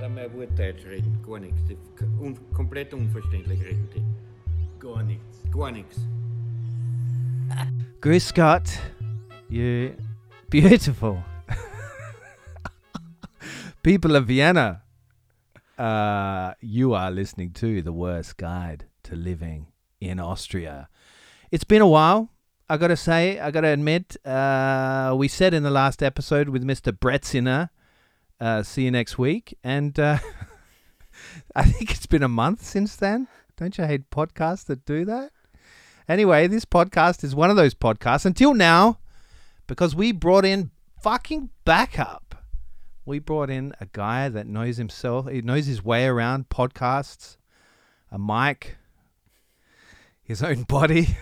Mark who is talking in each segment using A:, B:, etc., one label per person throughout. A: Dann mal Urteils reden, gar nichts. Die k- Un komplett unverständlich reden die.
B: Gar nichts.
A: Gar nichts.
C: Grüß Gott, you beautiful people of Vienna. Uh, you are listening to The Worst Guide to Living in Austria. It's been a while. I gotta say, I gotta admit, uh, we said in the last episode with Mr. Bretziner, uh, see you next week. And uh, I think it's been a month since then. Don't you hate podcasts that do that? Anyway, this podcast is one of those podcasts until now because we brought in fucking backup. We brought in a guy that knows himself, he knows his way around podcasts, a mic, his own body.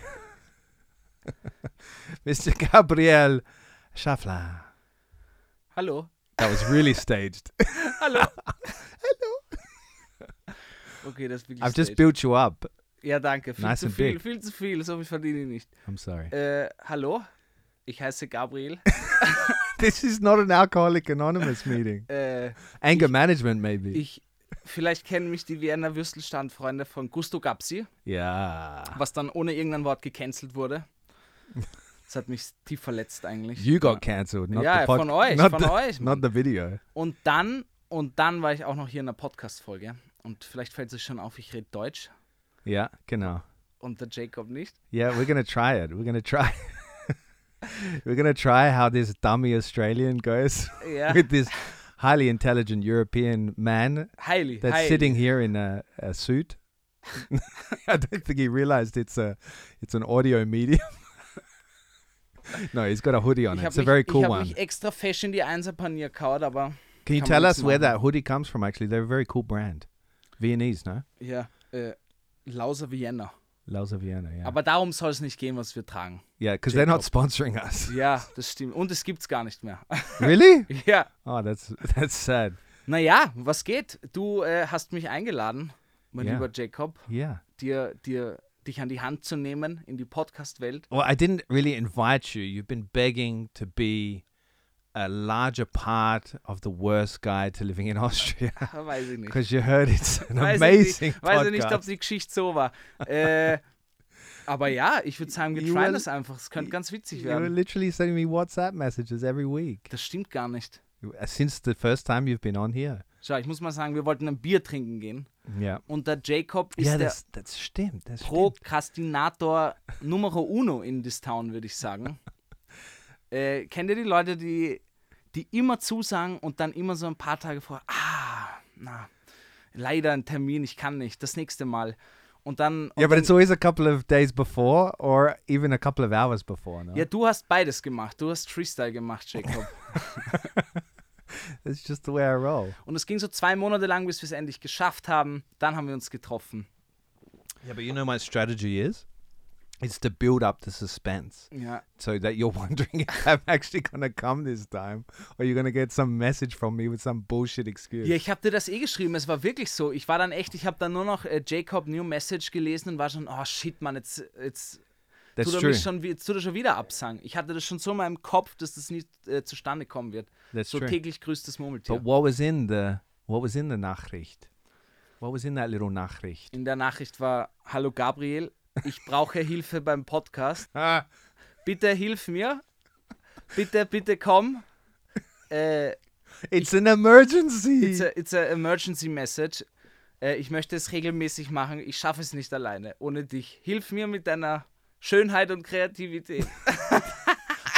C: Mr. Gabriel Schaffler.
B: Hallo.
C: That was really staged.
B: Hallo. Okay, das ist wirklich
C: I've just
B: strange.
C: built you up.
B: Ja, danke. Viel
C: Nice
B: zu
C: and
B: viel,
C: big.
B: viel zu viel. So viel verdiene ich nicht.
C: I'm sorry.
B: Äh, hallo. Ich heiße Gabriel.
C: This is not an Alcoholic Anonymous meeting.
B: äh,
C: Anger management, maybe.
B: ich, vielleicht kennen mich die Wiener Würstelstand-Freunde von Gusto Gapsi,
C: yeah.
B: was dann ohne irgendein Wort gecancelt wurde. Das hat mich tief verletzt eigentlich.
C: You got cancelled, not
B: Ja,
C: the pod-
B: von euch,
C: not
B: von
C: the,
B: euch,
C: not the video.
B: Und dann, und dann war ich auch noch hier in einer Podcast-Folge. Und vielleicht fällt es schon auf, ich rede Deutsch
C: Yeah, genau.
B: und der Jacob nicht.
C: Yeah, we're gonna try it. We're gonna try. we're gonna try how this dummy Australian goes
B: Ja.
C: with this highly intelligent European man
B: Heilig.
C: that's
B: heilig.
C: sitting here in a, a suit. I don't think he realized it's a it's an audio medium. no, he's got a hoodie on.
B: ich
C: It.
B: habe
C: It's a
B: mich,
C: very
B: ich
C: cool
B: hab
C: one.
B: mich extra fesch in die Einserpanier kaut, aber
C: Can you
B: kann
C: tell
B: man
C: us
B: nichts
C: where
B: machen.
C: that hoodie comes from? Actually, they're a very cool brand. Viennese, no?
B: ja, äh, Lauser Vienna.
C: Lausa Vienna, yeah.
B: Aber darum soll es nicht gehen, was wir tragen.
C: yeah, because they're not sponsoring us.
B: Ja, das stimmt. Und es gibt's gar nicht mehr.
C: really?
B: ja.
C: Oh, that's that's sad.
B: Naja, was geht? Du äh, hast mich eingeladen, mein
C: Ja.
B: lieber Jacob,
C: Yeah.
B: dir, dir, dich an die Hand zu nehmen in die Podcast-Welt.
C: Well, I didn't really invite you. You've been begging to be a larger part of the worst guide to living in Austria
B: Ah, Weiß ich nicht.
C: because you heard it's an
B: Weiß ich
C: amazing
B: nicht, weiß ich nicht ob
C: podcast.
B: die Geschichte so war. Äh, aber ja, ich würde sagen, wir
C: You
B: tryen
C: will-
B: das einfach. Es könnte ganz witzig
C: You were
B: werden.
C: literally sending me WhatsApp messages every week uh,
B: Das stimmt gar nicht.
C: since the first time you've been on here.
B: Schau, ich muss mal sagen, wir wollten ein Bier trinken gehen.
C: Yeah.
B: Und der Jacob ist
C: Yeah,
B: der
C: that's that's stimmt. That's stimmt.
B: Prokrastinator Numero Uno in this town, würde ich sagen. äh, kennt ihr die Leute, die, die immer zusagen und dann immer so ein paar Tage vor, ah, na, leider ein Termin, ich kann nicht, das nächste Mal. Und dann.
C: Yeah,
B: und
C: but
B: dann
C: it's always a couple of days before or even a couple of hours before. No?
B: Ja, du hast beides gemacht. Du hast Freestyle gemacht, Jacob.
C: It's just the way I roll.
B: Und es ging so zwei Monate lang, bis wir es endlich geschafft haben. Dann haben wir uns getroffen.
C: Yeah, but you know my strategy is? It's to build up the suspense.
B: Ja,
C: so that you're wondering if I'm actually gonna come this time, or you're gonna get some message from me with some bullshit excuse.
B: ja ich habe dir das eh geschrieben. Es war wirklich so. Ich war dann echt, ich habe dann nur noch äh, Jacob New Message gelesen und war schon, oh shit, Mann, jetzt, jetzt,
C: that's
B: tut, er
C: true.
B: mich schon, wie- jetzt tut er schon wieder absagen. Ich hatte das schon so in meinem Kopf, dass das nie äh, zustande kommen wird.
C: That's
B: so
C: true.
B: täglich grüßt das Murmeltier.
C: But what was in the what was in the Nachricht? What was in that little Nachricht?
B: in der Nachricht war, hallo Gabriel, ich brauche Hilfe beim Podcast.
C: Ah,
B: Bitte hilf mir. Bitte, bitte komm. Äh,
C: it's an emergency.
B: It's a, it's a emergency message. Äh, ich möchte es regelmäßig machen. Ich schaffe es nicht alleine. Ohne dich. Hilf mir mit deiner Schönheit und Kreativität.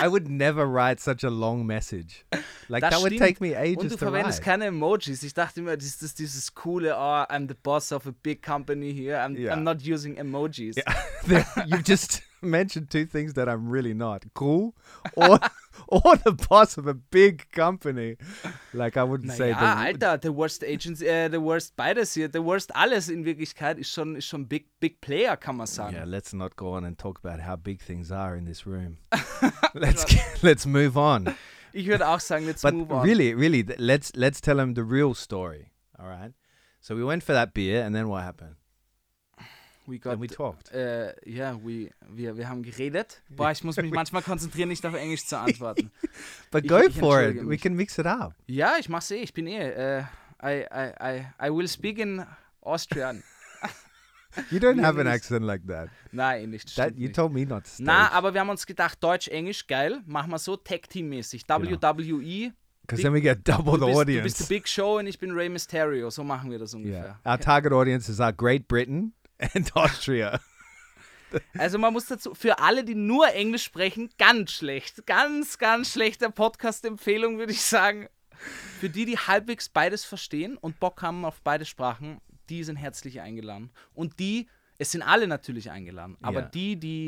C: I would never write such a long message. Like that would
B: stimmt.
C: take me
B: Und
C: ages
B: du
C: to
B: verwendest
C: write.
B: keine Emojis. Ich dachte immer, das ist das dieses coole, oh, I'm the boss of a big company here. I'm,
C: Ja.
B: I'm not using emojis.
C: You've just mentioned two things that I'm really not cool, or or the boss of a big company. Like I wouldn't say
B: Ja,
C: the,
B: Alter, the worst agency, äh, the worst beides hier, the worst alles in Wirklichkeit ist schon, ist schon big, big player, kann man sagen.
C: Yeah, let's not go on and talk about how big things are in this room. let's let's move on.
B: Ich würde auch sagen, let's
C: But
B: move on.
C: really, really, th- let's let's tell him the real story. All right. So we went for that beer, and then what happened?
B: We got
C: Then we talked.
B: Äh, ja, we, wir, wir haben geredet. Boah, ich muss mich manchmal konzentrieren, nicht auf Englisch zu antworten.
C: But
B: ich-
C: go
B: ich
C: for it.
B: entschuldige
C: We
B: mich.
C: can mix it up.
B: Ja, ich mach's eh, ich bin eh. Äh, I, I, I, I will speak in Austrian.
C: You don't have an
B: Yes.
C: accent like that.
B: Nein, nicht.
C: That
B: stimmt
C: you
B: nicht.
C: told me not to. stage.
B: Na, aber wir haben uns gedacht, Deutsch, Englisch, geil, machen wir so Tag-Team-mäßig. WWE,
C: Because then we get double the
B: du, E, bist, du
C: Genau. audience.
B: bist The Big Show und ich bin Rey Mysterio. So machen wir das
C: yeah.
B: ungefähr.
C: Our target audiences are Great Britain and Austria.
B: Also man muss dazu, für alle, die nur Englisch sprechen, ganz schlecht. Ganz, ganz schlechte Podcast-Empfehlung, würde ich sagen. Für die, die halbwegs beides verstehen und Bock haben auf beide Sprachen, die sind herzlich eingeladen. Und die, es sind alle natürlich eingeladen, aber
C: Ja.
B: die, die...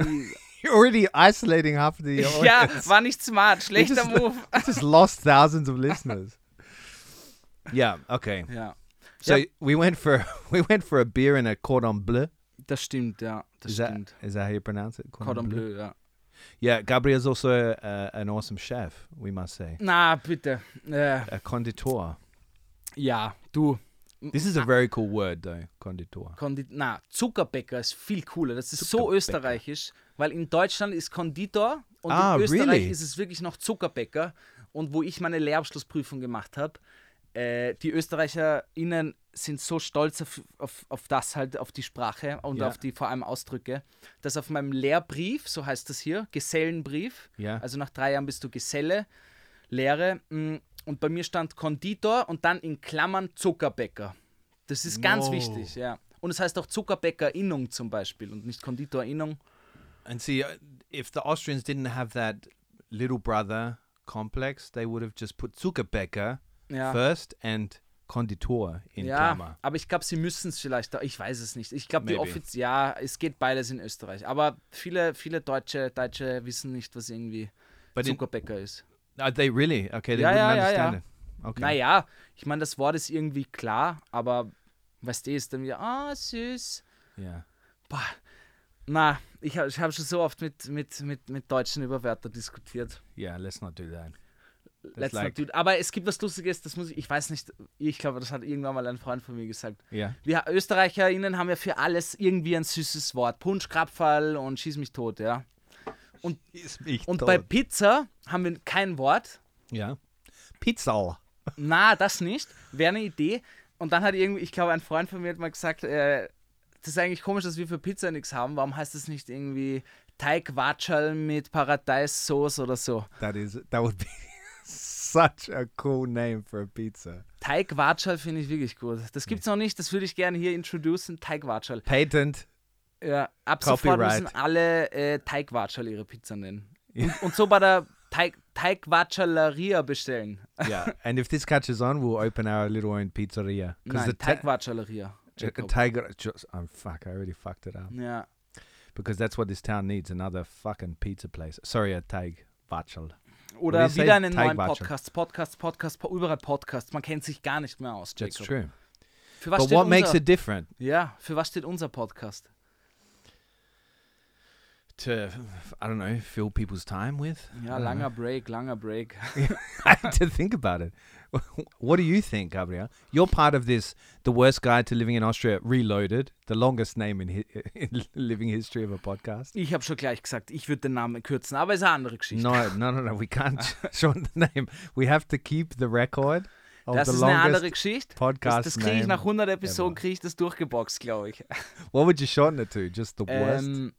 C: You're already isolating half of the audience.
B: ja, war nicht smart,
C: You
B: schlechter
C: just-
B: Move.
C: you just lost thousands of listeners. yeah. Okay.
B: Ja,
C: So
B: Yep.
C: we went for we went for a beer and a cordon bleu.
B: das stimmt, ja, das
C: Is that
B: stimmt.
C: is that how you pronounce it?
B: Cordon Bleu, ja.
C: Yeah, Gabriel's also uh, an awesome chef, we must say.
B: Na, bitte. Äh,
C: A conditor.
B: ja, du.
C: This is a very cool word, though. Conditor.
B: Kondi na, Zuckerbäcker ist viel cooler. Das ist so
C: Zuckerbäcker.
B: österreichisch, weil in Deutschland ist Konditor und
C: Ah,
B: in Österreich
C: really?
B: ist es wirklich noch Zuckerbäcker. Und wo ich meine Lehrabschlussprüfung gemacht habe, äh, die ÖsterreicherInnen sind so stolz auf, auf, auf das halt, auf die Sprache und
C: Ja.
B: auf die vor allem Ausdrücke, dass auf meinem Lehrbrief, so heißt das hier, Gesellenbrief,
C: Ja.
B: also nach drei Jahren bist du Geselle, Lehre, mm, und bei mir stand Konditor und dann in Klammern Zuckerbäcker. Das ist ganz
C: No.
B: wichtig, ja. Und es heißt auch Zuckerbäckerinnung zum Beispiel und nicht Konditorinnung.
C: And see, uh, if the Austrians didn't have that little brother complex, they would have just put Zuckerbäcker
B: Ja.
C: first and Conditor in
B: ja,
C: Klammer.
B: aber ich glaube, sie müssen es vielleicht, ich weiß es nicht. Ich glaube, die
C: Maybe.
B: offiziell, ja, es geht beides in Österreich. Aber viele, viele Deutsche, Deutsche wissen nicht, was irgendwie
C: But in-
B: Zuckerbäcker ist.
C: Are they really? Okay, they
B: Ja,
C: wouldn't
B: ja, ja,
C: understand
B: ja.
C: it. Okay.
B: Naja, ich meine, das Wort ist irgendwie klar, aber weißt du, ist dann wieder, ah, süß.
C: Yeah.
B: Boah. Na, ich habe ich hab schon so oft mit, mit, mit, mit Deutschen über Wörter diskutiert.
C: Yeah, let's not do that. That's
B: Let's
C: like-
B: not do- Aber es gibt was Lustiges, das muss ich, ich weiß nicht, ich glaube, das hat irgendwann mal ein Freund von mir gesagt.
C: Yeah.
B: Wir ÖsterreicherInnen haben ja für alles irgendwie ein süßes Wort. Punschkrapferl und schieß mich tot, ja. Und bei Pizza haben wir kein Wort.
C: yeah. Pizza.
B: Na, das nicht. Wäre eine Idee. Und dann hat irgendwie, ich glaube, ein Freund von mir hat mal gesagt, äh, das ist eigentlich komisch, dass wir für Pizza nichts haben. Warum heißt es nicht irgendwie Teigwatscherl mit Paradeissauce oder so?
C: That is that would be such a cool name for a pizza.
B: Teigwatscherl finde ich wirklich gut. Das gibt's noch nicht, das würde ich gerne hier introducen. Teigwatscherl.
C: Patent.
B: Ja, ab sofort
C: Copyright.
B: müssen alle äh, Teigwatscherl ihre Pizza nennen. Und, und so bei der Teig, Teigwatscherleria bestellen.
C: Yeah. and if this catches on, we'll open our little own pizzeria.
B: Nein,
C: the ta-
B: Teigwatscherleria.
C: a- a
B: Jacob.
C: tiger. Just, oh, fuck! I already fucked it up.
B: Ja.
C: Because that's what this town needs. Another fucking pizza place. Sorry, a Teig Watschel. What do
B: Oder
C: you say?
B: wieder einen neuen
C: Teigwatscherl.
B: Podcast, Podcast, Podcast, po überall Podcast. Man kennt sich gar nicht mehr aus,
C: That's
B: Jacob.
C: true.
B: Für was
C: but
B: steht
C: what makes
B: unser,
C: it different?
B: Ja, für was steht unser Podcast?
C: To I don't know, fill people's time with.
B: Ja,
C: I don't
B: langer Break, langer Break.
C: I had to think about it. What do you think, Gabriel? You're part of this, the worst guide to living in Austria, reloaded, the longest name in, hi- in living history of a podcast.
B: Ich habe schon gleich gesagt, ich würde den Namen kürzen, aber ist eine andere Geschichte.
C: No, no, no, no. We can't sh- shorten the name. We have to keep the record of
B: das
C: the
B: ist eine andere
C: longest
B: Geschichte. Das,
C: podcast
B: das kriege ich
C: name.
B: nach 100 Episoden,
C: ever.
B: kriege ich das durchgeboxt, glaube ich.
C: What would you shorten it to? Just the worst.
B: Ähm,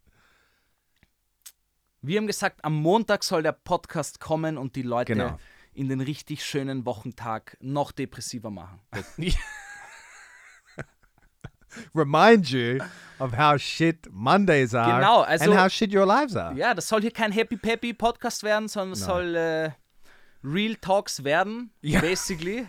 B: wir haben gesagt, am Montag soll der Podcast kommen und die Leute
C: Genau.
B: in den richtig schönen Wochentag noch depressiver machen.
C: Remind you of how shit Mondays are
B: Genau,
C: and
B: also-
C: how shit your lives are.
B: Ja, das soll hier kein Happy Peppy Podcast werden, sondern es
C: Nein.
B: soll äh, Real Talks werden,
C: Ja.
B: basically,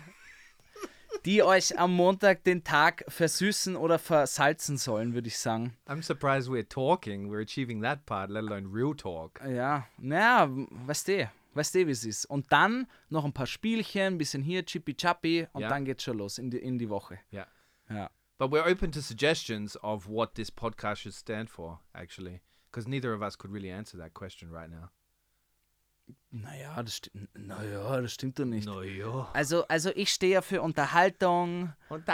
B: die euch am Montag den Tag versüßen oder versalzen sollen, würde ich sagen.
C: I'm surprised we're talking. We're achieving that part, let alone real talk.
B: Ja, naja, weißt du, weißt du, wie es ist. Und dann noch ein paar Spielchen, ein bisschen hier, Chippy Chappy und
C: Ja.
B: dann geht's schon los in die, in die Woche.
C: Yeah.
B: Ja.
C: But we're open to suggestions of what this podcast should stand for, actually, because neither of us could really answer that question right now.
B: Naja, das, sti naja, das stimmt doch nicht.
C: No, yo.
B: Also, also ich stehe ja für Unterhaltung
C: Oh.
B: und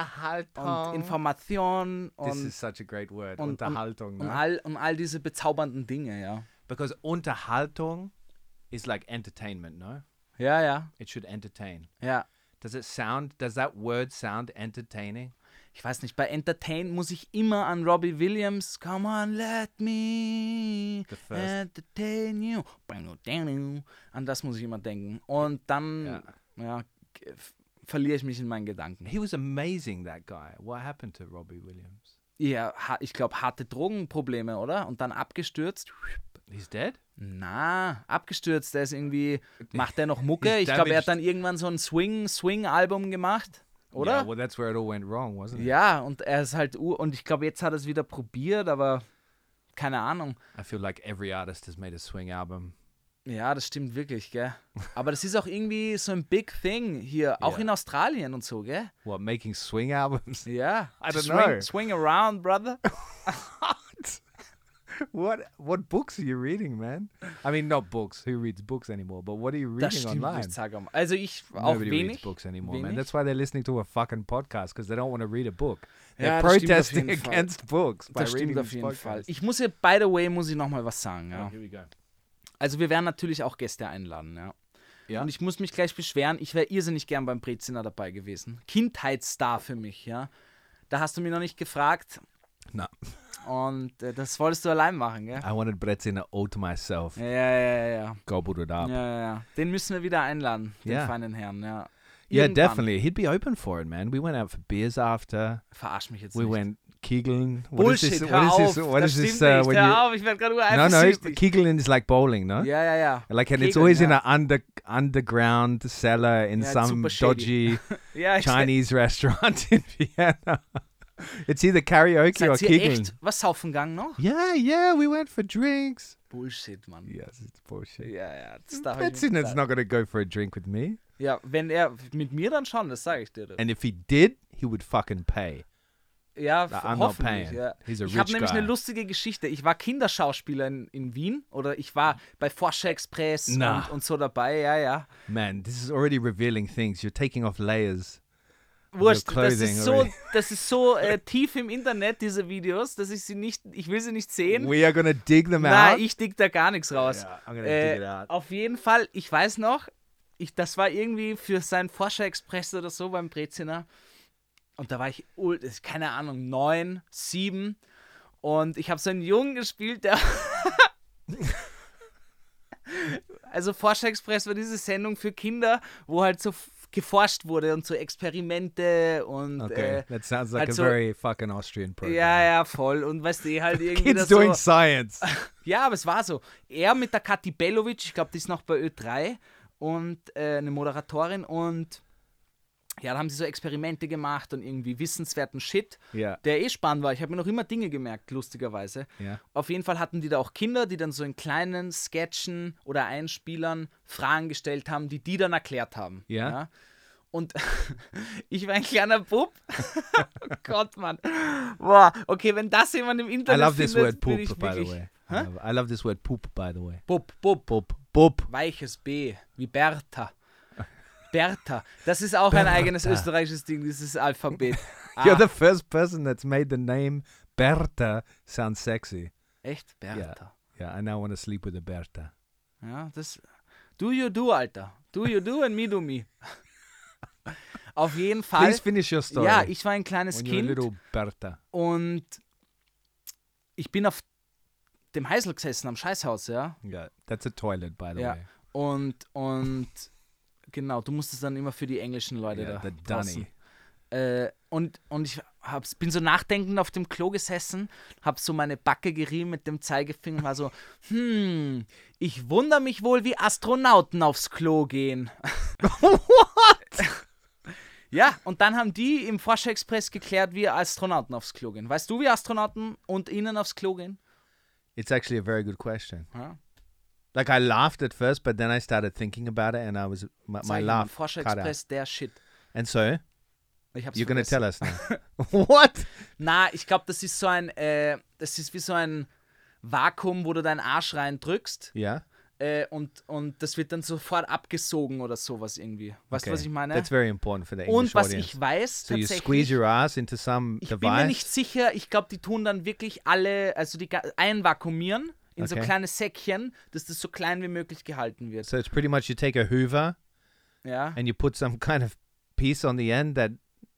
B: Information
C: This
B: und
C: is such a great word.
B: und- und-
C: Unterhaltung.
B: Und
C: no?
B: all, und all diese bezaubernden Dinge, ja.
C: Because Unterhaltung is like entertainment, no?
B: Ja, ja,
C: It should entertain.
B: ja.
C: Does it sound? Does that word sound entertaining?
B: Ich weiß nicht, bei Entertain muss ich immer an Robbie Williams, Come on, let me
C: The first.
B: entertain you. An das muss ich immer denken. Und dann ja. g- f- verliere ich mich in meinen Gedanken.
C: He was amazing. That guy. What happened to Robbie Williams?
B: Ja, ha- ich glaube, harte Drogenprobleme, oder? Und dann abgestürzt.
C: He's dead.
B: Na, abgestürzt. Der ist irgendwie, macht der noch Mucke? Ich glaube, er hat dann irgendwann so ein Swing, Swing-Album gemacht, oder?
C: Yeah, well, that's where it all went wrong, wasn't it?
B: Ja, und er ist halt ur. Und ich glaube, jetzt hat er es wieder probiert, aber keine Ahnung.
C: I feel like every artist has made a swing album.
B: Ja, das stimmt wirklich, gell? Aber das ist auch irgendwie so ein Big Thing hier, auch
C: Ja.
B: in Australien und so, gell?
C: What making swing albums?
B: Ja.
C: I don't
B: swing,
C: know.
B: Swing around, brother.
C: What what books are you reading, man? I mean, not books. Who reads books anymore? But what are you
B: Das
C: reading
B: stimmt,
C: online?
B: ich sag mal. Also ich auch
C: Nobody reads
B: wenig.
C: books anymore, man.
B: wenig.
C: That's why they're listening to a fucking podcast because they don't want to read a book. They're
B: Yeah, das stimmt auf
C: protesting
B: jeden Fall.
C: against books by
B: Das
C: reading
B: stimmt auf
C: this
B: jeden
C: podcast. Oh,
B: Fall. Ich muss ja, by the way, muss ich nochmal was sagen, ja.
C: Here we go.
B: Also wir werden natürlich auch Gäste einladen, ja.
C: Ja.
B: Und ich muss mich gleich beschweren, ich wäre irrsinnig gern beim Breziner dabei gewesen. Kindheitsstar für mich, ja. Da hast du mich noch nicht gefragt
C: No,
B: und äh, das wolltest du allein machen, gell?
C: I wanted Brezina O to myself.
B: Ja, ja, ja, ja.
C: Gobbled it up.
B: Ja, ja, ja. Den müssen wir wieder einladen, den
C: Ja.
B: feinen Herrn, ja.
C: Yeah,
B: Irgendwann.
C: definitely. He'd be open for it, man. We went out for beers after.
B: Verarsch mich jetzt
C: We
B: nicht.
C: went kegeling. What is
B: Bullshit,
C: this?
B: hör
C: What is
B: auf,
C: this? What
B: das
C: is this?
B: stimmt
C: Uh,
B: nicht,
C: when
B: hör
C: you,
B: auf, ich werde gerade
C: no, no. it-
B: eifersüchtig.
C: Kegeling is like bowling, no?
B: Ja, ja, ja.
C: Like, and it's
B: Kegeln,
C: always in
B: ja.
C: an under underground cellar in
B: Yeah, it's
C: some
B: super shady.
C: dodgy
B: ja, ich-
C: Chinese restaurant in Vienna. It's either karaoke or
B: Seid ihr
C: giggling.
B: echt was saufen gegangen noch?
C: Yeah, yeah, we went for drinks.
B: Bullshit, Mann.
C: Yes, it's bullshit.
B: Ja, ja, das darf ich
C: That's
B: nicht
C: it's
B: sagen.
C: not gonna go for a drink with me.
B: Ja, wenn er mit mir dann schon, das sage ich dir.
C: And if he did, he would fucking pay.
B: Ja,
C: Like, I'm not
B: hoffentlich.
C: paying.
B: Ja.
C: He's a
B: Ich habe
C: rich
B: nämlich
C: guy.
B: eine lustige Geschichte. Ich war Kinderschauspieler in, in Wien oder ich war bei Forscher Express
C: Na.
B: und, und so dabei. Ja, ja.
C: Man, this is already revealing things. You're taking off layers.
B: Wurscht, das
C: clothing
B: ist so,
C: already.
B: das ist so äh, tief im Internet, diese Videos, dass ich sie nicht, ich will sie nicht sehen.
C: We are gonna dig them
B: Nein,
C: out.
B: ich dig da gar nichts raus.
C: Yeah, I'm gonna dig it
B: äh,
C: out.
B: auf jeden Fall, ich weiß noch, ich, das war irgendwie für seinen Forscher Express oder so beim Breziner. Und da war ich, ul- keine Ahnung, neun, sieben. Und ich habe so einen Jungen gespielt, der. also Forscher Express war diese Sendung für Kinder, wo halt so f- geforscht wurde und so Experimente und.
C: Okay,
B: Äh,
C: that sounds like
B: also-
C: a very fucking Austrian program.
B: ja, ja, voll. Und weißt du, halt irgendwie.
C: Kids
B: das so,
C: doing science.
B: ja, aber es war so. Er mit der Kathi Bellovic, ich glaube, die ist noch bei Ö3 und äh, eine Moderatorin und ja, da haben sie so Experimente gemacht und irgendwie wissenswerten Shit,
C: Ja.
B: der eh spannend war. Ich habe mir noch immer Dinge gemerkt, lustigerweise.
C: Ja.
B: Auf jeden Fall hatten die da auch Kinder, die dann so in kleinen Sketchen oder Einspielern Fragen gestellt haben, die die dann erklärt haben.
C: Ja.
B: Und ich war ein kleiner Bub. oh Gott, Mann. Boah, okay, wenn das jemand im
C: I
B: Internet
C: love this word
B: findet, bin ich
C: poop, by the
B: wirklich-
C: way. I love, I love this word poop, by the way.
B: Bub, Bub.
C: Poop, poop.
B: Weiches B, wie Bertha. Bertha. Das ist auch ein eigenes österreichisches Ding, dieses Alphabet. Ah,
C: You're the first person that's made the name Berta sound sexy.
B: echt? Bertha.
C: Yeah, I now want to sleep with a Berta.
B: Ja. das. Do you do, Alter. Do you do and me do me. Auf jeden Fall.
C: Please finish your story.
B: Ja, ich war ein kleines
C: when you're a
B: Kind
C: little Berta.
B: und ich bin auf dem Heißel gesessen am Scheißhaus, ja.
C: Yeah, that's a toilet, by the
B: Ja.
C: way.
B: Und, und genau, du musstest dann immer für die englischen Leute
C: Yeah,
B: da
C: the
B: draußen.
C: dunny.
B: Äh, und, und ich hab's, bin so nachdenkend auf dem Klo gesessen, hab so meine Backe gerieben mit dem Zeigefinger und war so, hm, ich wundere mich wohl, wie Astronauten aufs Klo gehen. What? ja, und dann haben die im Forscherexpress geklärt, wie Astronauten aufs Klo gehen. Weißt du, wie Astronauten und ihnen aufs Klo gehen?
C: It's actually a very good question.
B: Ja.
C: Like I laughed at first, but then I started thinking about it, and I was my, my
B: Sag ich mal,
C: laugh cut out.
B: Forscherexpress, der Shit.
C: And so
B: Ich hab's
C: you're gonna
B: vergessen.
C: tell us now. what?
B: Na, ich glaube, das ist so ein, äh, das ist wie so ein Vakuum, wo du deinen Arsch reindrückst.
C: Yeah.
B: äh, und, und das wird dann sofort abgesogen oder sowas irgendwie. Weißt du, was ich meine?
C: That's very important for the English
B: Und was
C: audience.
B: ich weiß,
C: so you
B: tatsächlich,
C: squeeze your ass into some
B: ich bin mir
C: device.
B: nicht sicher, ich glaube, die tun dann wirklich alle, also die ga- einvakuumieren in so
C: Okay.
B: kleine Säckchen, dass das so klein wie möglich gehalten wird.
C: So it's pretty much you take a Hoover
B: Ja,
C: and you put some kind of piece on the end that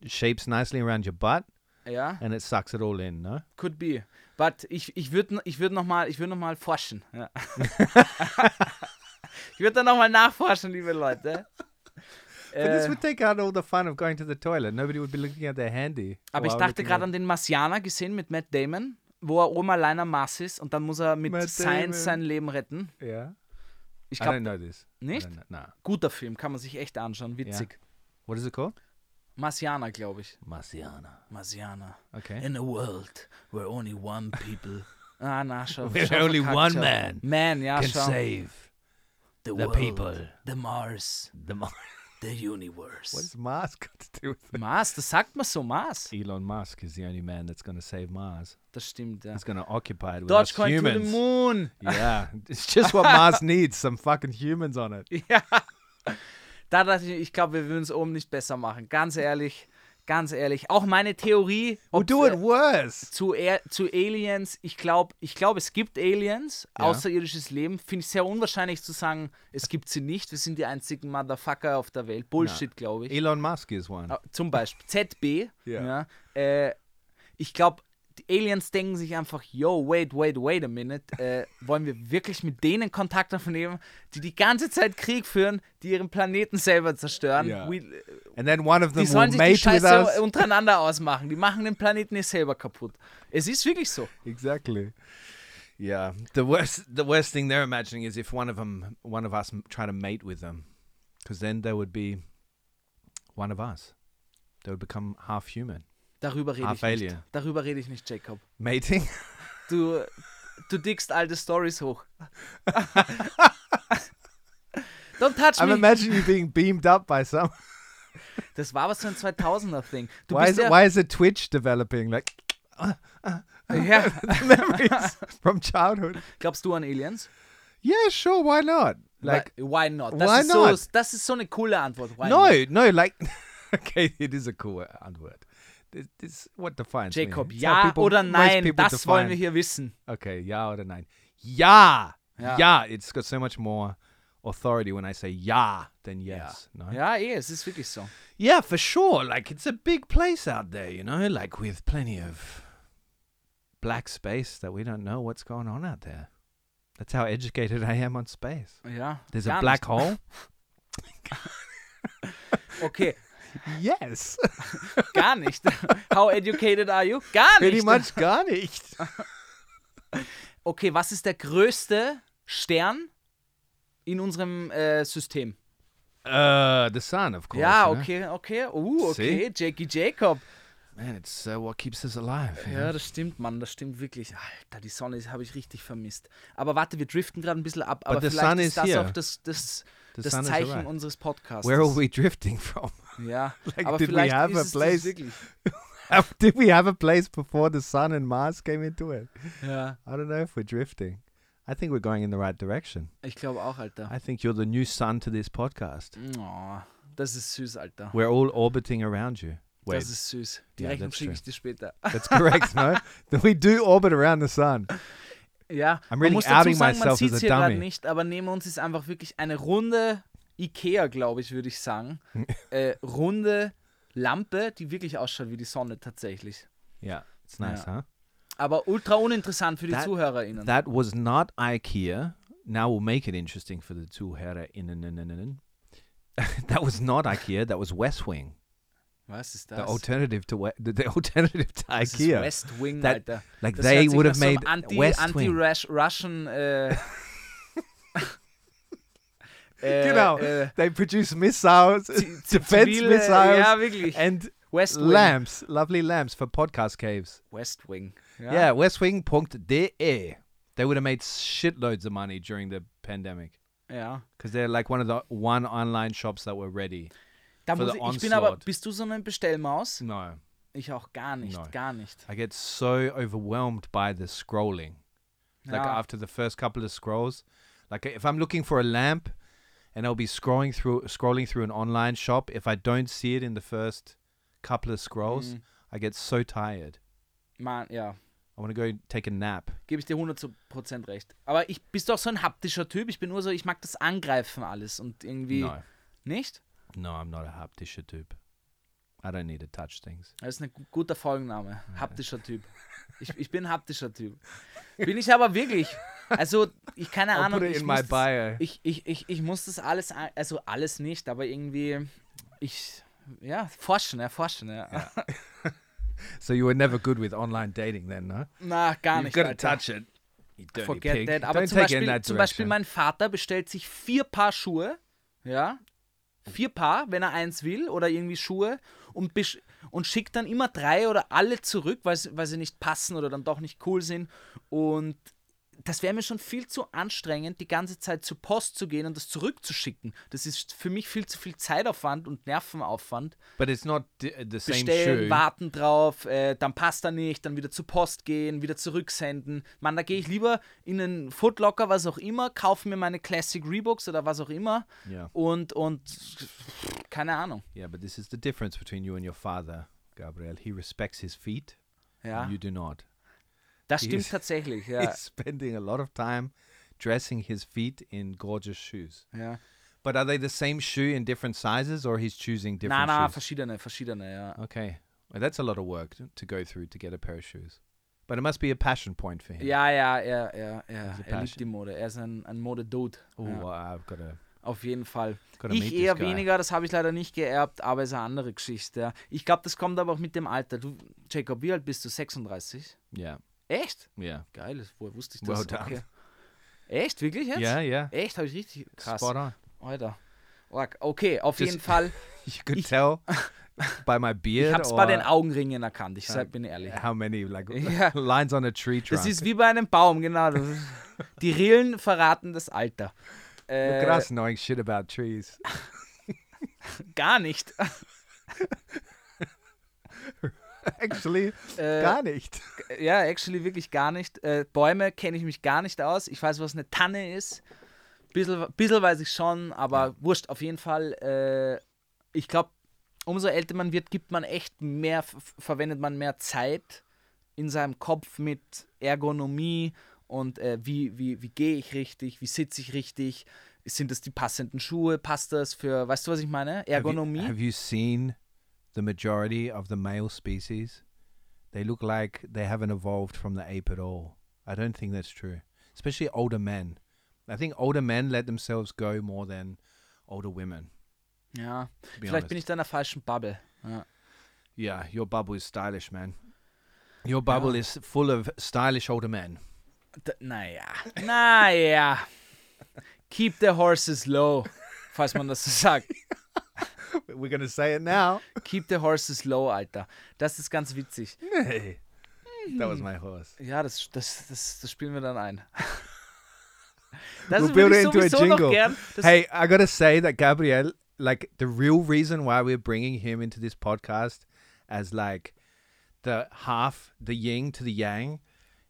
C: shapes nicely around your butt
B: Ja,
C: and it sucks it all in, no?
B: could be. But ich, ich würde ich würd nochmal würd noch mal forschen. Ja. ich würde da nochmal nachforschen, liebe Leute.
C: But this
B: Äh,
C: would take out all the fun of going to the toilet. Nobody would be looking at their handy.
B: aber ich
C: while
B: dachte
C: looking
B: gerade
C: at-
B: an den Marsianer gesehen mit Matt Damon, wo er Oma Liner Mars ist und dann muss er mit
C: Matt
B: Science
C: Damon. Ah,
B: sein Leben retten.
C: Yeah.
B: Ich
C: I don't
B: glaube,
C: know this. I
B: Nicht?
C: don't know- Nah.
B: guter Film, kann man sich echt anschauen, witzig.
C: What is it called?
B: Marsianer, glaube ich.
C: Marciana.
B: Marsianer.
C: Okay.
B: In a world where only one people. Ah, na, schau.
C: Where
B: schau,
C: only
B: verkackt,
C: one
B: schau.
C: man
B: Man, ja,
C: Can
B: schau.
C: save the
B: world,
C: people.
B: The Mars.
C: the Mars.
B: The Universe.
C: What does Mars got to do with it?
B: Mars, das sagt man so, Mars.
C: Elon Musk is the only man that's going to save Mars.
B: Das stimmt, ja.
C: He's going to occupy it with us
B: Dogecoin to the
C: humans.
B: moon.
C: Yeah, it's just what Mars needs. Some fucking humans on it.
B: Ja. Da dachte ich, ich glaube, wir würden es oben nicht besser machen. Ganz ehrlich, ganz ehrlich. Auch meine Theorie.
C: We'll
B: ob-
C: Oh, do it worse.
B: zu, er zu Aliens, ich glaube, ich glaub, es gibt Aliens,
C: Ja.
B: außerirdisches Leben. Finde ich sehr unwahrscheinlich zu sagen, es gibt sie nicht. Wir sind die einzigen Motherfucker auf der Welt. Bullshit, glaube ich.
C: Elon Musk is one.
B: Ah, Zum Beispiel ZB.
C: Ja.
B: Ja, äh, ich glaube, die Aliens denken sich einfach, yo, wait, wait, wait a minute. Äh, wollen wir wirklich mit denen Kontakt aufnehmen, die die ganze Zeit Krieg führen, die ihren Planeten selber zerstören?
C: Ja.
B: We,
C: And then one of them will
B: die sollen sich die
C: mate with us.
B: Scheiße untereinander ausmachen. Die machen den Planeten jetzt selber kaputt. Es ist wirklich so.
C: Exactly. Yeah. The worst the worst thing they're imagining is if one of them one of us m- try to mate with them cuz then they would be one of us. They would become half human.
B: Darüber rede
C: Ah,
B: ich nicht.
C: Failure.
B: Darüber rede ich nicht, Jacob.
C: Mating?
B: Du, du dickst alte Stories hoch. Don't touch
C: I'm
B: me.
C: imagining you being beamed up by some.
B: Das war was so ein 2000er Ding. Du
C: Why is
B: bist
C: it,
B: ja,
C: why is it Twitch developing like
B: ja,
C: memories from childhood?
B: glaubst du an Aliens?
C: Yeah, sure, why not? Like
B: why, why not? Das
C: why
B: ist so
C: not?
B: das ist so eine coole Antwort. Why
C: no,
B: not?
C: no, like okay, it is a cool word. This, this what defines me.
B: Jacob,
C: It's how
B: ja
C: people-
B: oder
C: most
B: nein,
C: people
B: das wollen
C: define-
B: wir hier wissen.
C: Okay, ja oder nein? Ja!
B: Ja.
C: Ja! It's got so much more authority when I say ja than yes. No?
B: Ja, eh, es ist wirklich so.
C: yeah, for sure. Like, it's a big place out there, you know? Like, with plenty of black space that we don't know what's going on out there. That's how educated I am on space.
B: Ja.
C: There's
B: gar
C: a black
B: nicht.
C: hole?
B: Okay,
C: yes.
B: gar nicht. How educated are you? Gar
C: Pretty
B: nicht.
C: much gar nicht.
B: Okay, was ist der größte Stern in unserem äh, System?
C: Uh, the sun, of course.
B: ja,
C: you know?
B: okay, okay. Uh, okay,
C: See?
B: Jackie Jacob.
C: Man, it's uh, what keeps us alive. you know?
B: Ja, das stimmt, Mann, das stimmt wirklich. Alter, die Sonne habe ich richtig vermisst. Aber warte, wir driften gerade ein bisschen ab, aber
C: the
B: vielleicht
C: sun
B: ist
C: is
B: das
C: here.
B: auch das, das,
C: The
B: das
C: sun is
B: Zeichen
C: arrived.
B: unseres Podcasts.
C: Where are we drifting from?
B: Ja,
C: Like,
B: aber
C: did we
B: vielleicht
C: have
B: ist
C: a
B: es das
C: place?
B: wirklich.
C: Did we have a place before the sun and Mars came into it?
B: Ja,
C: I don't know if we're drifting. I think we're going in the right direction.
B: ich glaube auch, Alter.
C: I think you're the new sun to this podcast.
B: Oh, das ist süß, Alter.
C: We're all orbiting around you. Wait,
B: Das ist süß. Die
C: Yeah,
B: Rechnung
C: that's
B: schicke
C: true.
B: ich dir später.
C: that's correct, no? That we do orbit around the sun.
B: Ja,
C: I'm
B: man
C: really
B: muss dazu
C: outing
B: sagen, man
C: myself
B: sieht
C: as a
B: hier gerade
C: dummy.
B: nicht, aber neben uns ist einfach wirklich eine runde Ikea, glaube ich, würde ich sagen. äh, runde Lampe, die wirklich ausschaut wie die Sonne tatsächlich.
C: Yeah, it's nice,
B: Yeah.
C: huh?
B: Aber ultra uninteressant für die
C: That-
B: ZuhörerInnen.
C: That was not IKEA. Now we'll make it interesting for the two Hera in in in in in. That was not IKEA. That was West Wing.
B: Was ist
C: The
B: das?
C: alternative to we- the, the alternative to
B: das ist
C: IKEA.
B: West Wing,
C: That-
B: Alter.
C: like
B: Das
C: they
B: hört sich
C: would
B: nach
C: have
B: so einem
C: made
B: Anti,
C: West
B: Anti
C: Wing.
B: Rush, Russian. Äh, äh,
C: Genau.
B: Äh,
C: They produce missiles, defense
B: zivile-
C: missiles,
B: Ja, wirklich.
C: and
B: West Wing.
C: lamps, lovely lamps for podcast caves.
B: West Wing.
C: Yeah, westwing.de. E. They would have made shitloads of money during the pandemic
B: ja.
C: because they're like one of the one online shops that were ready.
B: Da
C: For
B: muss
C: the
B: ich, ich bin aber,
C: onslaught.
B: bist du so eine Bestellmaus?
C: No,
B: Ich auch gar nicht,
C: Nein.
B: gar nicht.
C: I get so overwhelmed by the scrolling. Like
B: Ja.
C: after the first couple of scrolls, like if I'm looking for a lamp, and I'll be scrolling through scrolling through an online shop. If I don't see it in the first couple of scrolls,
B: Mm.
C: I get so tired.
B: Man, ja,
C: I want to go take a nap.
B: gebe ich dir 100% recht. Aber ich bist doch so ein haptischer Typ. Ich bin nur so, ich mag das Angreifen alles und irgendwie.
C: No,
B: Nicht?
C: no, I'm not a haptischer type. I don't need to touch things.
B: Das ist ein gu- guter Folgenname. Haptischer Typ. Ich, ich bin haptischer Typ. Bin ich aber wirklich. Also, ich keine
C: I'll
B: Ahnung.
C: put it
B: ich,
C: in
B: muss
C: my bio.
B: das, ich, ich, ich, ich muss das alles, a- also alles nicht, aber irgendwie, ich, ja, forschen, erforschen, ja.
C: So you were never good with online dating then, no?
B: Na, gar
C: You've
B: nicht.
C: got to
B: Alter.
C: touch it. You dirty
B: Forget
C: pig.
B: that. Aber
C: don't
B: zum
C: take it in
B: Beispiel,
C: that
B: zum Beispiel
C: direction.
B: mein Vater bestellt sich vier Paar Schuhe, ja, vier Paar, wenn er eins will, oder irgendwie Schuhe, und, besch- und schickt dann immer drei oder alle zurück, weil, sie- weil sie nicht passen oder dann doch nicht cool sind. Und das wäre mir schon viel zu anstrengend, die ganze Zeit zur Post zu gehen und das zurückzuschicken. Das ist für mich viel zu viel Zeitaufwand und Nervenaufwand.
C: But it's not the, the same
B: bestellen,
C: shoe.
B: warten drauf, äh, dann passt er nicht, dann wieder zur Post gehen, wieder zurücksenden. Mann, da gehe ich lieber in einen Footlocker, was auch immer, kaufe mir meine Classic Reeboks oder was auch immer
C: Yeah.
B: und, und keine Ahnung.
C: Yeah, but this is the difference between you and your father, Gabriel. He respects his feet.
B: Ja,
C: You do not.
B: das
C: die
B: stimmt
C: ist-
B: tatsächlich. Ja,
C: He's spending a lot of time dressing his feet in gorgeous shoes.
B: ja.
C: But are they the same shoe in different sizes or he's choosing
B: Na,
C: different
B: na,
C: shoes?
B: verschiedene, verschiedene, ja.
C: Okay. Well, that's a lot of work to- to go through to get a pair of shoes. But it must be a passion point for him.
B: Ja, ja, er, er, er, er
C: passion.
B: liebt die Mode. Er ist ein, ein Mode-Dude.
C: Oh,
B: Ja,
C: I've got to
B: auf jeden Fall.
C: Gotta meet
B: Ich
C: this
B: eher
C: guy.
B: weniger, das habe ich leider nicht geerbt, aber ist eine andere Geschichte. ja. Ich glaube, das kommt aber auch mit dem Alter. Du, Jacob, wie alt bist du? 36?
C: Yeah.
B: Echt?
C: Yeah.
B: Geil, das- woher wusste ich das?
C: Well done.
B: Echt, wirklich jetzt?
C: Yeah, yeah.
B: Echt, habe ich richtig krass.
C: Spot on.
B: Alter. Org. Okay, auf
C: Das-
B: jeden Fall.
C: You could
B: Ich-
C: tell by my beard
B: Ich habe es bei
C: or
B: den Augenringen erkannt, ich sag, bin ehrlich.
C: how many like
B: Yeah.
C: lines on a tree trunk.
B: Das ist wie bei einem Baum, genau. Das ist, die Rillen verraten das Alter.
C: Look
B: Äh,
C: at us knowing shit about trees.
B: gar nicht.
C: Actually,
B: Äh,
C: gar nicht.
B: Ja, actually wirklich gar nicht. Äh, Bäume kenne ich mich gar nicht aus. Ich weiß, was eine Tanne ist. Bissel, bissel weiß ich schon, aber wurscht, auf jeden Fall. Äh, ich glaube, umso älter man wird, gibt man echt mehr, f- f- verwendet man mehr Zeit in seinem Kopf mit Ergonomie und äh, wie, wie, wie gehe ich richtig, wie sitze ich richtig, sind das die passenden Schuhe, passt das für, weißt du, was ich meine?
C: Have you-
B: Ergonomie?
C: Have you seen the majority of the male species? They look like they haven't evolved from the ape at all. I don't think that's true. Especially older men. I think older men let themselves go more than older women.
B: ja,
C: To be
B: vielleicht
C: honest.
B: bin ich da in der falschen Bubble. Ja.
C: yeah, your bubble is stylish, man. Your bubble is full of stylish older men.
B: D naja, naja. Keep the horses low, falls man das so sagt.
C: We're gonna say it now.
B: Keep the horses low, Alter. Das ist ganz witzig.
C: Hey, that was my horse.
B: Ja, das, das, das, das spielen wir dann ein. Das
C: We'll build
B: würde ich
C: it into a
B: sowieso noch
C: jingle.
B: gern. Das,
C: hey, I gotta say that Gabriel, like the real reason why we're bringing him into this podcast as like the half, the yin to the yang,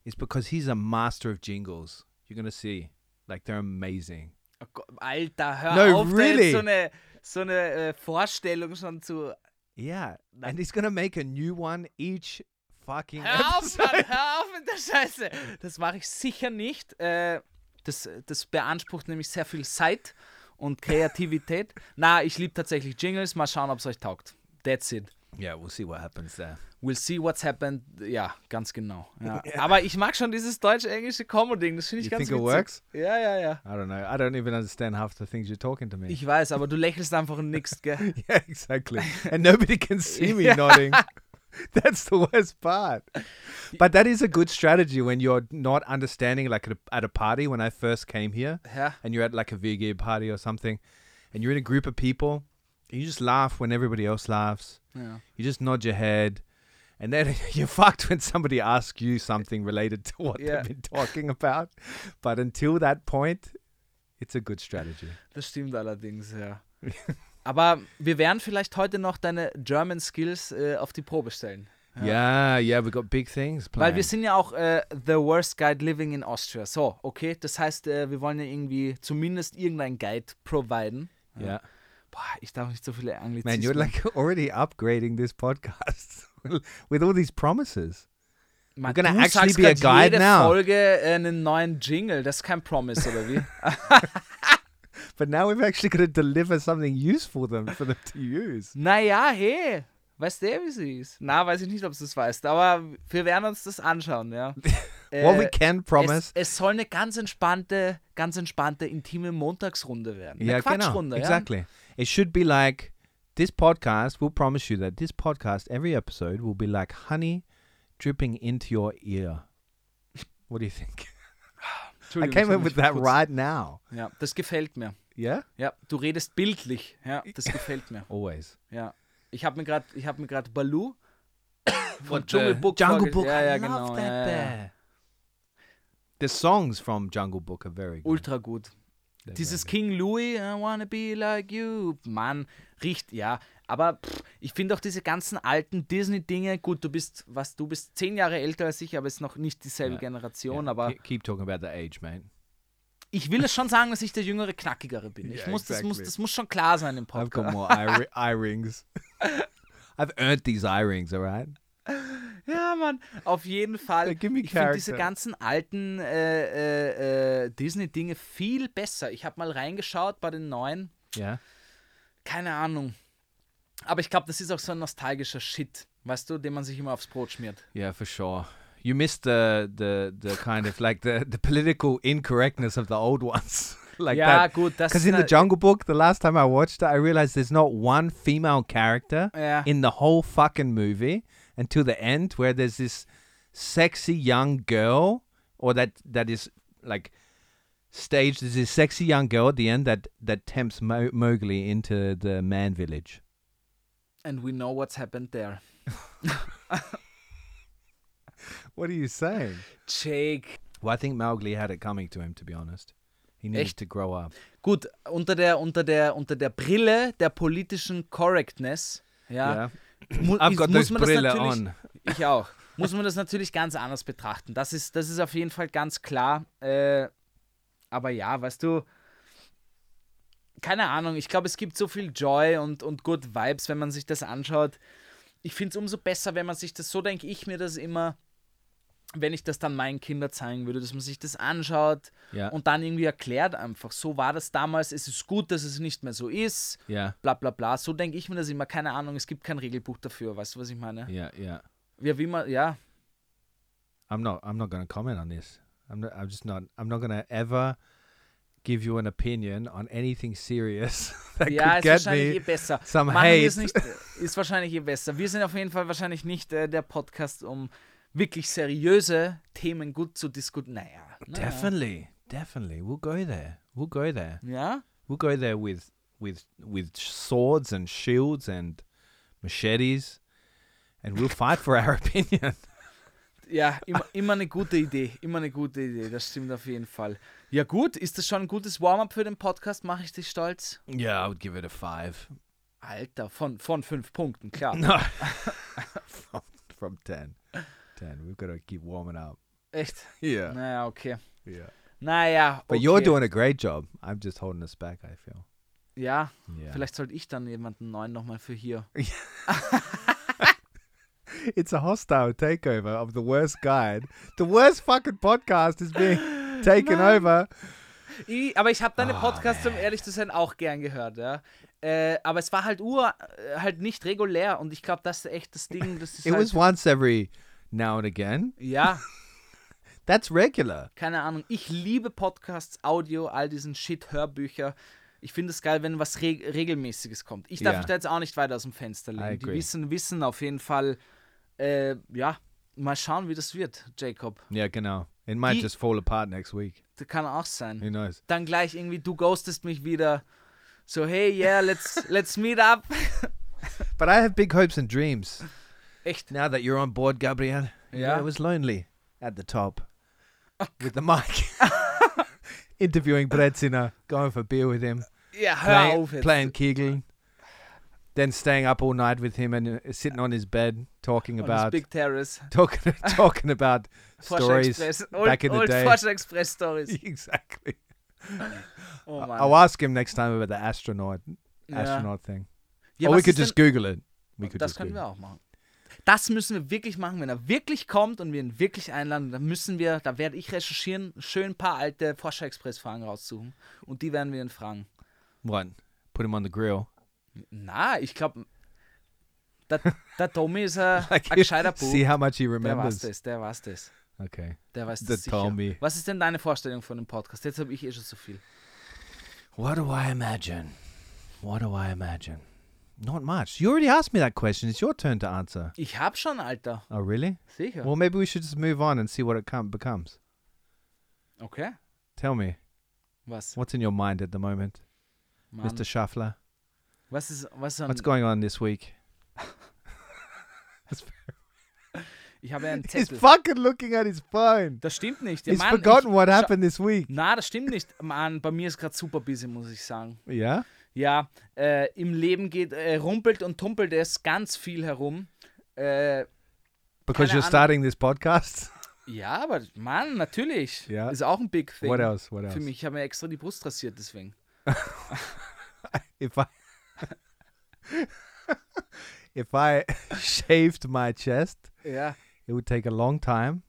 C: is because he's a master of jingles. You're gonna see, like they're amazing.
B: Oh Gott, Alter, hör
C: No,
B: auf, da
C: really.
B: jetzt so eine, so eine äh, Vorstellung schon zu.
C: Yeah, and he's gonna make a new one each fucking.
B: Hör auf,
C: episode.
B: Mann, hör auf mit der Scheiße. Das mache ich sicher nicht. Äh, das, das beansprucht nämlich sehr viel Zeit und Kreativität. Na, ich liebe tatsächlich Jingles. Mal schauen, ob es euch taugt. That's it.
C: Yeah, we'll see what happens there.
B: We'll see what's happened. Ja, ganz genau. Ja. Aber ich mag schon dieses deutsch-englische Comedy-Ding. Das finde ich
C: You
B: ganz
C: think it
B: witzig.
C: works?
B: Ja, ja, ja.
C: I don't know. I don't even understand half the things you're talking to me.
B: Ich weiß, aber du lächelst einfach und nix, gell?
C: Yeah, exactly. And nobody can see me nodding. That's the worst part. But that is a good strategy when you're not understanding, like at a, at a party when I first came here,
B: Ja.
C: and you're at like a VG party or something, and you're in a group of people, and you just laugh when everybody else laughs.
B: ja.
C: You just nod your head, and then you're fucked when somebody asks you something related to what
B: Yeah.
C: they've been talking about. But until that point, it's a good strategy.
B: Das stimmt allerdings, ja. Aber wir werden vielleicht heute noch deine German Skills äh, auf die Probe stellen.
C: Yeah, yeah, we've got big things planned.
B: Weil wir sind ja auch äh, The Worst Guide Living in Austria. So, okay. Das heißt, äh, wir wollen ja irgendwie zumindest irgendeinen Guide providen.
C: yeah.
B: Boah, ich darf nicht so viele Anglizismen.
C: Man, you're like already upgrading this podcast with all these promises.
B: Man,
C: gonna
B: du
C: actually
B: sagst
C: be a
B: grad
C: guide
B: jede
C: now.
B: Folge äh, einen neuen Jingle. Das ist kein Promise, oder wie?
C: But now we've actually got to deliver something useful them for them to use.
B: naja, hey. Weißt du, wie sie ist? Na, weiß ich nicht, ob du es weißt, aber wir werden uns das anschauen, ja.
C: What we
B: Äh,
C: can promise.
B: Es, es soll eine ganz entspannte, ganz entspannte, intime Montagsrunde werden. Eine
C: yeah,
B: Quatschrunde, ja.
C: genau. exactly. It should be like this podcast. We'll promise you that this podcast, every episode, will be like honey dripping into your ear. What do you think? I
B: Entschuldigung,
C: came
B: ich
C: up
B: hab
C: with
B: mich
C: that
B: kurz-
C: right now.
B: Ja, das gefällt mir.
C: Yeah,
B: Ja, du redest bildlich. Ja, das gefällt mir.
C: always.
B: Ja. Ich habe mir gerade, ich habe mir gerade Baloo von
C: The
B: Dschungelbuch
C: äh, uh, Jungle
B: vorges-
C: Book.
B: Ja,
C: I
B: ja,
C: love
B: genau.
C: that
B: ja, ja, ja.
C: bear. The songs from Jungle Book are very good.
B: Ultra gut.
C: They're
B: Dieses King Louis, I wanna be like you. Mann, riecht, ja. Aber pff, ich finde auch diese ganzen alten Disney-Dinge, gut, du bist, was, du bist zehn Jahre älter als ich, aber ist noch nicht dieselbe
C: Ja. very-
B: Generation.
C: Yeah,
B: Aber
C: ke- keep talking about the age, mate.
B: ich will es schon sagen, dass ich der jüngere, knackigere bin. Ich
C: Ja,
B: muss, das, muss,
C: exactly.
B: das muss schon klar sein im
C: I've got
B: Podcast.
C: more eye, ri- eye rings. I've earned these eye rings, all right?
B: Ja, Mann, auf jeden Fall.
C: Äh, Give me
B: Ich finde diese
C: character.
B: ganzen alten äh, äh, äh, Disney-Dinge viel besser. Ich habe mal reingeschaut bei den neuen.
C: Yeah.
B: Keine Ahnung. Aber ich glaube, das ist auch so ein nostalgischer Shit, weißt du, den man sich immer aufs Brot schmiert.
C: Yeah, for sure. You missed the the the kind of like the the political incorrectness of the old ones, like
B: ja,
C: that.
B: gut, das
C: Because
B: ist halt-
C: in the
B: eine-
C: Jungle Book, the last time I watched it, I realized there's not one female character
B: Yeah.
C: in the whole fucking movie until the end, where there's this sexy young girl, or that that is like staged as this sexy young girl at the end that that tempts Mo- Mowgli into the man village.
B: And we know what's happened there.
C: What are you saying?
B: Jake.
C: Well, I think Mowgli had it coming to him, to be honest. He needed
B: Echt?
C: to grow up.
B: Gut, unter der, unter der, unter der Brille der politischen Correctness, ja,
C: Yeah.
B: mu
C: I've
B: ist-
C: got
B: muss
C: those
B: man das
C: Brille
B: natürlich,
C: on.
B: Ich auch. Muss man das natürlich ganz anders betrachten. Das ist, das ist auf jeden Fall ganz klar. Äh, aber ja, weißt du, keine Ahnung, ich glaube, es gibt so viel Joy und, und Good Vibes, wenn man sich das anschaut. Ich finde es umso besser, wenn man sich das, so denke ich mir das immer, wenn ich das dann meinen Kindern zeigen würde, dass man sich das anschaut
C: Yeah.
B: und dann irgendwie erklärt einfach, so war das damals, es ist gut, dass es nicht mehr so ist,
C: Yeah.
B: bla bla bla. So denke ich mir das immer, keine Ahnung, es gibt kein Regelbuch dafür, weißt du, was ich meine?
C: Yeah. Yeah.
B: Ja, wie man, ja,
C: I'm not. I'm not going to comment on this. I'm. Not, I'm just not. I'm not going to ever give you an opinion on anything serious that
B: Ja,
C: could
B: ist
C: get
B: wahrscheinlich eh
C: me.
B: besser.
C: some
B: Machen wir es
C: hate.
B: nicht, ist wahrscheinlich eh besser. Wir sind auf jeden Fall wahrscheinlich nicht äh, der Podcast, um wirklich seriöse Themen gut zu diskutieren. Naja. ne? naja.
C: Definitely. Definitely. We'll go there. We'll go there.
B: Ja?
C: We'll go there with with with swords and shields and machetes, and we'll fight for our opinion.
B: Ja, immer, immer eine gute Idee. Immer eine gute Idee. Das stimmt auf jeden Fall. Ja, gut. Ist das schon ein gutes Warm-up für den Podcast? Mache ich dich stolz?
C: Yeah, I would give it a five.
B: Alter, von, von fünf Punkten, klar.
C: No. from, from 10. 10. We've got to keep warming up.
B: Echt?
C: Yeah.
B: Naja, okay.
C: Yeah.
B: Naja. Okay.
C: But you're doing a great job. I'm just holding us back, I feel.
B: Ja,
C: Yeah.
B: vielleicht sollte ich dann jemanden neuen nochmal für hier.
C: It's a hostile takeover of the worst guide. the worst fucking podcast is being taken over.
B: I, aber ich habe deine
C: Ah,
B: Podcasts, um ehrlich zu sein, auch gern gehört, ja. Äh, aber es war halt ur, äh, halt nicht regulär und ich glaube, das ist echt das Ding, das ist
C: It was
B: halt,
C: once every now and again.
B: ja,
C: That's regular.
B: keine Ahnung. Ich liebe Podcasts, Audio, all diesen Shit, Hörbücher. Ich finde es geil, wenn was reg regelmäßiges kommt. Ich darf
C: Ja.
B: mich da jetzt auch nicht weiter aus dem Fenster legen. Die
C: agree.
B: wissen, wissen auf jeden Fall, äh, ja, mal schauen, wie das wird, Jacob.
C: Yeah, genau. It might
B: Ye-
C: just fall apart next week.
B: Das kann auch sein.
C: Who knows?
B: Dann gleich irgendwie, du ghostest mich wieder. So, hey, yeah, let's, let's meet up.
C: But I have big hopes and dreams.
B: Echt.
C: Now that you're on board, Gabriel.
B: Yeah.
C: It was lonely at the top with the mic. Interviewing Brezina, going for beer with him,
B: Ja, hör
C: playing,
B: auf jetzt.
C: playing Kegel, then staying up all night with him and uh, sitting on his bed talking
B: Und das
C: about
B: Big Terrace.
C: talking talking about
B: Forscher
C: stories
B: Express. Old,
C: back in the
B: old
C: day.
B: Forscher Express Stories.
C: exactly.
B: Oh
C: I-
B: Mann.
C: I'll ask him next time about the astronaut
B: Ja.
C: astronaut thing.
B: Ja,
C: or we
B: was
C: could
B: ist
C: just Google it. We
B: denn,
C: could
B: das
C: just
B: können
C: Google.
B: wir auch machen. Das müssen wir wirklich machen, wenn er wirklich kommt und wir ihn wirklich einladen, dann müssen wir, da werde ich recherchieren, schön ein paar alte Forscher Express Fragen raussuchen und die werden wir ihn fragen.
C: What? Put him on the grill.
B: Na, ich glaube, Der, der Tommy ist ein,
C: Like,
B: ein gescheiter Bub.
C: see how much he
B: Der weiß
C: remembers.
B: das, der weiß das.
C: Okay.
B: Der weiß
C: Der
B: das sicher.
C: Tommy.
B: Was ist denn deine Vorstellung von dem Podcast? Jetzt habe ich eh schon so viel.
C: What do I imagine? What do I imagine? Not much. You already asked me that question. It's your turn to answer.
B: Ich hab schon, Alter.
C: Oh, really?
B: Sicher.
C: Well, maybe we should just move on and see what it com- becomes.
B: Okay.
C: Tell me,
B: Was?
C: what's in your mind at the moment,
B: Mann.
C: Mr. Schaffler?
B: Was ist, was an,
C: What's going on this week?
B: Ich habe ja einen
C: He's
B: Zettel.
C: fucking looking at his phone.
B: Das stimmt nicht. Ja,
C: He's
B: Mann,
C: forgotten
B: ich,
C: what
B: schau-
C: happened this week.
B: Na, das stimmt nicht. Mann, bei mir ist gerade super busy, muss ich sagen.
C: Yeah?
B: Ja, äh, im Leben geht, äh, rumpelt und tumpelt es ganz viel herum. Äh,
C: Because
B: Keine
C: you're
B: Ahnung.
C: starting this podcast?
B: ja, aber Mann, natürlich.
C: Ja.
B: Ist auch ein Big Thing.
C: What else? What else?
B: Für mich, ich habe mir extra die Brust rasiert, deswegen.
C: if I if I shaved my chest,
B: Ja.
C: it would take a long time,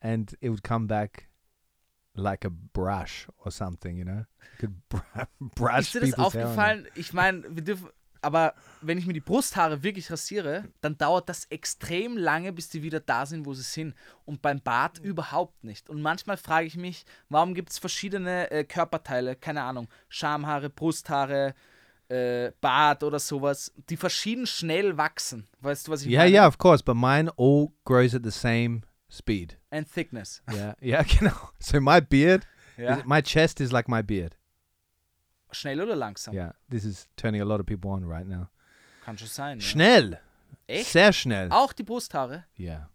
C: and it would come back like a brush or something. You know, could br- brush
B: Ist dir das
C: people's hair on it.
B: aufgefallen? Ich meine, wir dürfen. Aber wenn ich mir die Brusthaare wirklich rasiere, dann dauert das extrem lange, bis die wieder da sind, wo sie sind. Und beim Bart überhaupt nicht. Und manchmal frage ich mich, warum gibt es verschiedene äh, Körperteile, keine Ahnung, Schamhaare, Brusthaare, äh, Bart oder sowas, die verschieden schnell wachsen. Weißt du, was ich
C: Yeah,
B: meine?
C: yeah, of course. But mine all grows at the same speed.
B: And thickness.
C: Yeah, yeah. You know, so my beard,
B: Ja.
C: is, my chest is like my beard.
B: Schnell oder langsam?
C: Yeah, this is turning a lot of people on right now.
B: Kann schon sein. Ja.
C: Schnell,
B: Echt?
C: sehr schnell.
B: Auch die Brusthaare?
C: Yeah.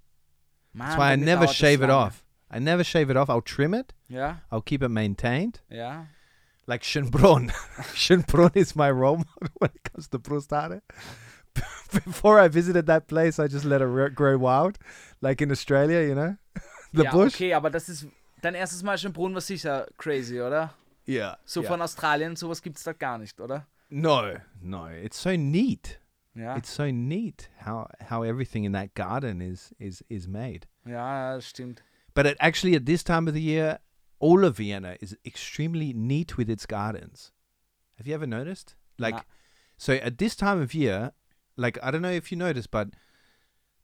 B: Mann,
C: That's
B: bei
C: why I
B: mir
C: never
B: dauert das
C: shave it
B: lange.
C: off. I never shave it off. I'll trim it.
B: Ja,
C: I'll keep it maintained.
B: ja.
C: Like Shinbron. Shinbron is my role model when it comes to Brustare. Before I visited that place, I just let it re- grow wild. Like in Australia, you know? the
B: ja,
C: bush.
B: Okay, aber das ist dein erstes Mal Schönbrunn war sicher crazy, oder?
C: Yeah.
B: So
C: yeah.
B: von Australien, sowas gibt's da gar nicht, oder?
C: no, no. It's so neat.
B: Ja,
C: It's so neat how how everything in that garden is is is made.
B: ja, das stimmt.
C: But it, actually, at this time of the year, all of Vienna is extremely neat with its gardens. Have you ever noticed? Like,
B: Nah.
C: so at this time of year, like, I don't know if you noticed, but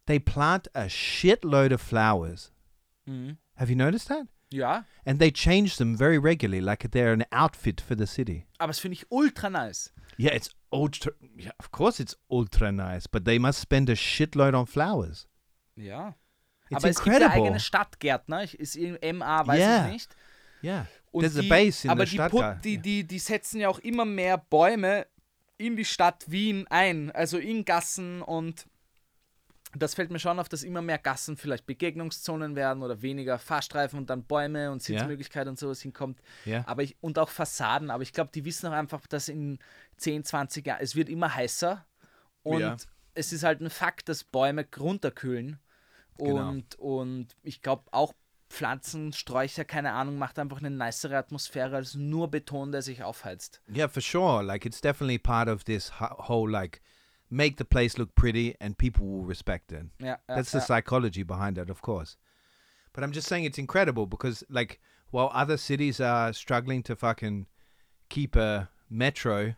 C: they plant a shitload of flowers.
B: Mhm.
C: Have you noticed that?
B: Ja,
C: And they change them very regularly, like they're an outfit for the city.
B: aber das finde ich ultra nice.
C: Yeah, it's ultra. Yeah, of course, it's ultra nice, but they must spend a shitload on flowers.
B: Ja.
C: It's
B: aber es gibt ja
C: incredible.
B: eigene Stadtgärtner, ich, ist irgendein MA, weiß
C: Yeah.
B: ich nicht.
C: yeah,
B: Und
C: there's
B: die-
C: a base in
B: aber
C: the
B: die,
C: Stadt.
B: ah, put, die, die, die setzen ja auch immer mehr Bäume in die Stadt Wien ein, also in Gassen und das fällt mir schon auf, dass immer mehr Gassen vielleicht Begegnungszonen werden oder weniger Fahrstreifen und dann Bäume und
C: Ja.
B: Sitzmöglichkeit und sowas hinkommt.
C: Ja.
B: Aber ich, und auch Fassaden, aber ich glaube, die wissen auch einfach, dass in 10, 20 Jahren, es wird immer heißer und
C: Ja.
B: es ist halt ein Fakt, dass Bäume runterkühlen.
C: Genau.
B: Und, und ich glaube auch Pflanzen, Sträucher, keine Ahnung, macht einfach eine nicere Atmosphäre als nur Beton, der sich aufheizt.
C: Yeah, for sure. Like it's definitely part of this ho- whole like make the place look pretty and people will respect it.
B: Ja, ja,
C: That's the
B: ja.
C: psychology behind it, of course. But I'm just saying it's incredible because like while other cities are struggling to fucking keep a metro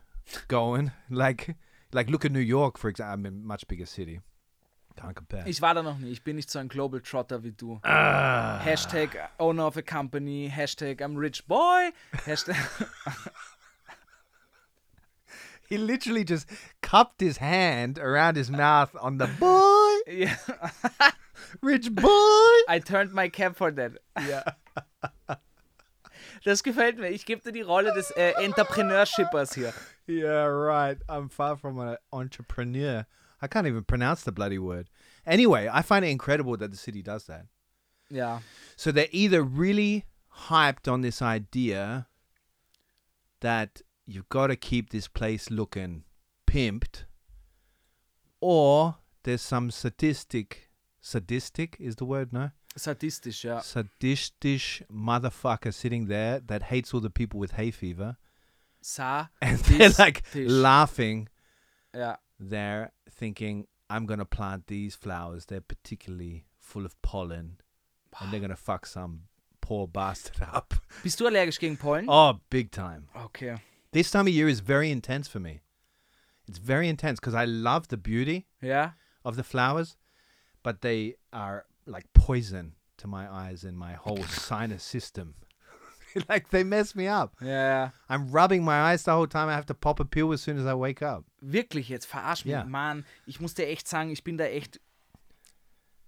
C: going, like like look at New York for example, I mean much bigger city. Can't compare.
B: Ich war da noch nie, ich bin nicht so ein Global Trotter wie du.
C: Ah.
B: Hashtag Owner of a Company, Hashtag I'm Rich Boy, Hashtag
C: He literally just cupped his hand around his mouth on the boy,
B: Yeah,
C: rich boy.
B: I turned my cap for that.
C: Yeah.
B: Das gefällt mir. Ich gebe dir die Rolle des äh, Entrepreneurshipers hier.
C: Yeah, right. I'm far from an entrepreneur. I can't even pronounce the bloody word. Anyway, I find it incredible that the city does that.
B: Ja.
C: So they're either really hyped on this idea that you've got to keep this place looking pimped, or there's some sadistic, sadistic is the word, no?
B: Sadistisch, ja.
C: Sadistic motherfucker sitting there that hates all the people with hay fever.
B: Sa.
C: And they're like
B: Sadistic.
C: laughing
B: Ja.
C: they're thinking, I'm going to plant these flowers. They're particularly full of pollen and they're going to fuck some poor bastard up.
B: Bist du allergisch gegen Pollen?
C: Oh, big time.
B: Okay.
C: This time of year is very intense for me. It's very intense because I love the beauty.
B: Ja.
C: of the flowers, but they are like poison to my eyes and my whole sinus system. like they mess me up.
B: Ja,
C: I'm rubbing my eyes the whole time. I have to pop a pill as soon as I wake up.
B: wirklich jetzt, verarsch mich.
C: Ja.
B: Mann, ich muss dir echt sagen, ich bin da echt.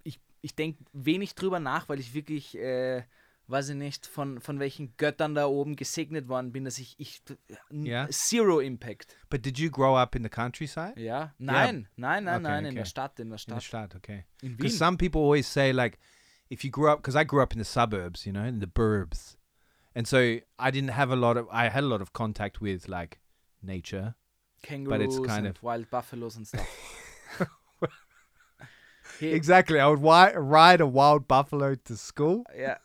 B: Ich, ich denke wenig drüber nach, weil ich wirklich, äh, weiß ich nicht, von, von welchen Göttern da oben gesegnet worden bin, dass ich. ich n-
C: Ja.
B: Zero Impact.
C: But did you grow up in the countryside?
B: Ja? Nein, nein, nein,
C: Okay,
B: nein, in
C: okay.
B: der Stadt, in
C: In
B: der
C: the
B: Stadt.
C: Stadt, okay.
B: In Wien.
C: Because some people always say like, if you grew up, because I grew up in the suburbs, you know, in the burbs, and so I didn't have a lot of. I had a lot of contact with like nature.
B: Kangaroos
C: kind
B: and
C: of-
B: wild buffaloes and stuff. Hey,
C: Exactly, I would wi- ride a wild buffalo to school.
B: ja.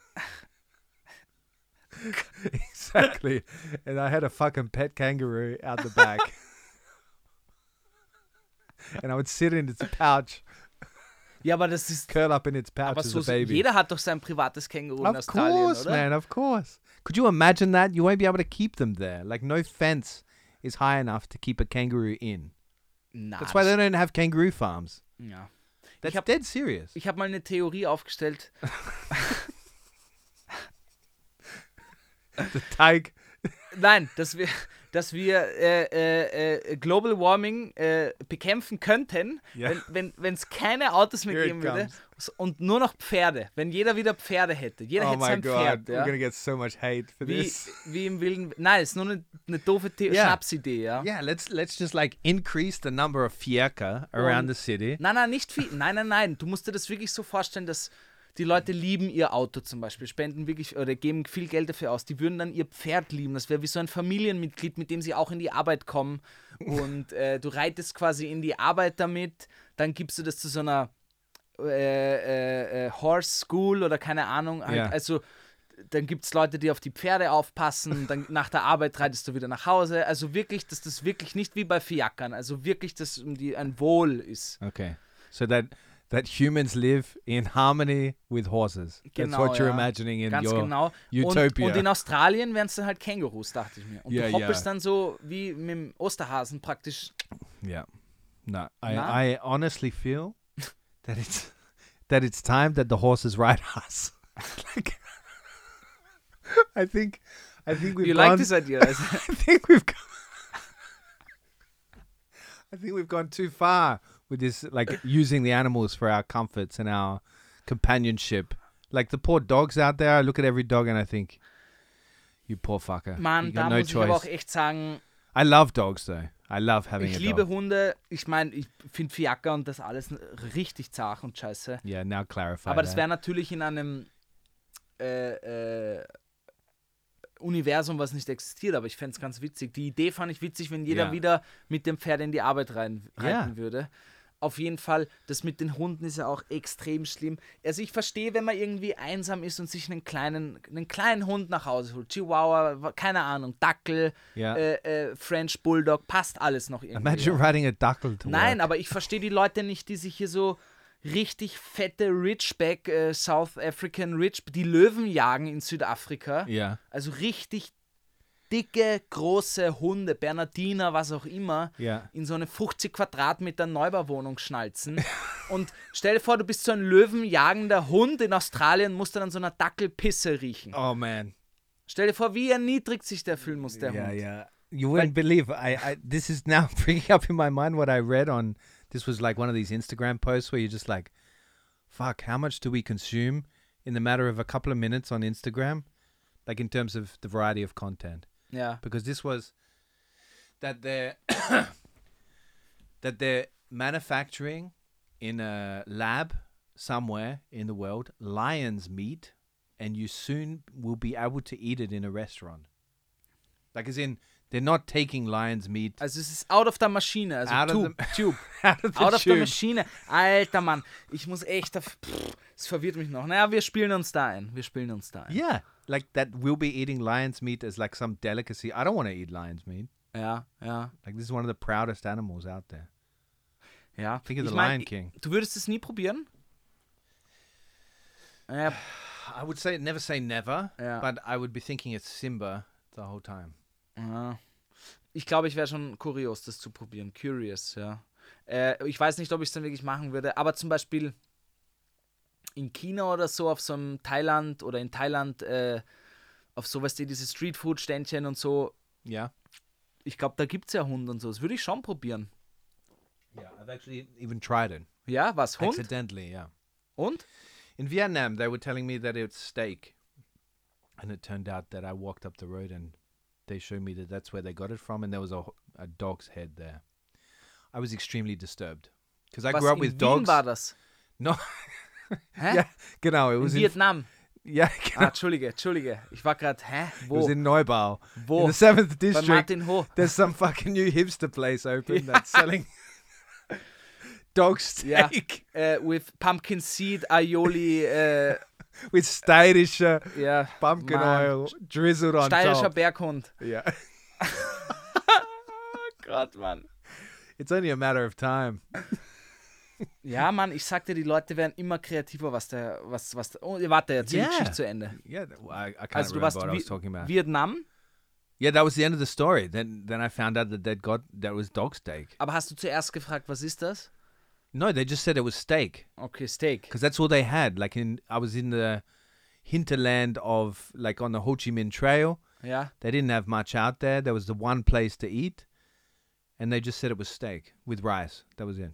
C: Exactly, and I had a fucking pet kangaroo out the back, and I would sit in its pouch,
B: ja, aber das ist.
C: curl up in its pouch
B: Aber
C: as
B: so,
C: a baby.
B: jeder hat doch sein privates Känguru in
C: Of
B: Australien,
C: course,
B: oder?
C: man, of course. Could you imagine that? You won't be able to keep them there. Like no fence is high enough to keep a kangaroo in.
B: Na,
C: That's why they don't have kangaroo farms.
B: ja.
C: That's
B: hab-
C: dead serious.
B: Ich habe mal eine Theorie aufgestellt.
C: The tiger.
B: Nein, dass wir, dass wir äh, äh, äh, Global Warming äh, bekämpfen könnten,
C: Ja.
B: wenn es keine Autos mehr
C: Here it
B: geben würde
C: comes.
B: s- und nur noch Pferde. Wenn jeder wieder Pferde hätte. Jeder
C: Oh
B: hätte
C: my
B: sein
C: god,
B: Pferd.
C: we're
B: Ja.
C: gonna get so much hate for
B: Wie,
C: this.
B: wie im wilden. Nein, ist nur eine, eine doofe The
C: Ja.
B: Schnapsidee, ja.
C: Yeah, let's let's just like increase the number of fieka around
B: Und-
C: the city.
B: Nein, nein, nicht viel. Nein, nein, nein. Du musst dir das wirklich so vorstellen, dass die Leute lieben ihr Auto zum Beispiel, spenden wirklich oder geben viel Geld dafür aus. Die würden dann ihr Pferd lieben. Das wäre wie so ein Familienmitglied, mit dem sie auch in die Arbeit kommen. Und äh, du reitest quasi in die Arbeit damit. Dann gibst du das zu so einer äh, äh, äh, Horse School oder keine Ahnung. Halt,
C: Ja.
B: Also dann gibt es Leute, die auf die Pferde aufpassen, dann nach der Arbeit reitest du wieder nach Hause. Also wirklich, dass das wirklich nicht wie bei Fiakern, also wirklich, dass um die ein Wohl ist.
C: Okay, so that that humans live in harmony with horses. That's
B: Genau,
C: what you're
B: ja.
C: imagining in
B: Ganz
C: your
B: genau. Und,
C: utopia.
B: und in Australien wären es dann halt Kängurus, dachte ich mir. Und
C: Ja,
B: du
C: ja.
B: hoppelst dann so wie mit dem Osterhasen praktisch.
C: Yeah. No, I,
B: No?
C: I honestly feel that it's that it's time that the horses ride us. like, I think, I think we've
B: you
C: gone.
B: like this idea? Also,
C: I think we've. Gone, I think we've gone too far with this, like using the animals for our comforts and our companionship. Like the poor dogs out there, I look at every dog and I think, "You poor fucker, you
B: Mann, da
C: got no
B: muss ich aber auch
C: choice."
B: echt sagen,
C: I love dogs though. I love having
B: ich
C: a
B: liebe
C: dog.
B: Hunde. Ich meine, ich finde Fiaker und das alles richtig zart und scheiße.
C: Yeah, now clarify.
B: Aber das
C: that.
B: wäre natürlich in einem äh, äh, Universum, was nicht existiert, aber ich fände es ganz witzig. Die Idee fand ich witzig, wenn jeder
C: Ja.
B: wieder mit dem Pferd in die Arbeit rein, reiten
C: Ja.
B: würde. Auf jeden Fall, das mit den Hunden ist ja auch extrem schlimm. Also ich verstehe, wenn man irgendwie einsam ist und sich einen kleinen, einen kleinen Hund nach Hause holt. Chihuahua, wa- keine Ahnung, Dackel,
C: Ja.
B: äh, äh, French Bulldog, passt alles noch irgendwie.
C: Imagine riding a duckle to
B: Nein,
C: work.
B: aber ich verstehe die Leute nicht, die sich hier so richtig fette Ridgeback, äh, South African Ridge, die Löwen jagen in Südafrika.
C: Yeah,
B: Also richtig dicke, große Hunde, Bernardiner, was auch immer,
C: Ja.
B: in so eine 50 Quadratmeter Neubauwohnung schnalzen. Und stell dir vor, du bist so ein löwenjagender Hund in Australien, musst dann an so einer Dackelpisse riechen.
C: Oh man.
B: Stell dir vor, wie erniedrigt sich der fühlen muss, der
C: Yeah,
B: Hund.
C: yeah. You wouldn't believe I, I. This is now bringing up in my mind what I read on. This was like one of these Instagram posts where you're just like, "Fuck, how much do we consume in the matter of a couple of minutes on Instagram?" Like in terms of the variety of content.
B: Ja.
C: because this was that they're that they're manufacturing in a lab somewhere in the world lion's meat and you soon will be able to eat it in a restaurant like as in they're not taking lion's meat
B: Also es ist out of the Maschine, also
C: Out of
B: Tube, Tube.
C: out of the,
B: Out of the
C: tube.
B: Maschine. Alter Mann, ich muss echt. da- Pff, Es verwirrt mich noch. Naja, wir spielen uns da ein. Wir spielen uns da ein.
C: yeah like that we'll be eating lion's meat as like some delicacy i don't want to eat lion's meat
B: Ja, ja,
C: like this is one of the proudest animals out there
B: ja.
C: Think of
B: Ich
C: the
B: mein,
C: Lion
B: ich-
C: King.
B: Du würdest es nie probieren? Ja,
C: i would say never say never
B: Yeah.
C: but i would be thinking it's simba the whole time
B: ja. Ich glaube, ich wäre schon kurios, das zu probieren. Curious, ja. Äh, ich weiß nicht, ob ich es dann wirklich machen würde, aber zum Beispiel in China oder so, auf so einem Thailand oder in Thailand, äh, auf so, weißt du, diese Streetfood-Ständchen und so,
C: Yeah.
B: ich glaube, da gibt es ja Hund und so. Das würde ich schon probieren.
C: Yeah, I've actually even tried it
B: Ja, was? Hund?
C: accidentally. Yeah.
B: Und?
C: In Vietnam, they were telling me that it's steak, and it turned out that I walked up the road and they showed me that that's where they got it from, and there was a, h- a dog's head there. I was extremely disturbed because I
B: was
C: grew up
B: in
C: with
B: Wien
C: dogs.
B: war das?
C: No,
B: Hä?
C: yeah, genau. It was
B: in
C: in,
B: Vietnam.
C: yeah,
B: Ah,
C: genau,
B: Entschuldige, Entschuldige. Ich war gerade, hä?
C: it was
B: Wo?
C: in Neubau, in
B: Wo?
C: the seventh
B: Bei
C: district.
B: Martin Ho.
C: There's some fucking new hipster place open that's selling dog
B: Yeah.
C: steak
B: Äh, with Pumpkin Seed, Aioli, äh,
C: with uh, steirischer
B: ja.
C: pumpkin
B: Mann.
C: oil drizzled on
B: Steirischer
C: top.
B: Berghund.
C: Yeah. Oh
B: Gott, Mann.
C: It's only a matter of time.
B: Ja, Mann, ich sagte, die Leute werden immer kreativer, was der, was, was, der, oh, warte, jetzt
C: Yeah.
B: die Geschichte zu Ende.
C: Yeah, th- well, I, I can't
B: Also du
C: remember
B: warst
C: what I was
B: Vi-
C: talking about.
B: Vietnam,
C: yeah, that was the end of the story. Then then I found out that they'd got that was dog steak.
B: aber hast du zuerst gefragt, was ist das?
C: No, they just said it was steak
B: Okay, Steak.
C: because that's all they had. Like in I was in the hinterland of like on the Ho Chi Minh Trail.
B: Ja,
C: They didn't have much out there. There was the one place to eat, and they just said it was steak with rice. That was it.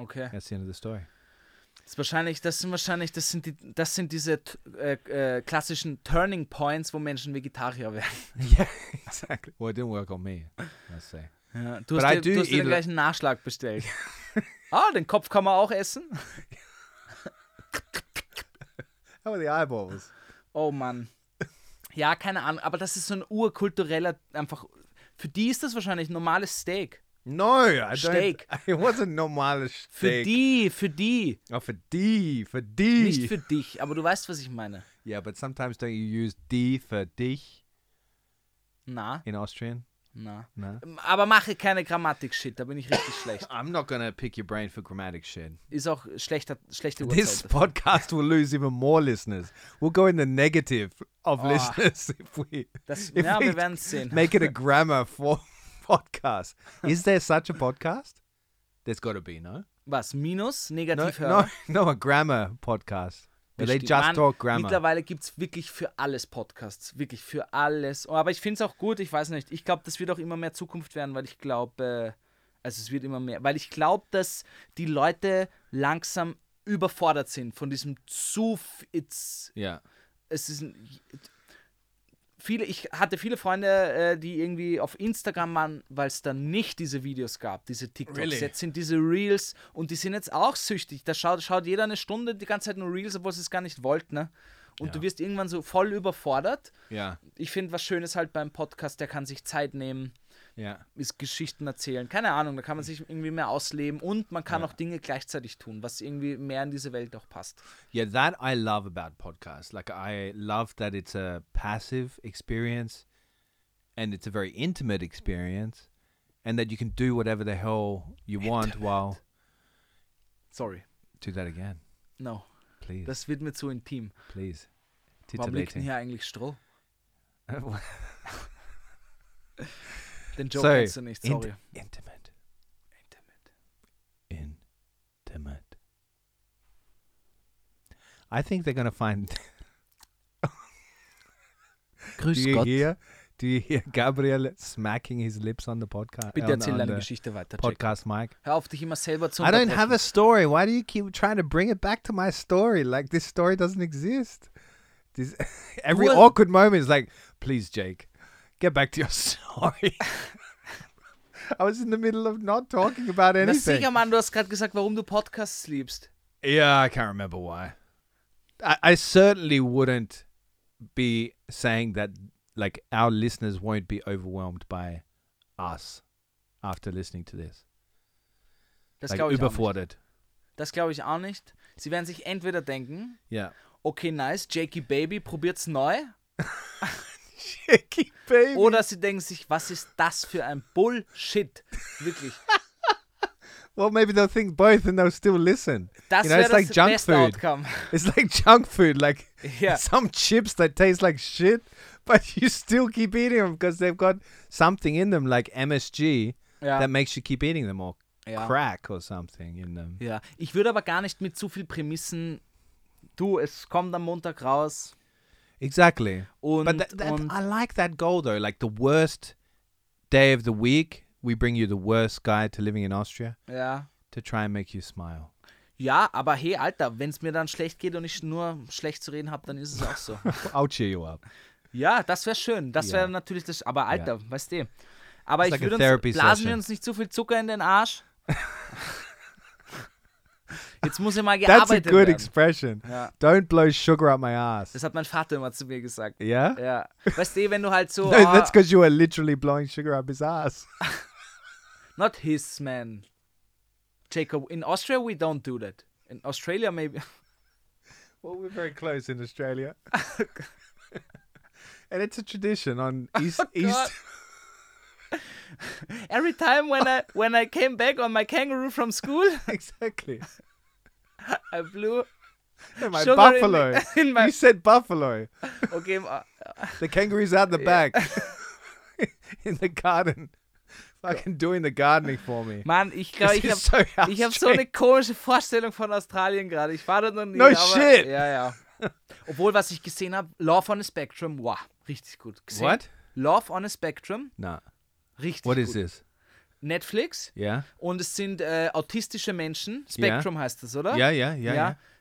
B: okay.
C: That's the end of the story.
B: Das, ist wahrscheinlich, das sind wahrscheinlich, das sind, die, das sind diese t- äh, äh, klassischen Turning Points, wo Menschen Vegetarier werden.
C: yeah, exactly. Well, it didn't work on me. I say.
B: Ja, du,
C: But I
B: hast dir,
C: do
B: du hast dir
C: eat
B: den
C: a-
B: gleichen Nachschlag bestellt. ah, den Kopf kann man auch essen.
C: How are the eyeballs?
B: Oh Mann. Ja, keine Ahnung, aber das ist so ein urkultureller, einfach, für die ist das wahrscheinlich normales Steak.
C: No, I
B: Steak.
C: don't. It wasn't normal
B: Für
C: steak.
B: die, für die.
C: Oh, for D, for
B: Nicht
C: D.
B: für dich, aber du weißt, was ich meine.
C: yeah, but sometimes don't you use D for dich
B: Na,
C: in Austrian?
B: na. Ähm,
C: No.
B: Aber mache keine Grammatik-Shit, da bin ich richtig schlecht.
C: I'm not gonna pick your brain for grammatic shit.
B: Ist auch schlechter, schlechte
C: This
B: Uhrzeit.
C: podcast will lose even more listeners. We'll go in the negative of
B: Oh.
C: listeners if we
B: Das,
C: if
B: ja,
C: we
B: wir werden es sehen.
C: make it a grammar for podcast. Is there such a podcast? There's got to be no.
B: Was, Minus,
C: No,
B: Negativ
C: no, no, a grammar podcast. Where they
B: Bestimmt.
C: just
B: Mann,
C: talk grammar.
B: Mittlerweile gibt es wirklich für alles Podcasts. Wirklich für alles. Oh, Aber ich finde es auch gut, ich weiß nicht. Ich glaube, das wird auch immer mehr Zukunft werden, weil ich glaube, äh, also es wird immer mehr, weil ich glaube, dass die Leute langsam überfordert sind von diesem zu, f- it's,
C: Yeah.
B: es ist ein, viele, ich hatte viele Freunde, äh, die irgendwie auf Instagram waren, weil es dann nicht diese Videos gab, diese TikToks.
C: Really?
B: Jetzt sind diese Reels und die sind jetzt auch süchtig. Da schaut, schaut jeder eine Stunde die ganze Zeit nur Reels, obwohl sie es gar nicht wollten. Ne? Und
C: Ja.
B: du wirst irgendwann so voll überfordert.
C: Yeah.
B: Ich finde, was Schönes halt beim Podcast, der kann sich Zeit nehmen,
C: Yeah.
B: ist Geschichten erzählen. Keine Ahnung, da kann
C: Hm.
B: man sich irgendwie mehr ausleben und man kann auch Dinge gleichzeitig tun, was irgendwie mehr in diese Welt auch passt.
C: Yeah, that I love about podcasts. Like I love that it's a passive experience and it's a very intimate experience and that you can do whatever the hell you want while
B: Sorry.
C: do that again.
B: No,
C: Please.
B: das wird mir zu intim.
C: please.
B: Warum liegt
C: Titillating.
B: denn hier eigentlich Stroh? Den Joke
C: so,
B: kennst du nicht, sorry.
C: int- intimate.
B: Intimate.
C: Intimate. I think they're going to find Do
B: Grüß
C: you hear? Do you hear Gabriel smacking his lips on the podcast?
B: Bitte
C: on-
B: erzähl
C: on
B: deine
C: the-
B: Geschichte weiter, Jack.
C: podcast mic.
B: Hör auf, dich immer selber zu
C: I don't have a
B: unterbrechen.
C: story. Why do you keep trying to bring it back to my story? Like this story doesn't exist. This, every
B: Well-
C: awkward moment is like, please, Jake, get back to your story. I was in the middle of not talking about
B: Na sicher,
C: anything.
B: Mann, du hast gerade gesagt, warum du Podcasts liebst.
C: Yeah, I can't remember why. I, I certainly wouldn't be saying that. Like our listeners won't be overwhelmed by us after listening to this.
B: Das
C: Like
B: glaube ich, auch nicht.
C: überfordert.
B: Das glaub ich auch nicht. Sie werden sich entweder denken,
C: Yeah.
B: okay, nice, Jakey Baby, probiert's neu.
C: Jakey baby.
B: Oder sie denken sich, was ist das für ein Bullshit? Wirklich.
C: Well, maybe they'll think both and they'll still listen.
B: Das
C: you know,
B: wäre
C: it's
B: das
C: like junk
B: beste
C: food.
B: Outcome.
C: It's like junk food. Like
B: Yeah.
C: some chips that taste like shit, but you still keep eating them because they've got something in them, like MSG,
B: Ja.
C: that makes you keep eating them or
B: Ja.
C: crack or something in them.
B: Ja, ich würde aber gar nicht mit zu viel Prämissen. Du, es kommt am Montag raus.
C: Exactly.
B: Und,
C: but that, that,
B: und
C: I like that goal though. Like the worst day of the week, we bring you the worst guide to living in Austria
B: ja.
C: to try and make you smile.
B: ja, aber hey, Alter, wenn es mir dann schlecht geht und ich nur schlecht zu reden habe, dann ist es auch so.
C: I'll cheer you up.
B: ja, das wäre schön. Das
C: Ja.
B: wäre natürlich das. Aber Alter, weißt du. Aber
C: It's
B: ich
C: like a
B: würde
C: therapy
B: uns, blasen wir
C: session.
B: uns nicht zu viel Zucker in den Arsch. Jetzt muss ich mal
C: That's a
B: gearbeitet
C: good
B: werden.
C: expression.
B: Yeah.
C: Don't blow sugar up my ass.
B: Das hat mein Vater immer zu mir gesagt.
C: Yeah?
B: Ja. Weißt du, wenn du halt so.
C: No, that's
B: ah,
C: because you were literally blowing sugar up his ass.
B: Not his man. Jacob, in Austria we don't do that. In Australia maybe.
C: Well, we're very close in Australia. and it's a tradition on East East
B: Every time when I when I came back on my kangaroo from school,
C: exactly.
B: I blew
C: No, my
B: sugar in-
C: buffalo.
B: in my
C: you said buffalo.
B: okay. im A-
C: The kangaroo's out the back in the garden, fucking doing the gardening for me.
B: Mann, ich glaube,
C: This
B: ich
C: is
B: habe
C: so
B: ich hab so eine komische Vorstellung von Australien gerade. Ich war da noch nie.
C: No
B: aber,
C: shit.
B: Ja, ja. Obwohl, was ich gesehen habe, Love on a Spectrum, wow, richtig gut. Gesehen?
C: What?
B: Love on a Spectrum,
C: Nah.
B: richtig
C: What
B: gut.
C: is this?
B: Netflix
C: Yeah.
B: und es sind äh, autistische Menschen. Spectrum heißt das, oder?
C: Yeah, yeah, yeah,
B: Ja,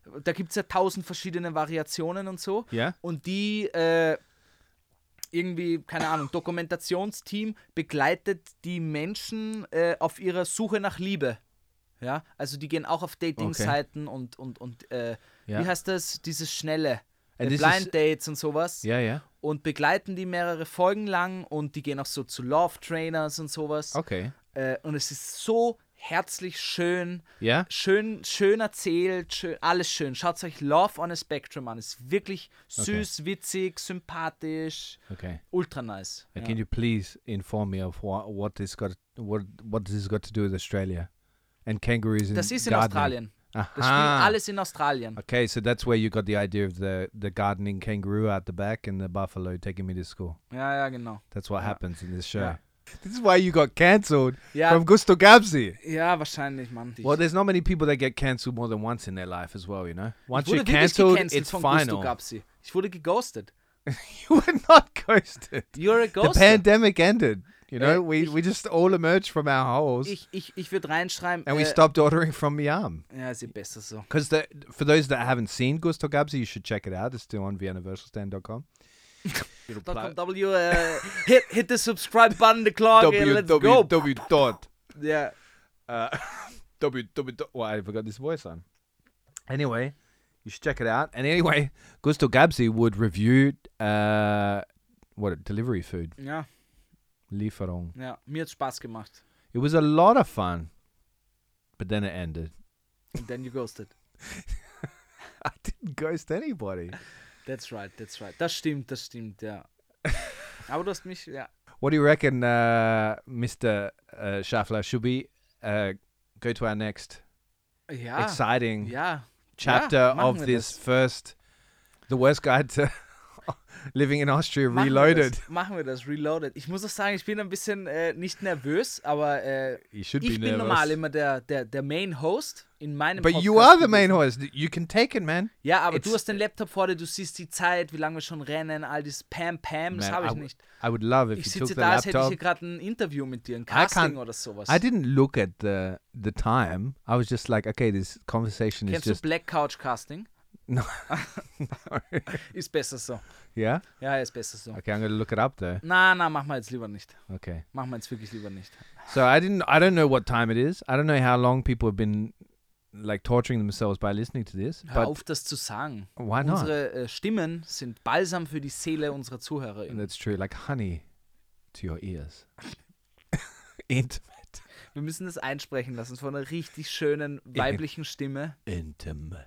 C: yeah.
B: da gibt es ja tausend verschiedene Variationen und so.
C: Ja.
B: Und die äh, irgendwie, keine Ahnung, Dokumentationsteam begleitet die Menschen äh, auf ihrer Suche nach Liebe. Ja, also die gehen auch auf Dating-Seiten und, und, und äh,
C: Ja.
B: wie heißt das, dieses Schnelle,
C: And
B: äh,
C: this
B: Blind
C: is-
B: Dates und sowas
C: Yeah, yeah.
B: und begleiten die mehrere Folgen lang und die gehen auch so zu Love-Trainers und sowas.
C: Okay.
B: Äh, und es ist so herzlich schön,
C: Yeah.
B: schön, schön erzählt, schön, alles schön. Schaut euch Love on a Spectrum an. Ist wirklich süß, witzig, sympathisch,
C: Okay.
B: ultra nice.
C: Uh, Can you please inform me of what what this got what what this has got to do with Australia and kangaroos in
B: Das ist in
C: gardening?
B: Australien. Das spielt
C: Aha.
B: alles in Australien.
C: Okay, so that's where you got the idea of the the gardening kangaroo out the back and the buffalo taking me to school.
B: Ja, ja, genau.
C: That's what happens in this show.
B: Yeah.
C: This is why you got cancelled
B: Yeah.
C: from Gusto Gabsi.
B: Ja, wahrscheinlich, Mann. Ich-
C: Well, there's not many people that get cancelled more than once in their life as well, you know. Once
B: ich
C: you're
B: wurde wirklich
C: cancelled,
B: gecancelt
C: it's
B: von
C: final.
B: Gusto Gapsi. Ich wurde geghosted.
C: you were not ghosted.
B: You're a
C: The
B: ghoster.
C: pandemic ended. You know,
B: Uh,
C: we, we just all emerged from our holes
B: Ich, ich, ich würde reinschreiben.
C: and we
B: äh,
C: stopped ordering from Miam.
B: ja, ist eh besser so.
C: Because the, for those that haven't seen Gusto Gabsi, you should check it out. It's still on viennaversalstand.com.
B: .com.w, äh, hit, hit the subscribe button, the clock, and let's go.
C: www dot
B: Ja.
C: uh, w, w, w, well, I forgot this voice on. Anyway, you should check it out. And anyway, Gusto Gabsi would review uh, what delivery food,
B: ja,
C: Lieferung.
B: ja. Mir hat Spaß gemacht.
C: It was a lot of fun, but then it ended.
B: And then you ghosted.
C: I didn't ghost anybody.
B: That's right, that's right. Das stimmt, das stimmt, ja. Aber du hast mich, ja.
C: What do you reckon, uh, Mr. Uh, Schafler? Should we uh, go to our next
B: Ja,
C: exciting
B: ja.
C: chapter
B: Ja, machen
C: of
B: wir
C: this
B: das.
C: first, the worst guide to living in Austria
B: Machen
C: reloaded?
B: Wir das, machen wir das, reloaded. Ich muss auch sagen, ich bin ein bisschen äh, nicht nervös, aber äh,
C: You should
B: ich
C: be nervous.
B: bin normal immer der, der, der Main Host in meinem
C: But
B: Podcast.
C: you are the
B: gewesen.
C: main host. You can take it, man.
B: Ja, aber
C: It's-
B: du hast den Laptop vor dir, du siehst die Zeit, wie lange wir schon rennen, all das Pam Pam, das
C: Man,
B: habe
C: I
B: ich
C: w-
B: nicht.
C: I would love if
B: Ich
C: you took
B: sitze
C: the
B: da, als hätte ich
C: laptop.
B: hier gerade ein Interview mit dir, ein
C: I can't-
B: Casting oder sowas.
C: I didn't look at the the time. I was just like, okay, this conversation is
B: Kennst du
C: just
B: Black Couch Casting?
C: No.
B: Ist besser so.
C: yeah.
B: Ja, ist besser so.
C: Okay, I'm gonna look it up though.
B: Na, na, machen wir jetzt lieber nicht.
C: Okay.
B: Machen wir jetzt wirklich lieber nicht.
C: So I didn't. I don't know what time it is. I don't know how long people have been like torturing themselves by listening to this.
B: Hör
C: But
B: auf, das zu sagen.
C: why not?
B: Unsere äh, Stimmen sind Balsam für die Seele unserer ZuhörerInnen.
C: That's true. Like honey to your ears. intimate.
B: Wir müssen das einsprechen lassen von einer richtig schönen weiblichen Stimme.
C: Intimate.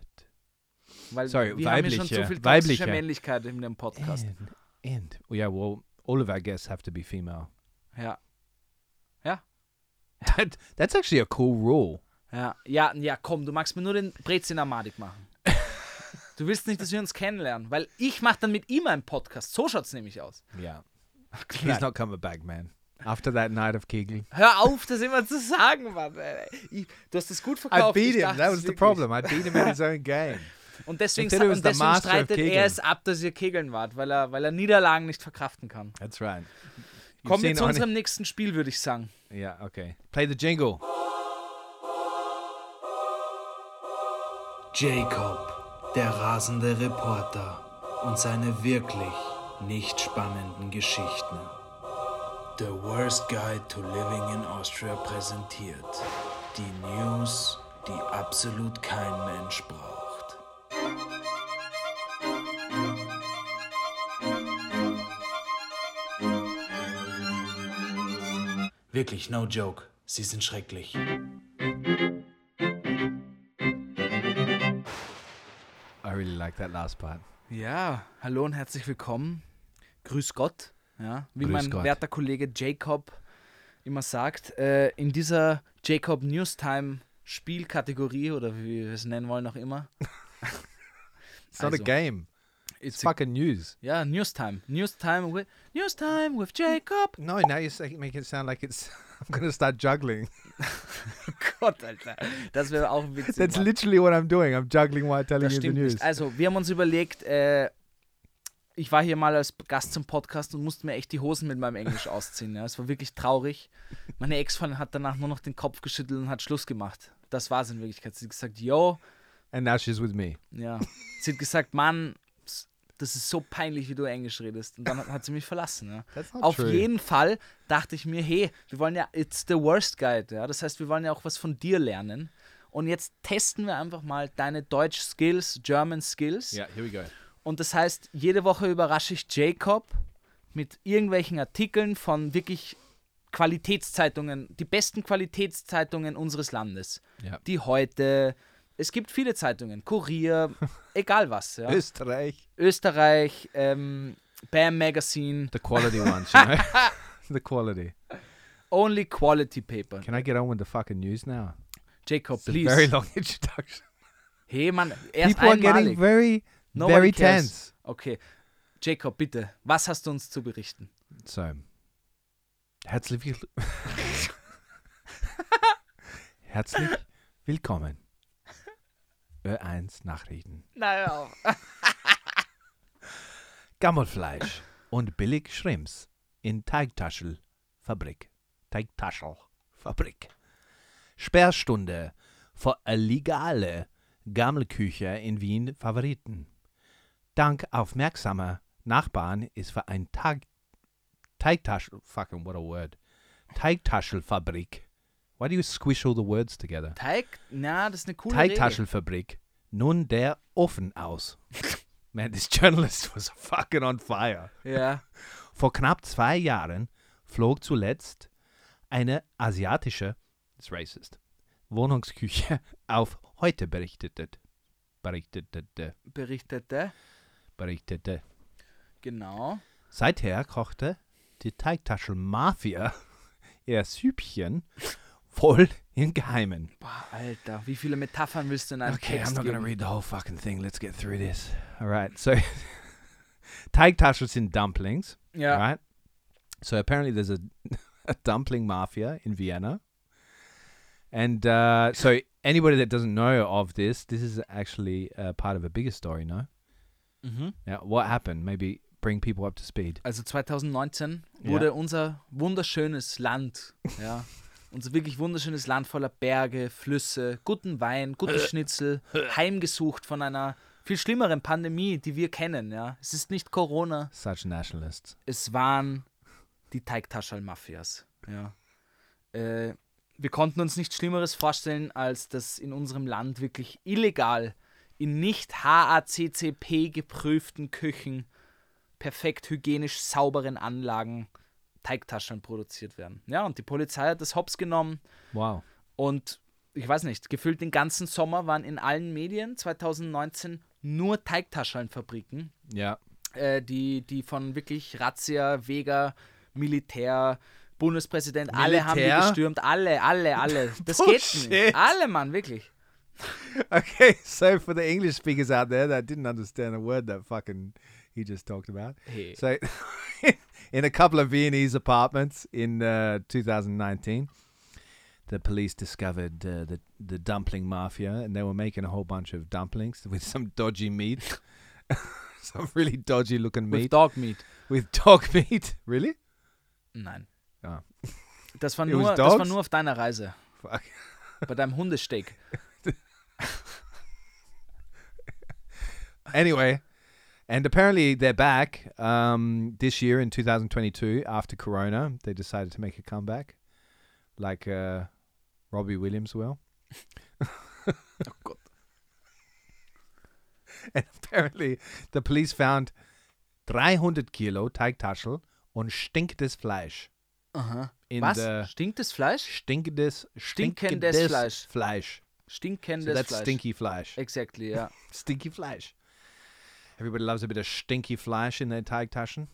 B: Weil
C: Sorry,
B: wir haben ja schon
C: weibliche,
B: so viel toxische
C: weibliche.
B: Männlichkeit in dem Podcast.
C: And, and yeah, well, all of our guests have to be female. Äh.
B: Ja.
C: That, that's actually a cool rule.
B: Ja, ja, ja, komm, du magst mir nur den Brezin Amadik machen. Du willst nicht, dass wir uns kennenlernen, weil ich mache dann mit ihm einen Podcast. So schaut's nämlich aus.
C: Yeah.
B: Nein.
C: He's not coming back, man. after that night of Kegel.
B: Hör auf, das immer zu sagen, Mann. ey. Ich, du hast das gut
C: I
B: verkauft.
C: beat
B: ich
C: him.
B: dachte
C: That
B: es
C: was the
B: wirklich.
C: problem. I beat him in his own game.
B: Und deswegen,
C: Until he was
B: und
C: the
B: deswegen
C: master of
B: streitet
C: Kegeln.
B: er es ab, dass ihr Kegeln wart, weil er, weil er Niederlagen nicht verkraften kann.
C: That's right. You've
B: Kommen wir
C: seen
B: zu
C: Arnie-
B: unserem nächsten Spiel, würde ich sagen.
C: Yeah, okay. Play the jingle.
D: Jacob, der rasende Reporter und seine wirklich nicht spannenden Geschichten. The Worst Guide to Living in Austria präsentiert die News, die absolut kein Mensch braucht. Wirklich, no joke. Sie sind schrecklich.
C: I really like that last part.
B: Ja, hallo und herzlich willkommen. Grüß Gott, ja, wie
C: Grüß
B: mein
C: Gott.
B: werter Kollege Jacob immer sagt. Äh, in dieser Jacob Newstime Spielkategorie oder wie wir es nennen wollen auch immer.
C: It's not a
B: Also,
C: game. It's
B: It's a,
C: fucking news.
B: ja, Newstime. Newstime with, Newstime with Jacob.
C: No, now you say- make it sound like it's. I'm gonna start juggling.
B: Gott, Alter. Das wäre auch witzig.
C: That's
B: Mann.
C: literally what I'm doing. I'm juggling while telling
B: Das
C: you the
B: stimmt
C: news.
B: nicht. Also, wir haben uns überlegt, äh, ich war hier mal als Gast zum Podcast und musste mir echt die Hosen mit meinem Englisch ausziehen. Ja. Es war wirklich traurig. Meine Ex-Freundin hat danach nur noch den Kopf geschüttelt und hat Schluss gemacht. Das war es in Wirklichkeit. Sie hat gesagt, yo,
C: And now she's with me.
B: ja. Sie hat gesagt, Mann, das ist so peinlich, wie du Englisch redest. Und dann hat, hat sie mich verlassen. Ja.
C: That's not
B: Auf
C: true.
B: jeden Fall dachte ich mir, hey, wir wollen ja, it's the worst guide, ja. Das heißt, wir wollen ja auch was von dir lernen. Und jetzt testen wir einfach mal deine Deutsch-Skills, German-Skills.
C: Yeah, here we go.
B: Und das heißt, jede Woche überrasche ich Jacob mit irgendwelchen Artikeln von wirklich Qualitätszeitungen, die besten Qualitätszeitungen unseres Landes.
C: Ja.
B: Die heute, es gibt viele Zeitungen, Kurier, egal was. Ja.
C: Österreich.
B: Österreich, ähm, BAM Magazine,
C: The quality ones, you know? the quality.
B: Only Quality Paper.
C: Can I get on with the fucking news now?
B: Jacob,
C: It's a very
B: please.
C: long introduction.
B: Hey Mann, erst
C: People are getting
B: einmalig.
C: very,
B: Nobody
C: very
B: cares.
C: tense.
B: Okay. Jacob, bitte, was hast du uns zu berichten?
C: So, herzlich, will herzlich willkommen. Ö1 Nachrichten.
B: Naja,
C: Gammelfleisch und billig Schrimps in Teigtaschelfabrik. Teigtaschelfabrik. Sperrstunde für illegale Gammelküche in Wien Favoriten. Dank aufmerksamer Nachbarn ist für ein Tag Teigtaschel fucking what a word. Teigtaschelfabrik. Why do you squish all the words together?
B: Teig, na, das ist eine coole Regel.
C: Teigtaschelfabrik. Nun der Ofen aus. Man, this journalist was fucking on fire.
B: Ja.
C: Vor knapp zwei Jahren flog zuletzt eine asiatische, it's racist, Wohnungsküche auf heute berichtete, berichtete,
B: berichtete.
C: berichtete.
B: Genau.
C: Seither kochte die Teigtaschel-Mafia ihr Süppchen voll im Geheimen.
B: Boah, Alter, wie viele Metaphern willst du in einem
C: Okay,
B: Text
C: I'm not gonna
B: geben?
C: read the whole fucking thing. Let's get through this. All right, so Teigtaschel sind Dumplings.
B: Ja,
C: Right? So apparently there's a, a dumpling mafia in Vienna. And uh, so anybody that doesn't know of this, this is actually uh, part of a bigger story, no?
B: Mhm.
C: Now, what happened? Maybe bring people up to speed.
B: also 2019
C: Ja.
B: wurde unser wunderschönes Land, ja, unser wirklich wunderschönes Land voller Berge, Flüsse, guten Wein, guten
C: Äh.
B: Schnitzel, heimgesucht von einer viel schlimmeren Pandemie, die wir kennen, ja. Es ist nicht Corona,
C: Such nationalists.
B: es waren die Teigtaschel-Mafias, ja. Äh, wir konnten uns nichts Schlimmeres vorstellen, als dass in unserem Land wirklich illegal in nicht HACCP geprüften Küchen perfekt hygienisch sauberen Anlagen Teigtaschen produziert werden. Ja, und die Polizei hat das hops genommen
C: Wow.
B: und ich weiß nicht, gefühlt den ganzen Sommer waren in allen Medien 2019 nur Teigtaschenfabriken,
C: Yeah.
B: äh, die, die von wirklich Razzia, Vega, Militär, Bundespräsident, alle haben die
C: Militär?
B: gestürmt, alle, alle, alle. Das geht
C: Bullshit.
B: nicht. Alle, Mann, wirklich.
C: Okay, so for the English speakers out there that didn't understand a word that fucking he just talked about.
B: Hey.
C: So in a couple of Viennese apartments in uh, 2019. The police discovered uh, the the dumpling mafia, and they were making a whole bunch of dumplings with some dodgy meat, some really dodgy looking
B: With
C: meat
B: Dog Meat.
C: with dog meat. Really?
B: Nein.
C: Ah.
B: Das war,
C: It
B: nur,
C: was
B: das war
C: dogs?
B: nur auf deiner Reise.
C: Fuck.
B: Bei deinem Hundesteak.
C: anyway, and apparently they're back um, this year in 2022 after Corona. They decided to make a comeback, like uh, Robbie Williams will.
B: Oh Gott.
C: And apparently the police found 300 Kilo Teigtaschel und stinkendes Fleisch
B: Aha.
C: in
B: Was?
C: the
B: Stinkt das Fleisch?
C: stinkendes
B: Stinkendes Fleisch.
C: Fleisch.
B: Stinkendes
C: So that's
B: Fleisch.
C: stinky Fleisch.
B: Exactly, ja.
C: Stinky Fleisch. Everybody loves a bit of stinky Fleisch in their Teigtaschen.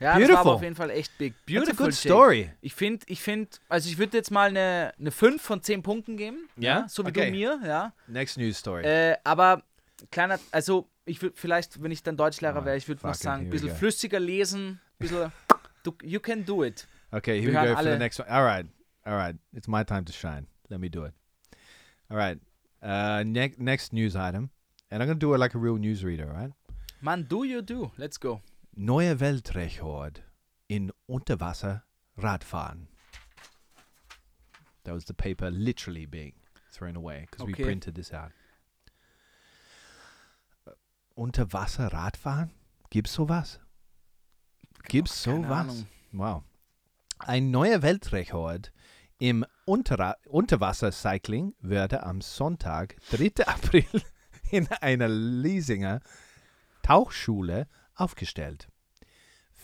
B: Ja, das war aber
C: Beautiful.
B: auf jeden Fall echt big.
C: That's
B: Beautiful
C: a good
B: Jake.
C: story.
B: Ich finde, ich finde, also ich würde jetzt mal eine, eine 5 von 10 Punkten geben.
C: Ja?
B: So wie
C: Okay.
B: du mir, ja.
C: Next news story.
B: Äh, aber kleiner, also ich würde vielleicht, wenn ich dann Deutschlehrer
C: Ah,
B: wäre, ich würde noch
C: fucking
B: sagen,
C: here we
B: ein bisschen
C: go.
B: flüssiger lesen, ein bisschen, du, you can do it.
C: Okay, here
B: Wir
C: we,
B: hören
C: go for the
B: alle.
C: next one. All right, all right. It's my time to shine. Let me do it. All right. Uh, ne- next news item, and I'm gonna do it like a real newsreader. All right.
B: Man, do you do. Let's go.
C: Neuer Weltrekord in Unterwasser Radfahren. That was the paper literally being thrown away because we
B: Okay.
C: printed this out. Uh, Unterwasser Radfahren? Gibt's sowas? Gibt's
B: keine
C: sowas?
B: Ahnung.
C: Wow. Ein neuer Weltrekord im Unterra Unterwassercycling wurde am Sonntag, 3. April, in einer Liesinger Tauchschule aufgestellt.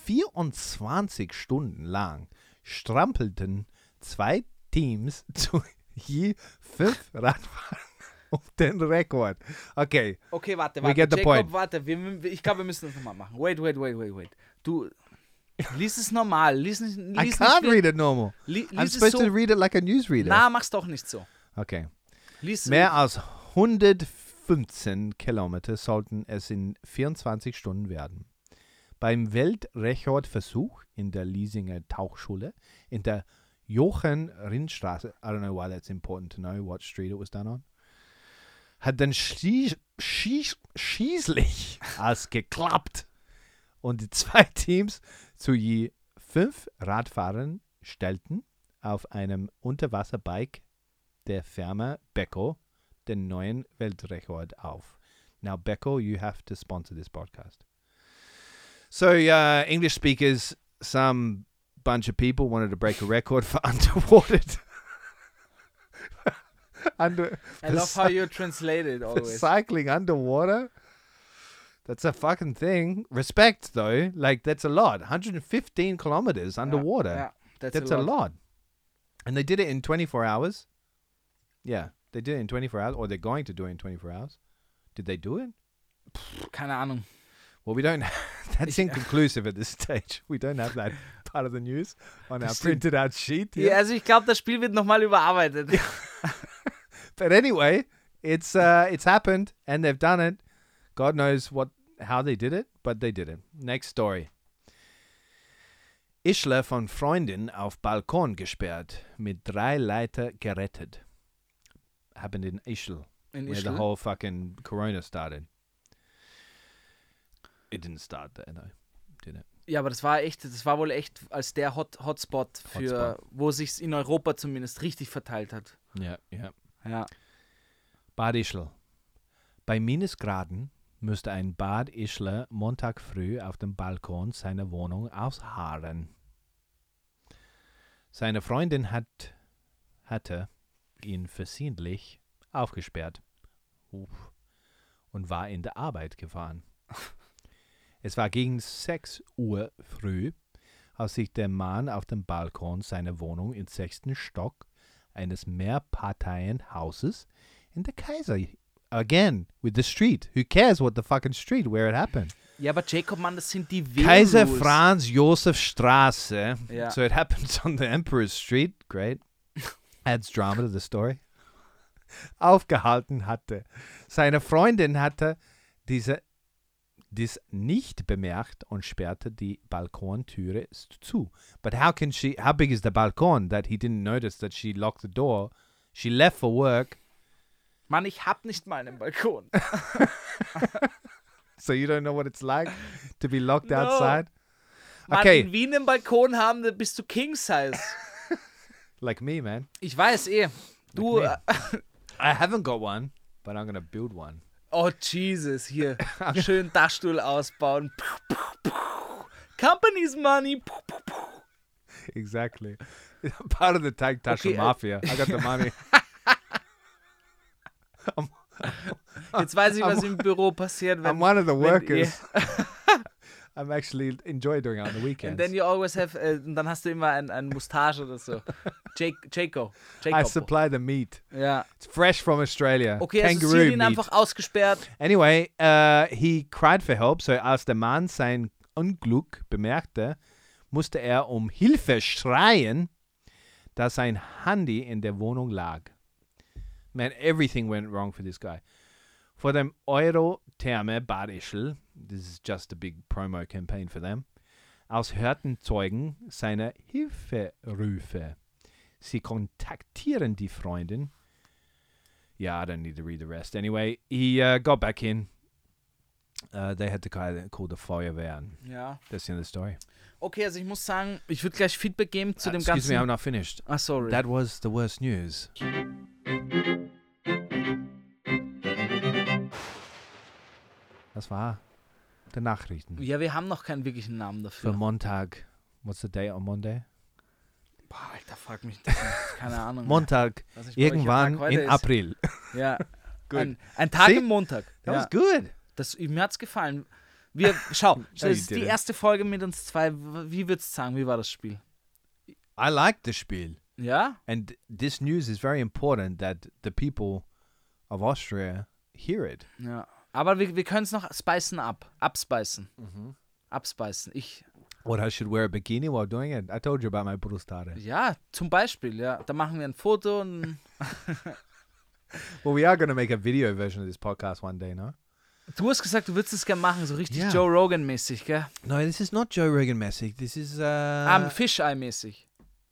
C: 24 Stunden lang strampelten zwei Teams zu je fünf Radfahrern um den Rekord. Okay,
B: Okay, warte,
C: We
B: warte.
C: get the
B: Jacob,
C: point.
B: warte. Wir, wir- ich glaube, wir müssen das nochmal machen. Wait, wait, wait, wait, wait. Du, lies es normal. Lies, nicht- lies
C: I
B: nicht
C: can't
B: wie-
C: read it normal.
B: Li-
C: I'm
B: lies es
C: supposed to
B: so.
C: read it like a newsreader.
B: Na, mach's doch nicht so.
C: Okay.
B: Lies
C: Mehr als 115 Kilometer sollten es in 24 Stunden werden. Beim Weltrekordversuch in der Liesinger Tauchschule in der Jochen-Rindstraße, I don't know why that's important to know what street it was done on, hat dann schlie- schie- schließlich als geklappt und die zwei Teams zu je fünf Radfahrern stellten auf einem Unterwasserbike der Firma Beko den neuen Weltrekord auf. Now, Beko, you have to sponsor this podcast. So, uh, English speakers, some bunch of people wanted to break a record for underwater. Under,
B: I love how you translate it always.
C: cycling underwater. That's a fucking thing. Respect, though. Like, that's a lot. 115 kilometers underwater.
B: Yeah, that's,
C: That's, a, lot. And they did it in 24 hours. Yeah, they did it in 24 hours, or they're going to do it in 24 hours. Did they do it?
B: Keine Ahnung.
C: Well, we don't. That's inconclusive at this stage. We don't have that part of the news on our
B: Bestimmt.
C: printed out sheet.
B: Ja, also ich glaube, das Spiel wird nochmal überarbeitet.
C: But anyway, it's uh, it's happened, and they've done it. God knows what how they did it, but they did it. Next story. Ischler von Freundin auf Balkon gesperrt, mit drei Leiter gerettet. Happened in Ischl,
B: In
C: where the
B: Ischl?
C: whole fucking corona started. It didn't start there, no, did it?
B: Ja, aber das war echt, das war wohl echt als der Hot, Hotspot für, wo sich's in Europa zumindest richtig verteilt hat.
C: Yeah, yeah.
B: Ja.
C: Bad Ischl. Bei Minusgraden müsste ein Bad Ischler Montag früh auf dem Balkon seiner Wohnung ausharren. Seine Freundin hat, hatte ihn versehentlich aufgesperrt Uff. und war in der Arbeit gefahren. Es war gegen 6 Uhr früh, als sich der Mann auf dem Balkon seiner Wohnung im sechsten Stock eines Mehrparteienhauses in the Kaiser again with the street. Who cares what the fucking street where it happened?
B: Ja, aber Jacob, Mann, das sind die
C: Kaiser
B: Rules.
C: Franz Josef Straße.
B: Yeah.
C: So it happens on the Emperor's Street. Great. Adds drama to the story. Aufgehalten hatte. Seine Freundin hatte diese dies nicht bemerkt und sperrte die Balkontüre s- zu. But how can she? How big is the balcon that he didn't notice that she locked the door? She left for work,
B: Mann, ich hab nicht mal einen Balkon.
C: so you don't know what it's like to be locked
B: No.
C: outside.
B: Mann,
C: Okay.
B: in Wien einen Balkon haben, da bist du King Size.
C: Like me, man.
B: Ich weiß eh. Du,
C: Nee.
B: äh,
C: I haven't got one, but I'm gonna build one.
B: oh Jesus, hier. Schön Dachstuhl ausbauen. Puh, puh, puh. Company's money. Puh, puh, puh.
C: Exactly. I'm part of the Tag Tasha
B: Okay, uh,
C: Mafia. I got the money.
B: Jetzt weiß ich, was im Büro passiert,
C: I'm
B: wenn.
C: one of the
B: yeah.
C: workers. I'm actually enjoy doing it on the
B: And
C: weekends.
B: then you always have, äh, und dann hast du immer ein, ein Mustache oder so. Jake, Jaco.
C: I
B: Jacob.
C: supply the meat.
B: Ja.
C: It's fresh from Australia.
B: Okay, also sie
C: Kangaroo
B: hat ihn
C: meat.
B: einfach ausgesperrt.
C: Anyway, uh, he cried for help, so als der Mann sein Unglück bemerkte, musste er um Hilfe schreien, da sein Handy in der Wohnung lag. Man, everything went wrong for this guy. Vor dem Euro-Therme Bad Ischl, this is just a big promo campaign for them, aus hörten Zeugen seine Hilferufe. Sie kontaktieren die Freundin yeah, I don't need to read the rest. Anyway, he uh, got back in. Uh, they had to call, call the Feuerwehren.
B: Ja.
C: That's the end of the story.
B: Okay, also ich muss sagen, ich würde gleich Feedback geben zu
C: Uh,
B: dem
C: excuse me, I'm
B: ganzen.
C: not finished.
B: Ah, sorry.
C: That was the worst news. Das war die Nachrichten
B: ja, wir haben noch keinen wirklichen Namen
C: für
B: dafür.
C: Montag. What's the day on Monday?
B: Boah, Alter, frag mich das nicht. Keine Ahnung.
C: Montag,
B: Was ich-
C: irgendwann
B: welcher Tag heute
C: in
B: ist.
C: April.
B: Ja.
C: Gut.
B: Ein, ein Tag
C: See?
B: im Montag.
C: That
B: ja.
C: was good.
B: das, mir hat's gefallen. Wir, schau, das
C: you
B: ist die
C: didn't.
B: erste Folge mit uns zwei. W- Wie würdest du sagen, wie war das Spiel?
C: I liked the Spiel.
B: Ja?
C: And this news is very important that the people of Austria hear it.
B: Ja. Aber wir, wir können es noch speisen ab. Abspeisen.
C: Mhm.
B: Abspeisen. Ich,
C: What I should wear a bikini while doing it. I told you about my brustare.
B: ja, zum Beispiel, ja. Da machen wir ein Foto und
C: Well, we are going to make a video version of this podcast one day, no?
B: du hast gesagt, du würdest es gerne machen, so richtig
C: Ja.
B: Joe Rogan-mäßig, gell?
C: No, this is not Joe Rogan Messick. This is
B: Ah,
C: uh,
B: Fisheye-mäßig.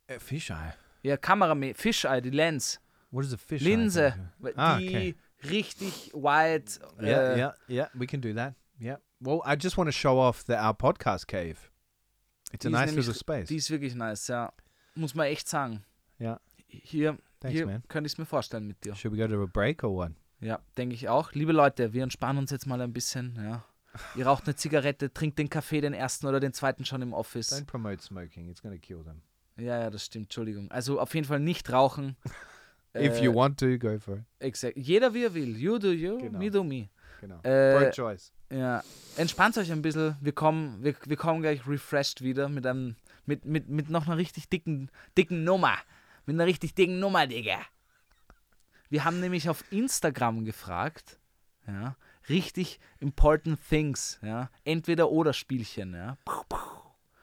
C: a fisheye.
B: Ja, Kamera, Fisheye, die Lens.
C: What is a fisheye?
B: Linse.
C: thing?
B: Die
C: Ah, okay.
B: richtig wide.
C: Yeah,
B: äh,
C: yeah, yeah. We can do that. Yeah. Well, I just want to show off the, our podcast cave. It's a
B: Die ist
C: nice
B: nämlich-
C: little space.
B: Die ist wirklich nice, ja. Muss man echt sagen.
C: Ja.
B: Hier,
C: Thanks,
B: hier
C: man.
B: könnte ich es mir vorstellen mit dir.
C: Should we go to a break or what?
B: Ja, denke ich auch. Liebe Leute, wir entspannen uns jetzt mal ein bisschen. Ja. Ihr raucht eine Zigarette, trinkt den Kaffee, den ersten oder den zweiten schon im Office.
C: Don't promote smoking. It's going to kill them.
B: Ja, ja, das stimmt. Entschuldigung. Also auf jeden Fall nicht rauchen. Uh, Äh,
C: If you want to, go for it.
B: Exakt. Jeder wie er will. You do you,
C: Genau.
B: me do me.
C: Genau.
B: Äh,
C: Pro choice.
B: Ja, entspannt euch ein bisschen. Wir kommen, wir, wir kommen gleich refreshed wieder mit einem, mit, mit, mit noch einer richtig dicken, dicken Nummer. Mit einer richtig dicken Nummer, Digga. Wir haben nämlich auf Instagram gefragt, ja, richtig important things, ja. Entweder oder Spielchen, ja. Und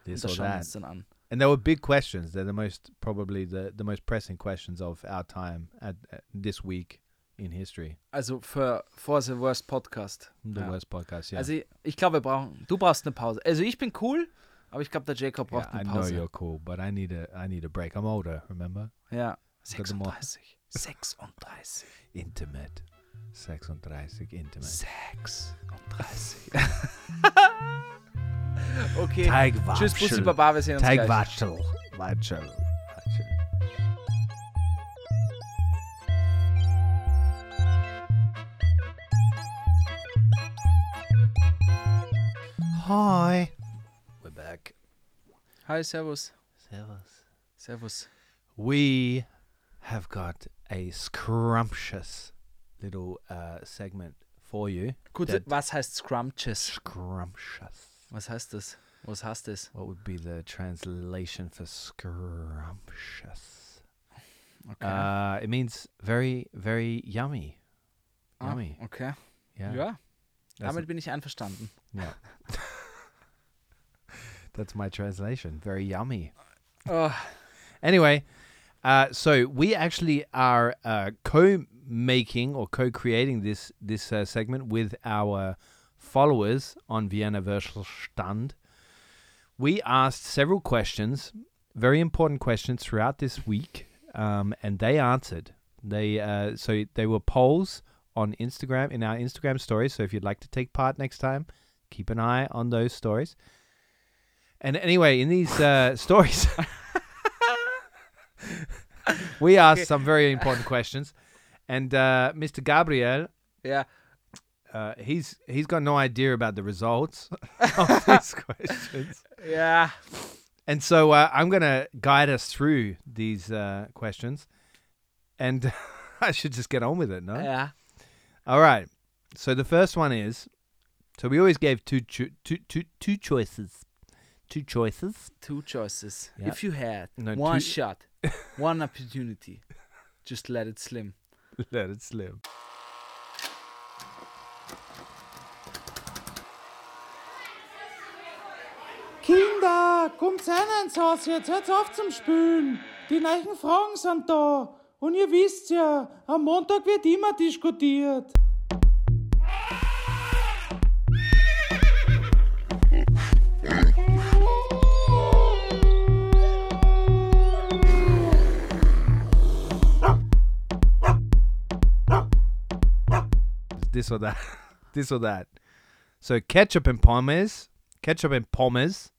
C: This
B: das
C: or
B: schauen wir
C: that.
B: uns dann an.
C: And they were big questions. They're the most probably the, the most pressing questions of our time at, at this week in history.
B: Also für For the Worst Podcast.
C: The
B: ja.
C: worst podcast. Yeah.
B: Also ich, ich glaube, wir brauchen, du brauchst eine Pause. Also ich bin cool, aber ich glaube, der Jacob
C: yeah,
B: braucht
C: I
B: eine
C: know
B: Pause.
C: you're cool, but I need a I need a break. I'm older, remember?
B: Ja.
C: Got the mo-
B: 36. 36.
C: Intimate. Sex on Dreisig, intimate.
B: 36. okay.
C: Teigwatschel.
B: Tschüss, Bussi Baba, wir sehen uns gleich.
C: Teigwatschel. Watschel. Watschel. Hi. We're back.
B: Hi, servus.
C: Servus.
B: Servus.
C: We have got a scrumptious little uh, segment for you.
B: Gut,
C: That-
B: was heißt Scrumptious?
C: Scrumptious.
B: Was heißt das? Was heißt das?
C: What would be the translation for scrumptious?
B: Okay.
C: Uh, it means very, very yummy.
B: Ah,
C: Yummy. Also
B: okay.
C: Yeah.
B: Ja,
C: That's,
B: damit bin ich einverstanden.
C: yeah. That's my translation. Very yummy.
B: Oh,
C: Anyway, uh, so we actually are uh, co-making or co-creating this this uh, segment with our followers on Vienna Virtual Stand, we asked several questions, very important questions throughout this week, um, and they answered. They uh, so they were polls on Instagram in our Instagram stories. So if you'd like to take part next time, keep an eye on those stories. And anyway, in these uh, stories, we asked some very important questions, and uh, Mr. Gabriel
B: Yeah.
C: uh, he's he's got no idea about the results of these questions,
B: Yeah.
C: and so uh, I'm gonna guide us through these uh, questions, and I should just get on with it, no?
B: Ja.
C: All right. So the first one is, so we always gave two cho- two, two, two choices, two choices.
B: Two choices.
C: Ja.
B: If you had
C: Nein,
B: one
C: two-
B: shot, one opportunity, just let it slim.
C: Let it slip.
E: Kinder, kommt rein ins Haus, jetzt hört auf zum Spülen. Die neuen Fragen sind da. Und ihr wisst ja, am Montag wird immer diskutiert.
C: This or that, this or that. So ketchup and pommes, ketchup and pommes,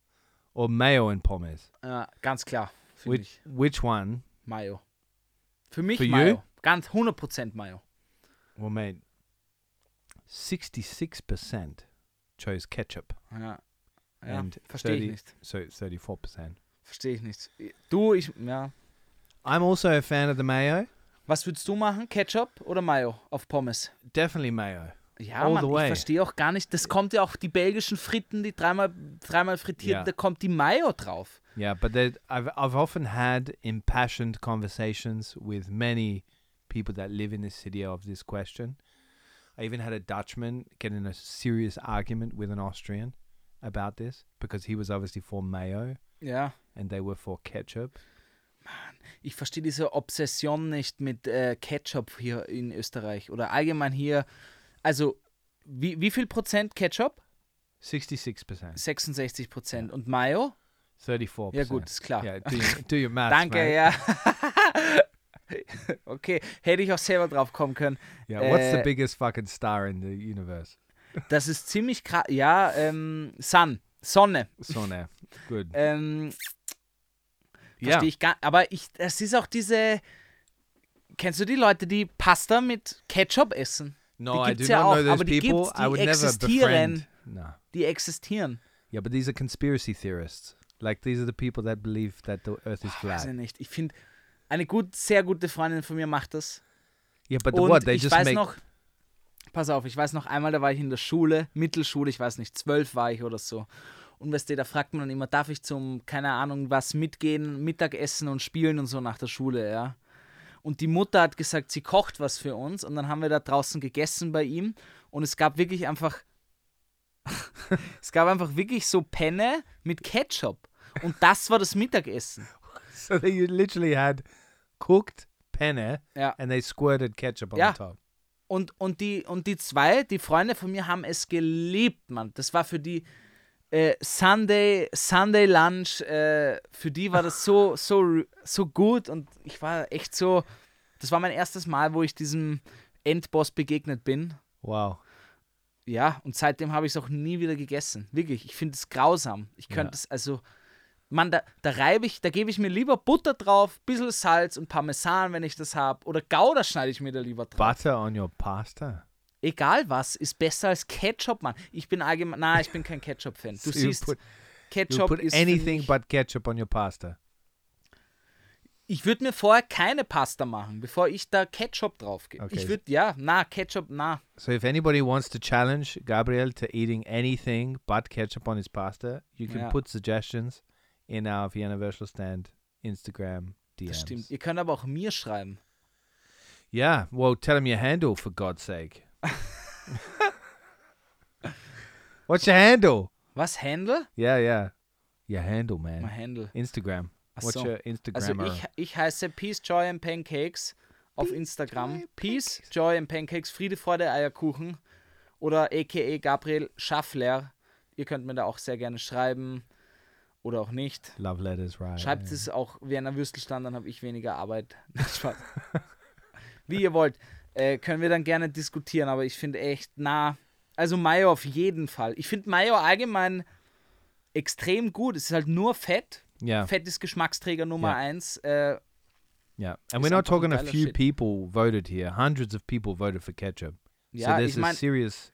C: or mayo and pommes.
B: Ja, Ah, ganz klar, finde
C: Which
B: ich.
C: which one?
B: Mayo. Für mich
C: For you?
B: Mayo. Ganz 100% Mayo.
C: Well, mate, sixty-six percent chose ketchup,
B: Ja. Ja,
C: and
B: verstehe ich
C: 30
B: nicht.
C: So thirty-four percent.
B: Verstehe ich nicht. Du, ich, ja.
C: I'm also a fan of the mayo.
B: Was würdest du machen? Ketchup oder Mayo auf Pommes?
C: Definitely mayo.
B: Ja,
C: All
B: Mann,
C: the
B: ich
C: way.
B: verstehe auch gar nicht. Das kommt ja auch die belgischen Fritten, die dreimal, dreimal frittiert,
C: Ja.
B: da kommt die Mayo drauf.
C: Yeah, but there- I've I've often had impassioned conversations with many people that live in the city of this question. I even had a Dutchman get in a serious argument with an Austrian about this because he was obviously for mayo
B: Ja.
C: and they were for ketchup.
B: Ich verstehe diese Obsession nicht mit äh, Ketchup hier in Österreich oder allgemein hier. Also, wie, wie viel Prozent Ketchup?
C: Sixty-six percent,
B: 66 Prozent. Und Mayo?
C: thirty-four.
B: Ja, gut, ist klar.
C: Yeah, do your, do your maths,
B: Danke,
C: mate.
B: ja. okay, hätte ich auch selber drauf kommen können.
C: Yeah, what's the
B: Uh,
C: biggest fucking star in the universe?
B: Das ist ziemlich krass. Ja, ähm, Sun, Sonne.
C: Sonne. Good.
B: Ähm,
C: yeah.
B: Verstehe ich gar Aber ich, es ist auch diese. Kennst du die Leute, die Pasta mit Ketchup essen?
C: No,
B: die
C: I do
B: gibt's
C: not
B: ja auch,
C: know those
B: aber die
C: people.
B: gibt's,
C: I
B: die
C: would never
B: existieren.
C: befriend. No.
B: Die existieren.
C: Yeah, but these are conspiracy theorists. Like these are the people that believe that the Earth is
B: Weiß
C: flat.
B: ich nicht. Ich finde, eine gut, sehr gute Freundin von mir macht das.
C: Yeah, but the,
B: Und
C: what they
B: ich
C: just
B: weiß
C: make
B: noch, pass auf, ich weiß noch, einmal da war ich in der Schule, Mittelschule, ich weiß nicht, zwölf war ich oder so. Und weißt du, da fragt man dann immer, darf ich zum, keine Ahnung, was mitgehen, Mittagessen und spielen und so nach der Schule, ja. Und die Mutter hat gesagt, sie kocht was für uns und dann haben wir da draußen gegessen bei ihm und es gab wirklich einfach, es gab einfach wirklich so Penne mit Ketchup. Und das war das Mittagessen.
C: so that you literally had cooked penne
B: Ja.
C: and they squirted ketchup on
B: Yeah.
C: the top.
B: Und, und, die, und die zwei, die Freunde von mir, haben es geliebt, Mann. Das war für die äh, Sunday, Sunday Lunch, äh, für die war das so, so, so gut und ich war echt so. Das war mein erstes Mal, wo ich diesem Endboss begegnet bin.
C: Wow.
B: Ja, und seitdem habe ich es auch nie wieder gegessen. Wirklich, ich finde es grausam. Ich könnte es, also, Mann, da, da reibe ich, da gebe ich mir lieber Butter drauf, bisschen Salz und Parmesan, wenn ich das habe. Oder Gouda schneide ich mir da lieber drauf.
C: Butter on your pasta.
B: Egal was, ist besser als Ketchup, Mann. Ich bin allgemein, na, ich bin kein Ketchup-Fan. Du
C: So you
B: siehst,
C: put- You
B: Ketchup
C: put
B: ist. für
C: anything
B: mich,
C: but ketchup on your pasta.
B: ich würde mir vorher keine Pasta machen, bevor ich da Ketchup drauf gebe.
C: Okay.
B: Ich würde, ja, na, Ketchup, na.
C: So if anybody wants to challenge Gabriel to eating anything but ketchup on his pasta, you can
B: Yeah.
C: put suggestions in our Vienna Virtual Stand Instagram DMs.
B: Das stimmt. Ihr könnt aber auch mir schreiben.
C: Yeah, well, tell him your handle for God's sake. What's your handle?
B: Was, Handle?
C: Yeah, yeah, your handle, man.
B: Mein Handle.
C: Instagram.
B: Ach
C: What's
B: so.
C: your Instagram?
B: Also ich, ich heiße Peace, Joy and Pancakes auf Instagram. Peace, Joy and Pancakes, Friede, Freude, Eierkuchen. oder a.k.a. Gabriel Schaffler. Ihr könnt mir da auch sehr gerne schreiben oder auch nicht.
C: Love letters, right?
B: Schreibt es auch wie einer Würstelstand, dann habe ich weniger Arbeit. Nein, Spaß. wie ihr wollt. Äh, können wir dann gerne diskutieren, aber ich finde echt, na, also Mayo auf jeden Fall. Ich finde Mayo allgemein extrem gut. Es ist halt nur Fett.
C: Yeah.
B: Fett ist Geschmacksträger Nummer
C: Ja.
B: eins. Äh,
C: Yeah, and
B: It's
C: we're not talking a
B: unpopular
C: few
B: shit.
C: people voted here. Hundreds of people voted for ketchup.
B: Ja,
C: so
B: ich
C: there's a
B: mein-
C: serious.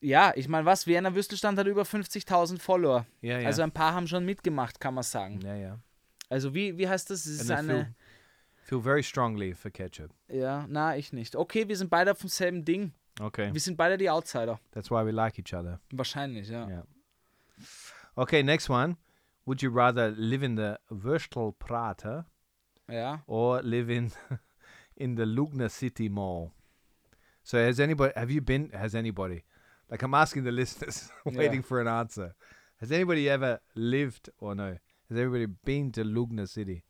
B: ja, ich meine, was? Werner Würstelstand hat über 50.000 Follower.
C: Ja, ja.
B: Also ein paar haben schon mitgemacht, kann man sagen.
C: Yeah, yeah.
B: Also wie, wie heißt das? Es ist
C: And I feel,
B: eine.
C: feel very strongly for ketchup.
B: Ja, na, ich nicht. Okay, wir sind beide vom selben Ding.
C: Okay,
B: Wir sind beide die Outsider.
C: that's why we like each other.
B: Wahrscheinlich, ja.
C: Yeah. Okay, next one. Would you rather live in the Würstelprater
B: Ja.
C: or live in in the Lugner City Mall? So has anybody? Have you been? Has anybody? Like I'm asking the listeners, waiting for an answer. Has anybody ever lived or no? Has everybody been to Lugner City?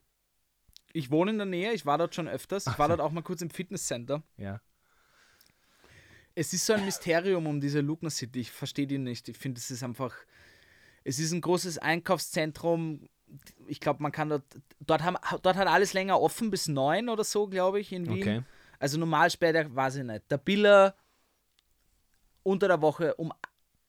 B: Ich wohne in der Nähe, ich war dort schon öfters. Ich war dort auch mal kurz im Fitnesscenter.
C: Yeah.
B: Es ist so ein Mysterium um diese Lugner City. Ich verstehe die nicht. Ich finde, es ist einfach. Es ist ein großes Einkaufszentrum. Ich glaube, man kann dort. Dort, haben, dort hat alles länger offen bis neun oder so, glaube ich, in Wien.
C: Okay.
B: Also normal später weiß ich nicht. Der Biller unter der Woche um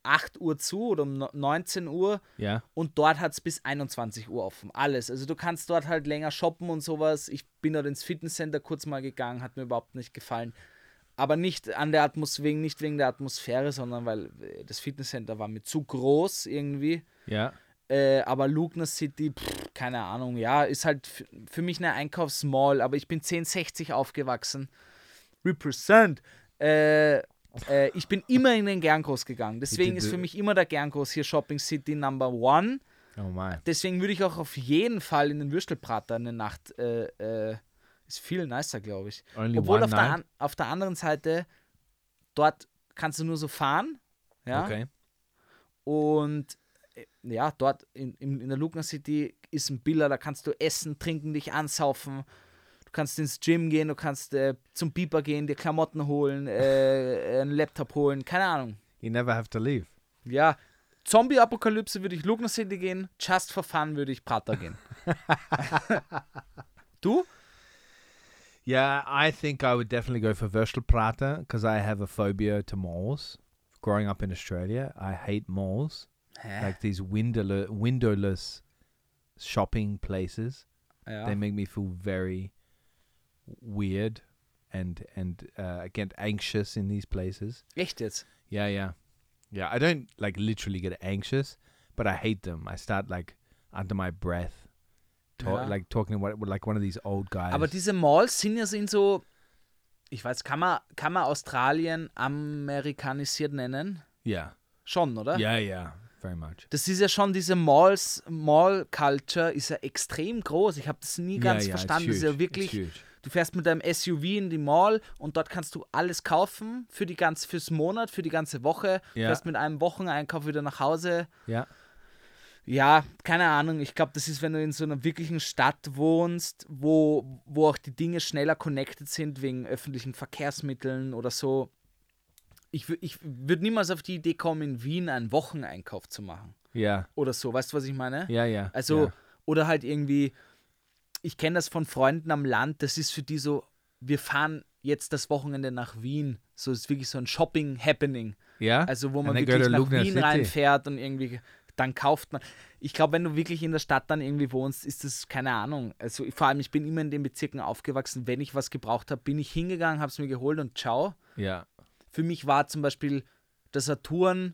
B: 8 Uhr zu oder um 19 Uhr
C: Yeah.
B: und dort hat es bis 21 Uhr offen. Alles. Also du kannst dort halt länger shoppen und sowas. Ich bin dort ins Fitnesscenter kurz mal gegangen, hat mir überhaupt nicht gefallen. Aber nicht an der Atmosphäre, wegen, nicht wegen der Atmosphäre, sondern weil äh, das Fitnesscenter war mir zu groß irgendwie.
C: Yeah.
B: Äh, aber Lugner City, pff, keine Ahnung, ja, ist halt f- für mich eine Einkaufsmall, aber ich bin 1060 aufgewachsen. Represent. Äh, äh, ich bin immer in den Gerngroß gegangen. Deswegen ist für mich immer der Gerngroß hier Shopping City Number One.
C: Oh my.
B: Deswegen würde ich auch auf jeden Fall in den Würstelbrater eine Nacht. Äh, äh, ist viel nicer, glaube ich.
C: Only
B: Obwohl
C: one
B: auf der,
C: night?
B: an, auf der anderen Seite, dort kannst du nur so fahren. Ja?
C: Okay.
B: Und äh, ja, dort in, in, in der Lugner City ist ein Biller, da kannst du essen, trinken, dich ansaufen. Du kannst ins Gym gehen, du kannst äh, zum Biber gehen, dir Klamotten holen, äh, einen Laptop holen, keine Ahnung.
C: You never have to leave.
B: Ja, Zombie-Apokalypse würde ich Lugner City gehen, Just for Fun würde ich Prater gehen. du?
C: Yeah, I think I would definitely go for Würstelprater because I have a phobia to malls. Growing up in Australia, I hate malls. Like these windowless, windowless shopping places. They
B: Ja.
C: make me feel very weird and and uh, I get anxious in these places.
B: Echt jetzt?
C: Yeah, yeah, yeah. I don't like literally get anxious, but I hate them. I start like under my breath, talk,
B: Yeah. Ah,
C: like talking to what, like one of these old guys.
B: Aber diese Malls sind ja so in so, ich weiß, kann man, kann man Australien amerikanisiert nennen?
C: yeah,
B: Schon, oder?
C: yeah, yeah, very much.
B: Das ist ja schon diese Malls, Mall Culture ist ja extrem groß. Ich habe das nie ganz
C: yeah, yeah, it's
B: verstanden. Das ist ja
C: huge, it's
B: wirklich,
C: huge.
B: du fährst mit deinem SUV in die Mall und dort kannst du alles kaufen für die ganz fürs Monat, für die ganze Woche.
C: Ja.
B: Fährst mit einem Wocheneinkauf wieder nach Hause.
C: Yeah,
B: Ja, keine Ahnung. Ich glaube, das ist, wenn du in so einer wirklichen Stadt wohnst, wo, wo auch die Dinge schneller connected sind wegen öffentlichen Verkehrsmitteln oder so. Ich, wü- ich würde niemals auf die Idee kommen, in Wien einen Wocheneinkauf zu machen
C: yeah,
B: oder so. Weißt du, was ich meine?
C: yeah, yeah.
B: Also,
C: yeah.
B: oder halt irgendwie, ich kenne das von Freunden am Land, das ist für die so, wir fahren jetzt das Wochenende nach Wien. So ist wirklich so ein Shopping-Happening.
C: yeah.
B: Also, wo
C: And
B: man
C: they go
B: wirklich
C: to
B: nach
C: ne, Lugner
B: Wien
C: City.
B: reinfährt und irgendwie, dann kauft man. Ich glaube, wenn du wirklich in der Stadt dann irgendwie wohnst, ist das keine Ahnung. Also, vor allem, ich bin immer in den Bezirken aufgewachsen. Wenn ich was gebraucht habe, bin ich hingegangen, habe es mir geholt und ciao
C: Yeah,
B: für mich war zum Beispiel der Saturn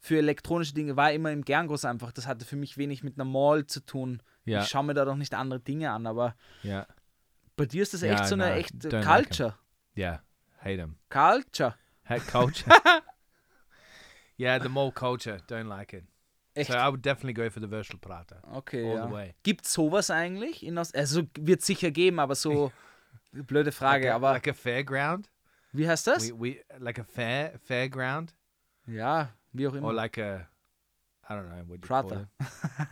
B: für elektronische Dinge war immer im Gerngroß einfach. Das hatte für mich wenig mit einer Mall zu tun.
C: Ja.
B: Ich schaue mir da doch nicht andere Dinge an, aber
C: yeah,
B: bei dir ist das
C: Ja,
B: echt so eine
C: nein,
B: echte
C: don't like
B: Culture.
C: yeah. Hate them.
B: Culture.
C: Hate culture. yeah, the mall culture. Don't like it.
B: Echt.
C: So I would definitely go for the Würstelprater.
B: Okay.
C: all the
B: Ja.
C: way.
B: Gibt es sowas eigentlich? In Aus also wird sicher geben, aber so blöde Frage.
C: like a,
B: aber
C: like a fairground.
B: wie heißt das?
C: We, we like a fair fairground
B: ja, wie auch immer.
C: or like a I don't know what you call it.
B: Prater.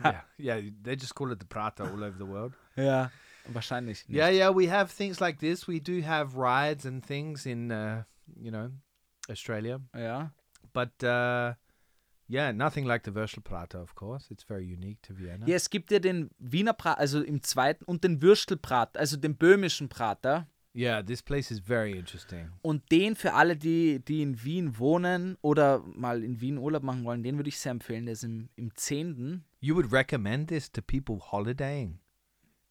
C: yeah, yeah, they just call it the Prata all over the world.
B: Ja, wahrscheinlich. Nicht.
C: Yeah, yeah, we have things like this. We do have rides and things in uh, you know Australia.
B: Ja.
C: But uh, yeah, nothing like the Würstelprate, of course. It's very unique to Vienna.
B: Ja, es gibt ja den Wiener Prater, also im zweiten, und den Würstelprater, also den böhmischen Prater.
C: Yeah, this place is very interesting.
B: Und den für alle, die, die in Wien wohnen oder mal in Wien Urlaub machen wollen, den würde ich sehr empfehlen. Der ist im, im 10.
C: You would recommend this to people holidaying?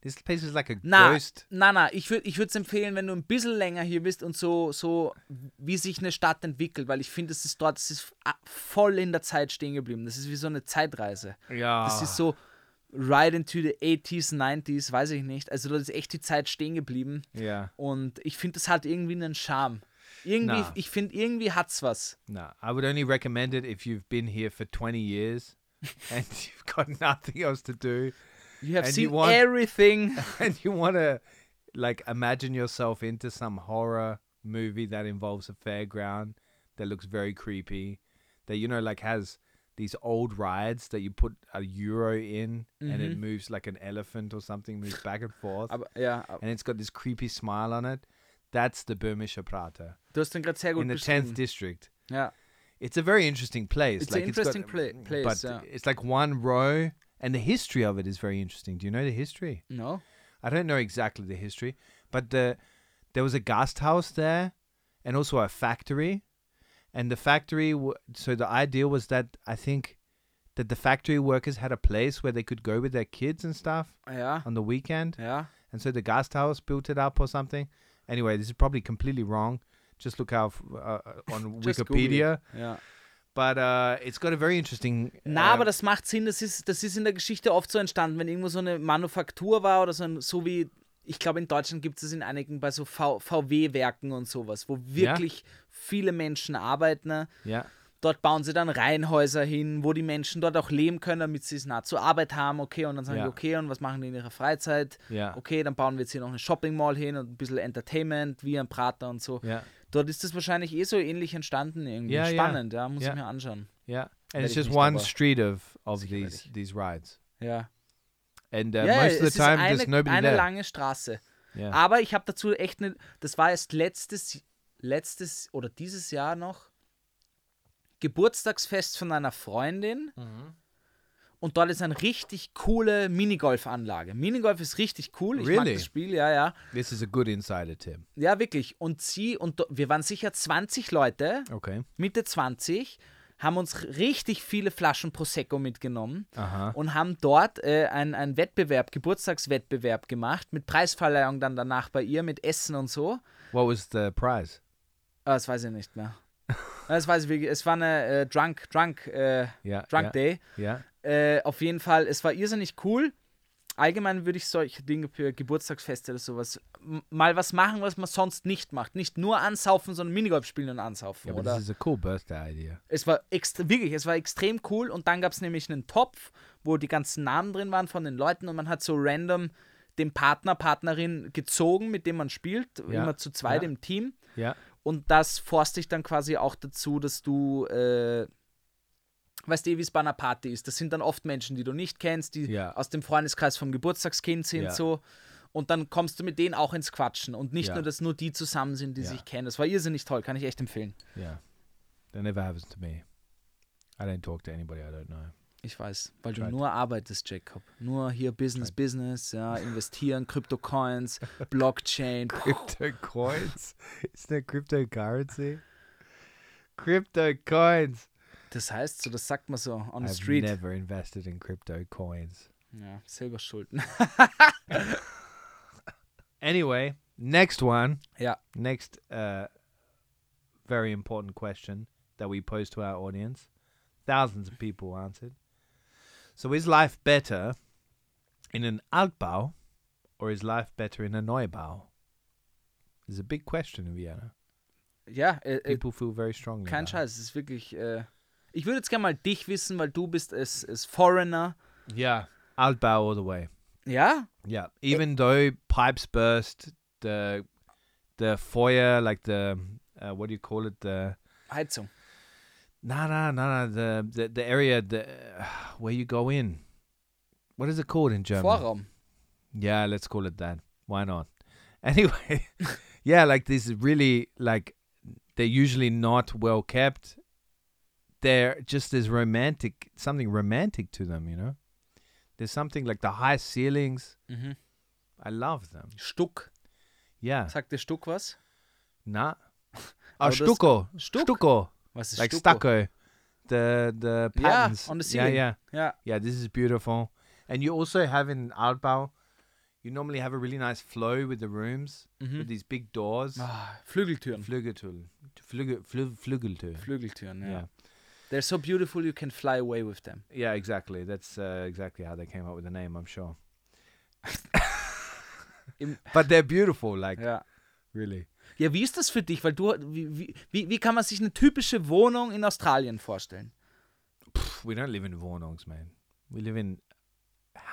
C: This place is like a
B: Na,
C: ghost.
B: na, na, ich würde ich es empfehlen, wenn du ein bisschen länger hier bist und so, so wie sich eine Stadt entwickelt, weil ich finde, es ist dort, es ist a- voll in der Zeit stehen geblieben. Das ist wie so eine Zeitreise.
C: Ja.
B: Das ist so right into the 80s, 90s, weiß ich nicht. Also dort ist echt die Zeit stehen geblieben.
C: Yeah.
B: Und ich finde, das hat irgendwie einen Charme. Irgendwie,
C: Na.
B: ich finde, irgendwie hat's was.
C: No, I would only recommend it if you've been here for 20 years and you've got nothing else to do
B: You have
C: And
B: seen
C: you want-
B: everything.
C: and you want to like imagine yourself into some horror movie that involves a fairground that looks very creepy that you know like has these old rides that you put a euro in and
B: Mm-hmm.
C: it moves like an elephant or something moves back and forth
B: Aber ja,
C: and it's got this creepy smile on it that's the Burmischer Prater
B: du hast den gerade sehr gut
C: in the 10th
B: beschrieben.
C: district
B: Ja.
C: it's a very interesting place.
B: It's an interesting pla- place,
C: but
B: yeah.
C: it's like one row, and the history of it is very interesting. Do you know the history?
B: No?
C: I don't know exactly the history, but the there was a guest house there, and also a factory, and the factory. W- so the idea was that I think that the factory workers had a place where they could go with their kids and stuff
B: Ja.
C: on the weekend,
B: Ja.
C: and so the Gasthaus built it up or something. Anyway, this is probably completely wrong. Just look out uh, uh, on
B: Just Google it.
C: Wikipedia.
B: Ja.
C: But uh, it's got a very interesting.
B: Na,
C: uh,
B: aber das macht Sinn. Das ist, das ist in der Geschichte oft so entstanden, wenn irgendwo so eine Manufaktur war oder so, ein, so wie, ich glaube, in Deutschland gibt es es in einigen bei so V- VW-Werken und sowas, wo wirklich viele Menschen arbeiten. Ne?
C: yeah,
B: Dort bauen sie dann Reihenhäuser hin, wo die Menschen dort auch leben können, damit sie es nah zur Arbeit haben. Okay, und dann sagen
C: Ja.
B: die, okay, und was machen die in ihrer Freizeit?
C: Ja.
B: Okay, dann bauen wir jetzt hier noch eine Shopping Mall hin und ein bisschen Entertainment, wie ein Prater und so.
C: yeah,
B: Dort ist das wahrscheinlich eh so ähnlich entstanden irgendwie.
C: Ja, ja.
B: Spannend, ja, muss
C: Ja.
B: ich mir anschauen.
C: yeah, and it's
B: ich
C: just
B: nicht
C: one
B: drüber.
C: street of of
B: Sicher
C: these these rides,
B: Ja.
C: and uh,
B: ja, ja,
C: most of
B: es
C: the
B: ist
C: time
B: eine,
C: there's nobody
B: eine
C: there.
B: lange Straße.
C: yeah,
B: Aber ich habe dazu echt eine, das war erst letztes, letztes oder dieses Jahr noch, Geburtstagsfest von einer Freundin.
C: Mhm.
B: Und dort ist eine richtig coole Minigolfanlage. Minigolf ist richtig cool. Ich mag
C: Really?
B: das Spiel, ja, ja.
C: this is a good insider tip.
B: Ja, wirklich. Und sie und do- wir waren sicher 20 Leute,
C: Okay,
B: Mitte 20, haben uns richtig viele Flaschen Prosecco mitgenommen
C: Aha.
B: und haben dort äh, einen Wettbewerb, Geburtstagswettbewerb gemacht, mit Preisverleihung dann danach bei ihr, mit Essen und so.
C: what was the prize?
B: Ah, das weiß ich nicht mehr. Ah, Das weiß ich wirklich. Es war eine äh, Drunk, Drunk, äh,
C: Ja,
B: Drunk
C: ja.
B: Day.
C: Yeah,
B: Äh, auf jeden Fall, es war irrsinnig cool. Allgemein würde ich solche Dinge für Geburtstagsfeste oder sowas m- mal was machen, was man sonst nicht macht. Nicht nur ansaufen, sondern Minigolf spielen und ansaufen.
C: yeah, but
B: oder?
C: this is a cool birthday idea.
B: Es war extre- wirklich, es war extrem cool. Und dann gab es nämlich einen Topf, wo die ganzen Namen drin waren von den Leuten und man hat so random den Partner, Partnerin gezogen, mit dem man spielt,
C: Ja,
B: immer zu zweit
C: ja.
B: im Team.
C: Yeah,
B: Und das forst dich dann quasi auch dazu, dass du, äh, weißt du, eh, wie es bei einer Party ist. Das sind dann oft Menschen, die du nicht kennst, die
C: Ja.
B: aus dem Freundeskreis vom Geburtstagskind sind,
C: Ja.
B: so. Und dann kommst du mit denen auch ins Quatschen. Und nicht
C: Ja.
B: nur, dass nur die zusammen sind, die
C: Ja.
B: sich kennen. Das war irrsinnig toll, kann ich echt empfehlen.
C: yeah, that never happens to me. I don't talk to anybody I don't know.
B: Ich weiß, weil du
C: Right.
B: nur arbeitest, Jacob. Nur hier Business, Business, ja, investieren, Kryptocoins, Blockchain.
C: crypto coins. Isn't that cryptocurrency? Crypto coins.
B: Das heißt so, das sagt man so on the
C: I've
B: street.
C: never invested in crypto coins.
B: Ja, Silberschulden.
C: Anyway, next one.
B: ja,
C: Next uh, very important question that we pose to our audience. Thousands of people answered. So is life better in an Altbau or is life better in a Neubau? It's a big question in Vienna.
B: ja, äh, äh,
C: People feel very strongly.
B: Kein
C: about it.
B: Scheiß, es ist wirklich. Äh, ich würde jetzt gerne mal dich wissen, weil du bist es, es Foreigner.
C: Yeah. Altbau all the way.
B: Ja?
C: Yeah, even though pipes burst, the the foyer, like the uh, what do you call it? The
B: Heizung.
C: no, no, no, no. The the, the area the where you go in. What is it called in German?
B: Vorraum.
C: Yeah, let's call it that. Why not? Anyway, yeah, like this is really like they're usually not well kept, they're just as romantic, something romantic to them, you know? There's something like the high ceilings.
B: Mhm.
C: I love them.
B: Stuck.
C: Yeah.
B: Sagt der Stuck was?
C: Na. Oh,
B: Aber das-
C: Stucco.
B: Stuck?
C: Stucco.
B: Was ist
C: Like
B: Stucco?
C: stucco. The the
B: Yeah,
C: patterns.
B: on the
C: Yeah,
B: ceiling.
C: yeah.
B: Ja,
C: Yeah, this is beautiful. And you also have in Altbau, you normally have a really nice flow with the rooms, with these big doors.
B: ah, Flügeltüren.
C: Flügeltür. Flügel, flü, Flügeltür.
B: Flügeltüren, ja.
C: Yeah.
B: They're so beautiful you can fly away with them.
C: Yeah, exactly. That's uh, exactly how they came up with the name, I'm sure.
B: Im-
C: but they're beautiful, like,
B: Ja.
C: really.
B: Ja, wie ist das für dich? Weil du, wie, wie- wie, wie kann man sich eine typische Wohnung in Australien vorstellen?
C: Pff, We don't live in Wohnungs, man. We live in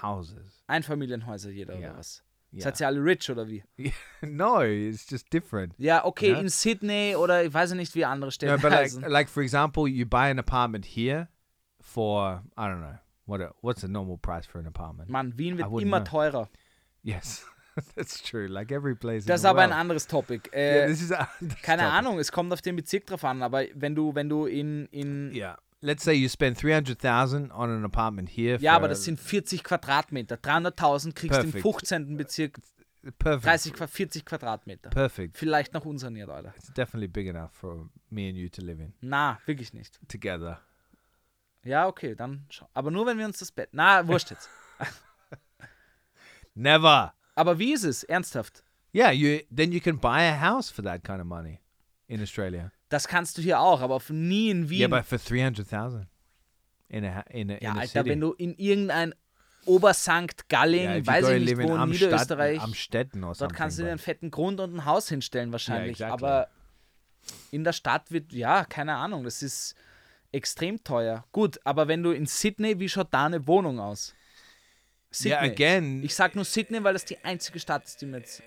C: houses.
B: Einfamilienhäuser jeder
C: Ja.
B: oder was?
C: Yeah.
B: Seid ihr alle rich oder wie?
C: no, it's just different.
B: Ja, okay,
C: Ja.
B: in Sydney oder ich weiß ja nicht, wie andere Städte
C: No, but like,
B: heißen.
C: like for example, you buy an apartment here for I don't know what a, what's a normal price for an apartment.
B: Mann, Wien
C: I
B: wird
C: wouldn't
B: immer
C: know.
B: teurer.
C: yes, that's true. Like every place.
B: Das ist
C: in the
B: aber ein
C: world.
B: anderes Topic. Äh,
C: Yeah, this is a, this
B: keine
C: topic.
B: Ahnung, es kommt auf den Bezirk drauf an, aber wenn du, wenn du in, in ja,
C: Yeah, let's say you spend three hundred thousand on an apartment here. for,
B: aber das sind 40 Quadratmeter. 300.000 kriegst du im
C: Perfekt.
B: 15. Bezirk
C: perfect.
B: 30, Qua- 40 Quadratmeter.
C: Perfect.
B: Vielleicht noch unsaniert, Alter.
C: It's definitely big enough for me and you to live in
B: Na, wirklich nicht.
C: together.
B: Ja, okay, dann schau. Aber nur, wenn wir uns das Bett... Na, wurscht jetzt.
C: Never.
B: Aber wie ist es? Ernsthaft?
C: Yeah, you then you can buy a house for that kind of money in Australia.
B: Das kannst du hier auch, aber auf nie in Wien.
C: Yeah, but for three hundred thousand in a ha- in a,
B: Ja,
C: in a
B: Alter,
C: city.
B: wenn du in irgendein Obersankt Galling,
C: Yeah, if you
B: weiß
C: go
B: ich
C: and
B: nicht
C: live in
B: wo, in
C: Amstatt-
B: Niederösterreich,
C: Amstetten or
B: dort
C: something,
B: kannst du dir einen
C: but-
B: fetten Grund und ein Haus hinstellen wahrscheinlich.
C: exactly.
B: Aber in der Stadt wird, ja, keine Ahnung, das ist extrem teuer. Gut, aber wenn du in Sydney, wie schaut da eine Wohnung aus? Sydney.
C: Yeah, again,
B: ich sag nur Sydney, weil das die einzige Stadt ist, die mir jetzt...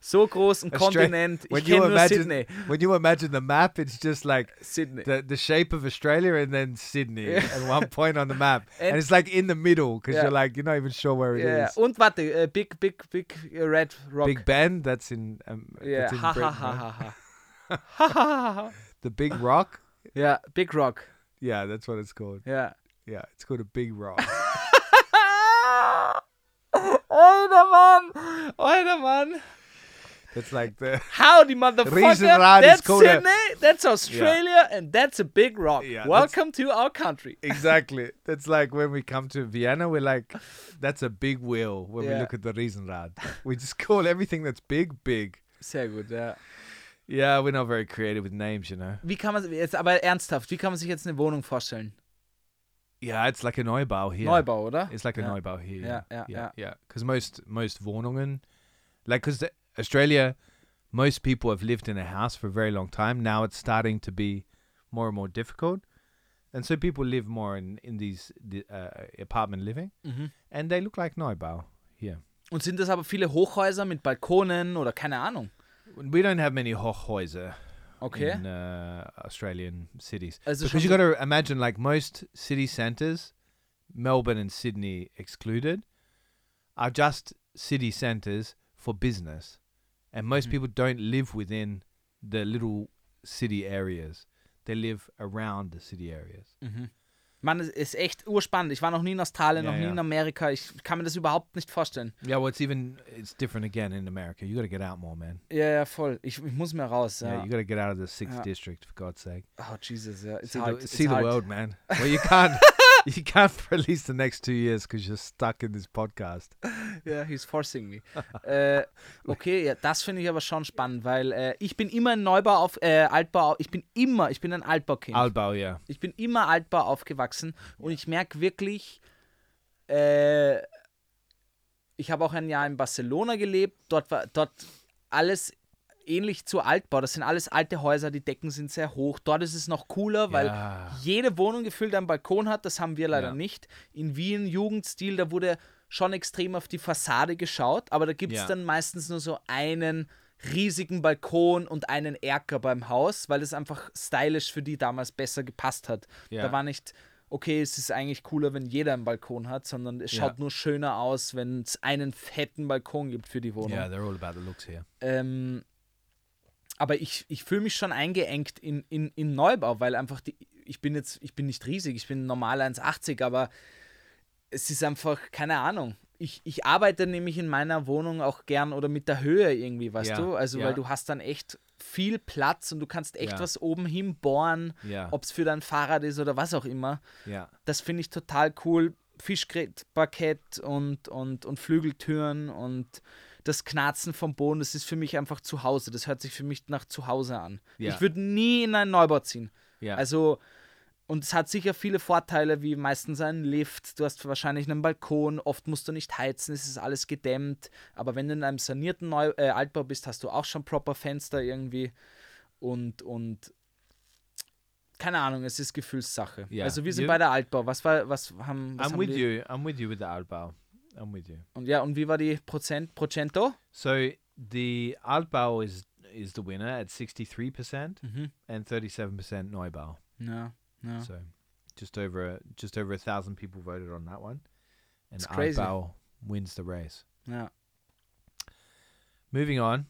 B: so groß ein
C: Austra-
B: Kontinent, ich
C: when you
B: kenne nur
C: imagine
B: Sydney.
C: when you imagine the map, it's just like
B: Sydney.
C: the the shape of Australia and then Sydney at one point on the map, and,
B: And-
C: it's like in the middle because
B: Yeah.
C: you're like you're not even sure where it is.
B: Ja, ja. Und warte, äh, Big, Big, Big äh, Red Rock.
C: Big Ben, that's in um,
B: ja,
C: that's in
B: ha,
C: Britain,
B: ha, ha,
C: right?
B: ha, ha.
C: the Big Rock.
B: Ja, Big Rock.
C: Yeah, that's what it's called.
B: Ja.
C: Yeah, it's called a Big Rock.
B: Ah! Alter Mann! Alter Mann!
C: that's like the
B: Howdy, motherfucker!
C: Riesenrad ist
B: That's
C: cool, ne?
B: Sydney, that's Australia, and that's a big rock.
C: Ja, that's-
B: Welcome to our country.
C: exactly. That's like when we come to Vienna, we're like, that's a big wheel. When we
B: Yeah.
C: look at the Riesenrad, we just call everything that's big, big.
B: Sehr gut, ja.
C: Yeah, we're not very creative with names, you know.
B: Wie kann man jetzt, aber ernsthaft, wie kann man sich jetzt eine Wohnung vorstellen?
C: Yeah, it's like a Neubau here.
B: Neubau, oder?
C: It's like a
B: Yeah.
C: Neubau here.
B: Yeah, yeah, yeah.
C: yeah. Because most most Wohnungen, like, because Australia, most people have lived in a house for a very long time. Now it's starting to be more and more difficult, and so people live more in in these the, uh, apartment living,
B: Mhm.
C: and they look like Neubau here.
B: Und sind das aber viele Hochhäuser mit Balkonen oder keine Ahnung?
C: We don't have many Hochhäuser
B: Okay.
C: in uh, Australian cities.
B: Also
C: because you
B: schon
C: got to imagine, like most city centres, Melbourne and Sydney excluded, are just city centres for business, and most people don't live within the little city areas. They live around the city areas.
B: Mann, es ist echt urspannend. Ich war noch nie in Australien,
C: Ja,
B: noch nie
C: ja.
B: in Amerika. Ich kann mir das überhaupt nicht vorstellen.
C: Yeah, well, it's even it's different again in America. You got to get out more, man.
B: Ja, ja, voll. Ich, ich muss mir raus.
C: Yeah,
B: Ja.
C: you got to get out of the sixth
B: Yeah.
C: district for God's sake.
B: Oh, Jesus, ja. It's
C: see
B: hard.
C: the,
B: it's
C: see the
B: hard.
C: world, man. Well, you can't. You can't for at least the next two years because you're stuck in this podcast.
B: Ja, he's forcing me. äh, okay, ja, das finde ich aber schon spannend, weil äh, ich bin immer ein Neubau auf, äh, Altbau, ich bin immer, ich bin ein Altbaukind.
C: Albao, yeah.
B: ich bin immer Altbau aufgewachsen und ich merke wirklich, äh, ich habe auch ein Jahr in Barcelona gelebt, dort war dort alles ähnlich zu Altbau, das sind alles alte Häuser, die Decken sind sehr hoch, dort ist es noch cooler, weil
C: Ja.
B: jede Wohnung gefüllt einen Balkon hat, das haben wir leider
C: Ja.
B: nicht. In Wien Jugendstil, da wurde schon extrem auf die Fassade geschaut, aber da gibt es
C: Ja.
B: dann meistens nur so einen riesigen Balkon und einen Erker beim Haus, weil es einfach stylisch für die damals besser gepasst hat.
C: Ja.
B: Da war nicht, okay, es ist eigentlich cooler, wenn jeder einen Balkon hat, sondern es schaut
C: Ja.
B: nur schöner aus, wenn es einen fetten Balkon gibt für die Wohnung.
C: Yeah, they're all about the looks here.
B: Ähm, Aber ich, ich fühle mich schon eingeengt in, in, in Neubau, weil einfach die, ich bin jetzt, ich bin nicht riesig, ich bin normal 1,80, aber es ist einfach, keine Ahnung. Ich, ich arbeite nämlich in meiner Wohnung auch gern oder mit der Höhe irgendwie, weißt
C: Ja,
B: du? Also,
C: ja.
B: weil du hast dann echt viel Platz und du kannst echt
C: Ja.
B: was oben hinbohren,
C: Ja.
B: ob es für dein Fahrrad ist oder was auch immer.
C: Ja.
B: Das finde ich total cool. Fischgrätparkett und, und, und Flügeltüren und das Knarzen vom Boden, das ist für mich einfach zu Hause. Das hört sich für mich nach zu Hause an.
C: Ja.
B: Ich würde nie in einen Neubau ziehen.
C: Ja.
B: Also, und es hat sicher viele Vorteile, wie meistens ein Lift. Du hast wahrscheinlich einen Balkon, oft musst du nicht heizen, es ist alles gedämmt. Aber wenn du in einem sanierten Neu äh, Altbau bist, hast du auch schon proper Fenster irgendwie. Und, und keine Ahnung, es ist Gefühlssache.
C: Ja.
B: Also wir sind
C: You-
B: bei der Altbau. Was war, was haben, was
C: I'm
B: haben
C: with
B: wir?
C: you. I'm with you with the Altbau. I'm with you.
B: Und ja, und wie war die Prozent, Procento?
C: So the Altbau is is the winner at 63% percent and 37% Neubau.
B: Mhm. Ja, ja.
C: So just over a, just over a thousand people voted on that one, and
B: It's crazy.
C: Altbau wins the race.
B: ja.
C: Moving on.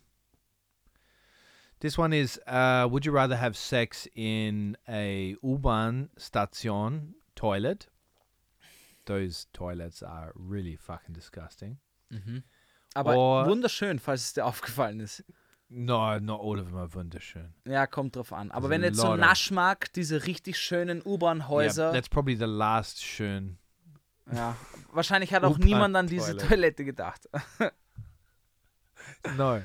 C: This one is: uh, Would you rather have sex in a U-Bahn station toilet? Those toilets are really fucking disgusting.
B: Aber
C: Or-
B: wunderschön, falls es dir aufgefallen ist.
C: No, not all of them are wunderschön.
B: Ja, kommt drauf an. Aber
C: Also
B: wenn jetzt so
C: Lorde.
B: Naschmarkt, diese richtig schönen
C: Yeah,
B: U-Bahn-Häuser,
C: that's probably the last schön.
B: ja, wahrscheinlich hat auch
C: U-Bahn-Toilette.
B: niemand an diese Toilette gedacht.
C: No,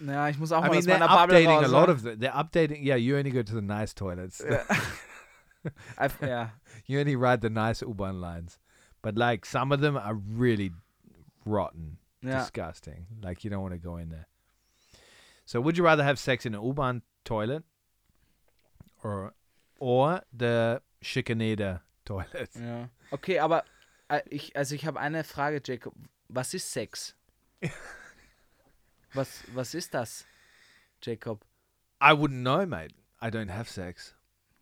B: Ja, ich muss auch
C: I
B: mal
C: mean
B: aus
C: they're
B: meiner Bubble
C: updating a
B: raus.
C: lot of. The, they're updating. Yeah, you only go to the nice toilets.
B: Einf- ja.
C: You only ride the nice urban lines, but like some of them are really rotten,
B: Yeah.
C: disgusting. Like you don't want to go in there. So, would you rather have sex in an urban toilet or or the Schikaneder toilet?
B: ja. Okay, aber äh, ich, also ich habe eine Frage, Jacob. Was ist Sex? was, was ist das, Jacob?
C: I wouldn't know, mate. I don't have sex,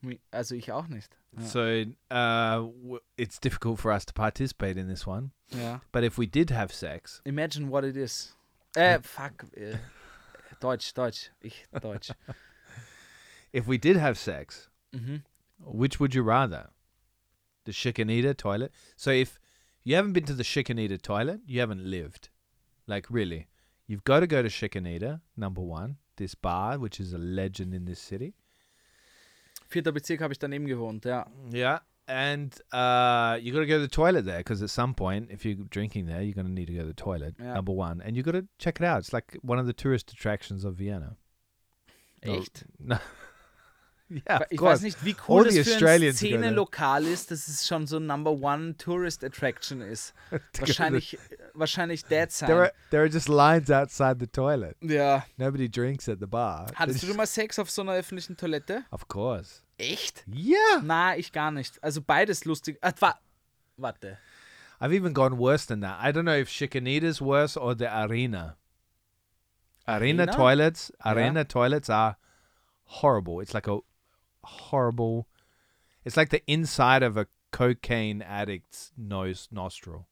B: Mi- Also ich auch nicht.
C: so uh, w- it's difficult for us to participate in this one.
B: Ja.
C: But if we did have sex,
B: Imagine what it is. Äh, fuck. Äh, Deutsch, Deutsch. Ich, Deutsch.
C: if we did have sex,
B: Mhm.
C: Which would you rather? The Shikanita toilet? So if you haven't been to the Shikanita toilet, you haven't lived. Like really. You've got to go to Shikanita, number one, this bar, which is a legend in this city.
B: Vierter Bezirk habe ich daneben gewohnt, ja.
C: Yeah. And uh, you got to go to the toilet there because at some point, if you're drinking there, you're going to need to go to the toilet,
B: Yeah.
C: number one. And you got to check it out. It's like one of the tourist attractions of Vienna. No.
B: Echt?
C: No. yeah, of
B: Ich
C: course.
B: weiß nicht, wie
C: All
B: cool das
C: the
B: für ein
C: Australians go there.
B: Szene-Lokal ist, dass es schon so Number One Tourist Attraction ist. wahrscheinlich, wahrscheinlich Dead Sign.
C: There are, there are just lines outside the toilet.
B: ja.
C: Nobody drinks at the bar.
B: Hattest du
C: They
B: schon mal Sex auf so einer öffentlichen Toilette?
C: just- Of course.
B: Echt?
C: Yeah.
B: Na, ich gar nicht. Also beides lustig. Ah, wa warte.
C: I've even gone worse than that. I don't know if Chicanita's worse or the arena. Arena,
B: Arena?
C: toilets, arena toilets are horrible. It's like a horrible. It's like the inside of a cocaine addict's nose nostril.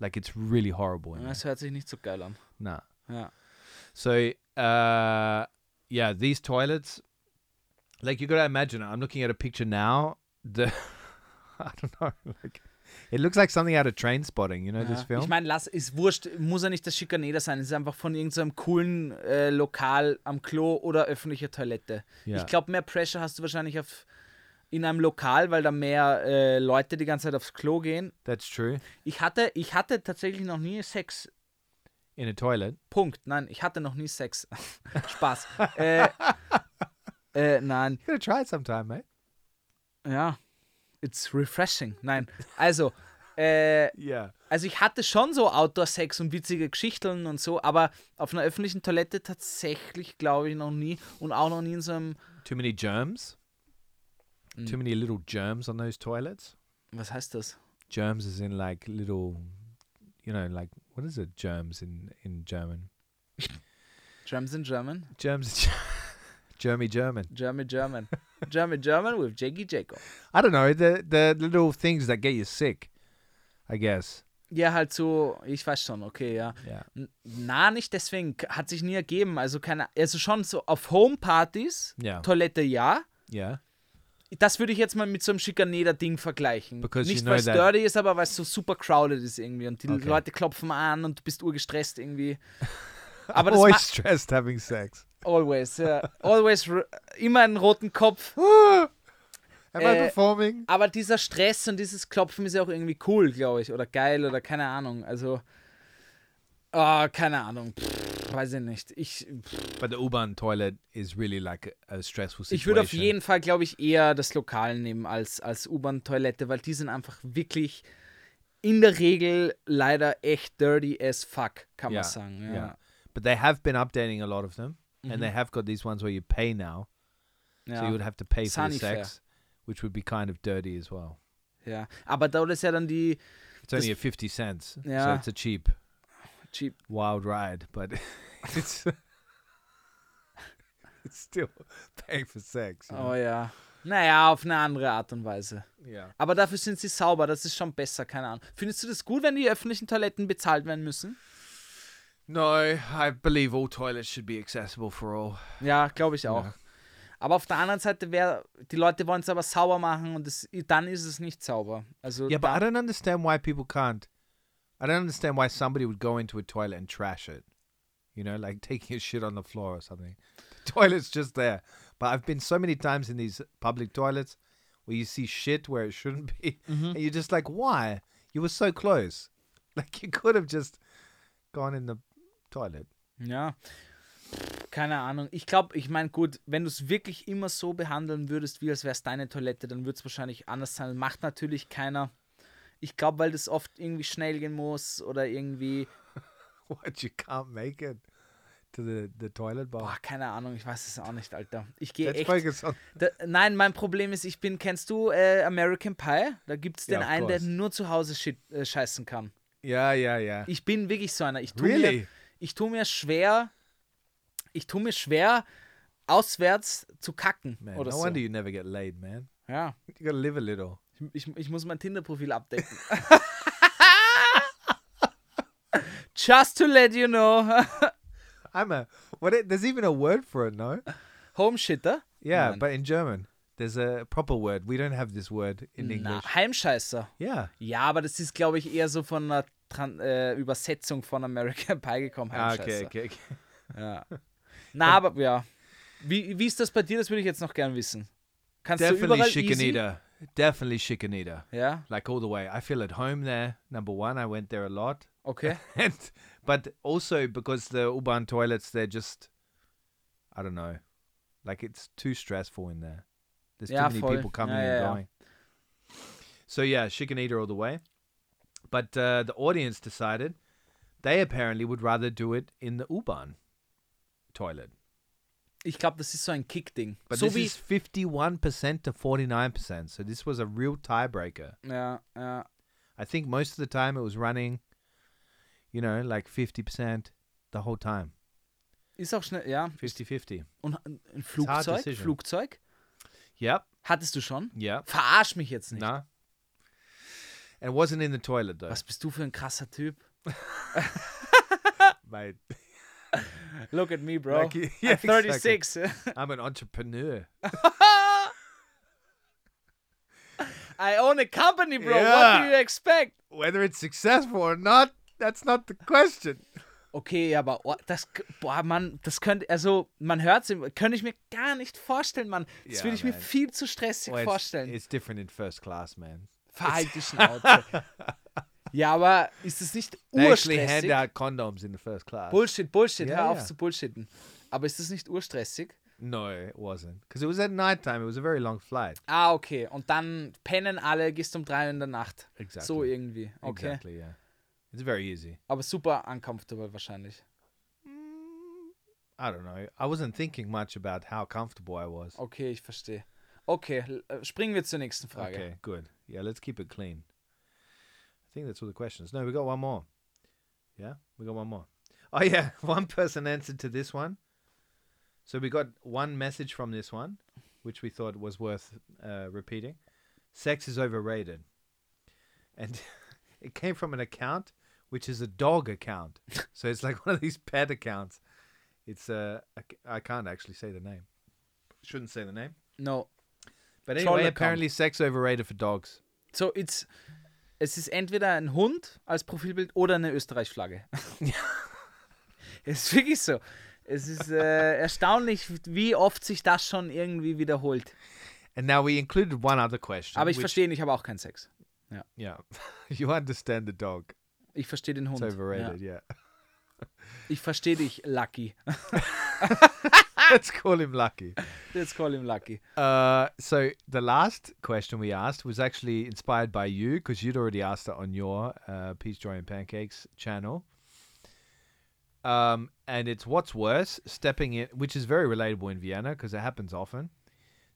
C: Like it's really horrible. In there.
B: Das hört sich nicht so geil an.
C: Nah.
B: Ja.
C: So, uh, yeah, these toilets, like you gotta imagine. it. I'm looking at a picture now. The I don't know, like it looks like something out of Train Spotting. You know this
B: Ja. Ich
C: film?
B: meine, lass, ist wurscht, muss ja nicht das Schikaneder sein, ist einfach von irgendeinem coolen äh, Lokal am Klo oder öffentliche Toilette.
C: Ja.
B: Ich glaube, mehr Pressure hast du wahrscheinlich auf, in einem Lokal, weil da mehr äh, Leute die ganze Zeit aufs Klo gehen.
C: That's true.
B: Ich hatte, ich hatte tatsächlich noch nie Sex.
C: In a toilet.
B: Punkt. Nein, ich hatte noch nie Sex. Spaß. äh, äh, nein.
C: You gotta try it sometime, mate.
B: Ja. It's refreshing. Nein. Also, äh,
C: Yeah.
B: Also ich hatte schon so Outdoor-Sex und witzige Geschichten und so, aber auf einer öffentlichen Toilette tatsächlich, glaube ich, noch nie. Und auch noch nie in so einem,
C: Too many germs. Too many little germs on those toilets.
B: was heißt das?
C: Germs is in like little, you know, like what is it? Germs in in German.
B: Drums in German?
C: Germs. Germy German.
B: German German. German German with Jackie Jacob.
C: I don't know the the little things that get you sick. I guess
B: Ja, halt so, ich weiß schon, okay, ja.
C: Ja.
B: N- Na, nicht deswegen, k- hat sich nie ergeben. Also keine, also schon so auf Homepartys,
C: Ja.
B: Toilette ja.
C: Yeah.
B: Das würde ich jetzt mal mit so einem Schikaneder-Ding vergleichen.
C: Because you
B: nicht,
C: know
B: weil es
C: that-
B: dirty ist, aber weil es so super crowded ist irgendwie. Und die
C: Okay.
B: Leute klopfen an und du bist urgestresst irgendwie. Aber
C: I'm
B: das
C: always
B: ma-
C: stressed having sex.
B: Always, ja. Always, r- immer einen roten Kopf.
C: Am I
B: Äh,
C: performing?
B: Aber dieser Stress und dieses Klopfen ist ja auch irgendwie cool, glaube ich. Oder geil oder keine Ahnung. Also, ah, keine Ahnung. Pff, weiß ich nicht. Ich,
C: But the U-Bahn toilet is really like a, a stressful situation.
B: ich würde auf jeden Fall, glaube ich, eher das Lokal nehmen als, als U-Bahn-Toilette, weil die sind einfach wirklich in der Regel leider echt dirty as fuck, kann man sagen. Ja.
C: yeah. Mm-hmm. But they have been updating a lot of them, and they have got these ones where you pay now, so you
B: Ja.
C: would have to pay for the
B: Sunnyfair.
C: sex, which would be kind of dirty as well.
B: ja. Aber da ist ja dann die
C: It's only at fifty cents, so
B: Yeah.
C: it's a cheap,
B: cheap
C: wild ride. But it's it's still paying for sex. you know?
B: Oh ja. Naja, auf eine andere Art und Weise.
C: Yeah.
B: Aber dafür sind sie sauber, das ist schon besser, keine Ahnung. Findest du das gut, wenn die öffentlichen Toiletten bezahlt werden müssen?
C: No, I believe all toilets should be accessible for all.
B: Ja, glaube ich auch.
C: Ja.
B: Aber auf der anderen Seite, wär, die Leute wollen es aber sauber machen und es- dann ist es nicht sauber. Also,
C: Yeah, but I don't understand why people can't. I don't understand why somebody would go into a toilet and trash it. You know, like taking a shit on the floor or something. The toilet's just there. But I've been so many times in these public toilets where you see shit where it shouldn't be. And you're just like, why? You were so close. Like, you could have just gone in the toilet.
B: ja. Keine Ahnung. Ich glaube, ich meine, gut, wenn du es wirklich immer so behandeln würdest, wie als wäre es deine Toilette, dann würde es wahrscheinlich anders sein. Macht natürlich keiner. Ich glaube, weil das oft irgendwie schnell gehen muss oder irgendwie
C: What? You can't make it to the, the toilet bowl.
B: Boah, keine Ahnung, ich weiß es auch nicht, Alter. Ich gehe
C: Let's
B: echt.
C: focus on.
B: Da, nein, mein Problem ist, ich bin, kennst du äh, American Pie? Da gibt es
C: Ja,
B: den
C: of
B: einen, der
C: course.
B: nur zu Hause shit, äh, scheißen kann.
C: Yeah, yeah, yeah.
B: Ich bin wirklich so einer. Ich tu
C: Really?
B: mir, ich tu mir schwer, ich tu mir schwer, auswärts zu kacken
C: Man,
B: oder
C: no
B: so.
C: wonder you never get laid, man.
B: Ja,
C: You gotta live a little.
B: ich, ich muss mein Tinder-Profil abdecken. Just to let you know,
C: I'm a what? It, there's even a word for it, no?
B: Homeshitter.
C: Yeah,
B: Nein.
C: but in German, there's a proper word. We don't have this word in
B: Na,
C: English.
B: Heimscheißer.
C: Yeah.
B: Ja, aber das ist, glaube ich, eher so von einer Tran äh, Übersetzung von American Pie gekommen.
C: Ah, okay,
B: Heimscheißer.
C: okay, okay.
B: Ja. Na, aber ja. Wie, wie ist das bei dir? Das würde ich jetzt noch gern wissen. Kannst du
C: Definitely
B: überall easy?
C: Chicanita. Definitely Chicanita.
B: Ja,
C: Like all the way. I feel at home there. Number one, I went there a lot,
B: okay.
C: and but also because the urban toilets, they're just, I don't know, like it's too stressful in there. There's
B: Yeah,
C: too many
B: voll.
C: people coming
B: Yeah,
C: and
B: yeah, yeah.
C: going. So yeah, Chicanita all the way. But uh, the audience decided they apparently would rather do it in the U-Bahn toilet.
B: Ich glaube, das ist so ein Kick-Ding.
C: But
B: So
C: this
B: wie.
C: is fifty-one percent to forty-nine percent. So this was a real tiebreaker.
B: Ja, ja.
C: I think most of the time it was running, you know, like fifty percent the whole time.
B: Ist auch schnell, ja.
C: 50-50.
B: Und ein
C: hard
B: Flugzeug?
C: decision.
B: Flugzeug?
C: Yep.
B: Hattest du schon?
C: Yep.
B: Verarsch mich jetzt nicht.
C: Nah. And it wasn't in the toilet though,
B: Was bist du für ein krasser Typ?
C: mate.
B: Look at me, bro.
C: Like, yeah,
B: I'm 36.
C: I'm an entrepreneur.
B: I own a company, bro.
C: Yeah.
B: What do you expect?
C: Whether it's successful or not, that's not the question.
B: Okay, aber oh, das, k- boah, Mann, das könnte, also man hört es, könnte ich mir gar nicht vorstellen, Mann. Das
C: Ja,
B: würde ich mir
C: nein.
B: viel zu stressig
C: Well, it's,
B: vorstellen.
C: it's different in first class, man.
B: Verhalt die Schnauze. ja, aber ist es nicht
C: They actually hand
B: urstressig?
C: out condoms in the first class.
B: Bullshit, Bullshit,
C: Ja,
B: hör auf
C: ja.
B: zu bullshitten. Aber ist es nicht urstressig?
C: no, it wasn't. Because it was at night time. It was a very long flight.
B: Ah, okay. Und dann pennen alle, gehst um drei in der Nacht.
C: Exactly.
B: So irgendwie. Okay.
C: Exactly, yeah. It's very easy.
B: Aber super uncomfortable wahrscheinlich.
C: I don't know. I wasn't thinking much about how comfortable I was.
B: Okay, ich verstehe. Okay, l- äh, springen wir zur nächsten Frage.
C: Okay, good. Yeah, let's keep it clean. I think that's all the questions. No, we got one more. Yeah, we got one more. Oh yeah, one person answered to this one. So we got one message from this one, which we thought was worth uh, repeating. Sex is overrated. And It came from an account, which is a dog account. so it's like one of these pet accounts. It's uh, I c- I can't actually say the name. Shouldn't say the name.
B: No.
C: But
B: Troll
C: anyway,
B: account.
C: apparently sex overrated for dogs.
B: So, it's, es ist entweder ein Hund als Profilbild oder eine Österreich-Flagge. es ist wirklich so. Es ist äh, erstaunlich, wie oft sich das schon irgendwie wiederholt.
C: And now we included one other question.
B: Aber ich
C: which-
B: verstehe ihn, ich habe auch keinen Sex.
C: Yeah, you understand the dog.
B: Ich verstehe den Hund.
C: It's overrated.
B: Ja.
C: Yeah,
B: Ich verstehe dich, Lucky.
C: let's call him Lucky.
B: Let's call him Lucky.
C: Uh, so the last question we asked was actually inspired by you because you'd already asked it on your uh, Peace, Joy, and Pancakes channel. Um, and it's what's worse, stepping in, which is very relatable in Vienna because it happens often,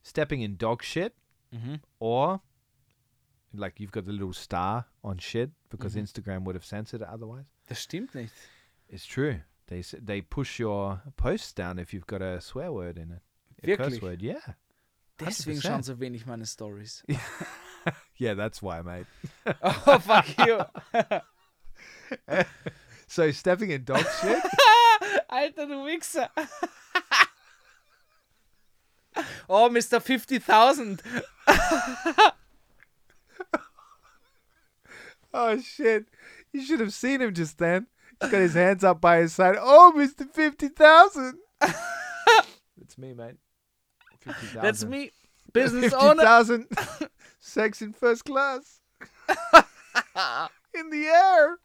C: stepping in dog shit, or like you've got the little star on shit because Instagram would have censored it otherwise.
B: Das stimmt nicht.
C: It's true. They s- they push your posts down if you've got a swear word in it, a curse
B: Wirklich?
C: word. Yeah,
B: Deswegen
C: 100%.
B: schauen so wenig meine Stories.
C: yeah, that's why, mate.
B: Oh, fuck you.
C: So stepping in dog shit.
B: Alter, du Wichser. Oh, Mr. 50.000.
C: oh shit! You should have seen him just then. He's got his hands up by his side. Oh, Mister Fifty Thousand. That's me, mate. Fifty thousand.
B: That's me. Business
C: Also. Fifty
B: owner.
C: thousand. Sex in first class. in the air.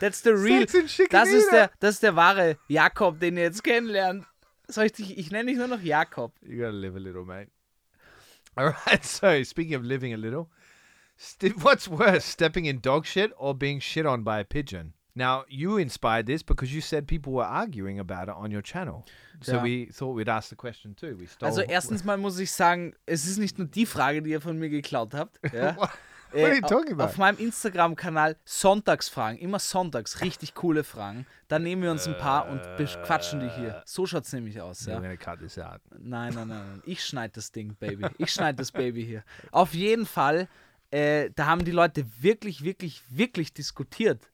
B: That's the real.
C: Sex in
B: Das ist, der,
C: Chiquinita.
B: das ist der wahre Jakob, den ihr jetzt kennenlernt. Soll ich dich, ich nenne dich nur noch Jakob.
C: You gotta live a little, mate. All right. So speaking of living a little, st- what's worse, stepping in dog shit or being shit on by a pigeon? Now you inspired this because you said people were arguing about it on your channel, so
B: Yeah.
C: we thought we'd ask the question too. We stole.
B: Also erstens mal muss ich sagen, es ist nicht nur die Frage, die ihr von mir geklaut habt. Ja.
C: What what are
B: Äh,
C: you talking
B: Auf
C: about?
B: meinem Instagram-Kanal Sonntagsfragen, immer sonntags, richtig coole Fragen. Dann nehmen wir uns ein paar und bequatschen die hier. So schaut's nämlich aus,
C: We're
B: ja.
C: gonna cut this out.
B: Nein, nein, nein, nein. Ich schneide das Ding, Baby. Ich schneide das Baby hier. Auf jeden Fall, äh, da haben die Leute wirklich, wirklich, wirklich diskutiert.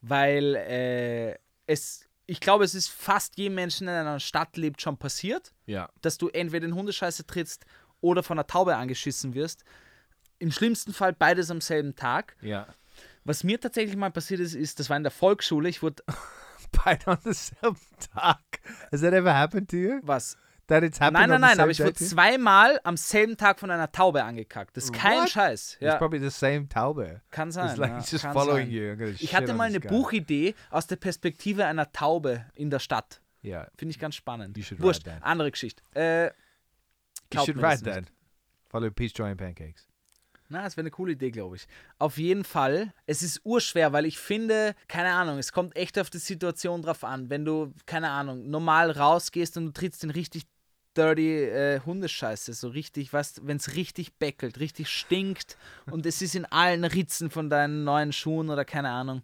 B: Weil äh, es, ich glaube, es ist fast jedem Menschen, der in einer Stadt lebt, schon passiert
C: Yeah.
B: dass du entweder in Hundescheiße trittst oder von einer Taube angeschissen wirst. Im schlimmsten Fall beides am selben Tag.
C: Yeah.
B: Was mir tatsächlich mal passiert ist, ist, das war in der Volksschule. Ich wurde
C: Bite on the same duck. Has that ever happened to you?
B: was?
C: That it's happened?
B: Nein,
C: on
B: nein,
C: the
B: nein,
C: same
B: aber ich
C: day
B: wurde
C: to you?
B: zweimal am selben Tag von einer Taube angekackt. Das ist kein
C: What?
B: Scheiß.
C: It's
B: Ja,
C: probably the same Taube.
B: kann sein.
C: It's like
B: ja,
C: it's just
B: kann
C: following
B: sein.
C: you. I'm gonna
B: Ich
C: shit
B: hatte
C: on
B: mal
C: this
B: eine
C: guy.
B: Buchidee aus der Perspektive einer Taube in der Stadt.
C: Yeah.
B: Finde ich ganz spannend.
C: You should write
B: Wurscht,
C: that.
B: andere Geschichte. Äh,
C: You
B: glaubt
C: should
B: mir das
C: write
B: nicht.
C: that. Follow Peace, Joy, and Pancakes.
B: Na, das wäre eine coole Idee, glaube ich. Auf jeden Fall, es ist urschwer, weil ich finde, keine Ahnung, es kommt echt auf die Situation drauf an. Wenn du, keine Ahnung, normal rausgehst und du trittst den richtig dirty äh, Hundescheiße, so richtig, weißt wenn es richtig beckelt, richtig stinkt und es ist in allen Ritzen von deinen neuen Schuhen oder keine Ahnung,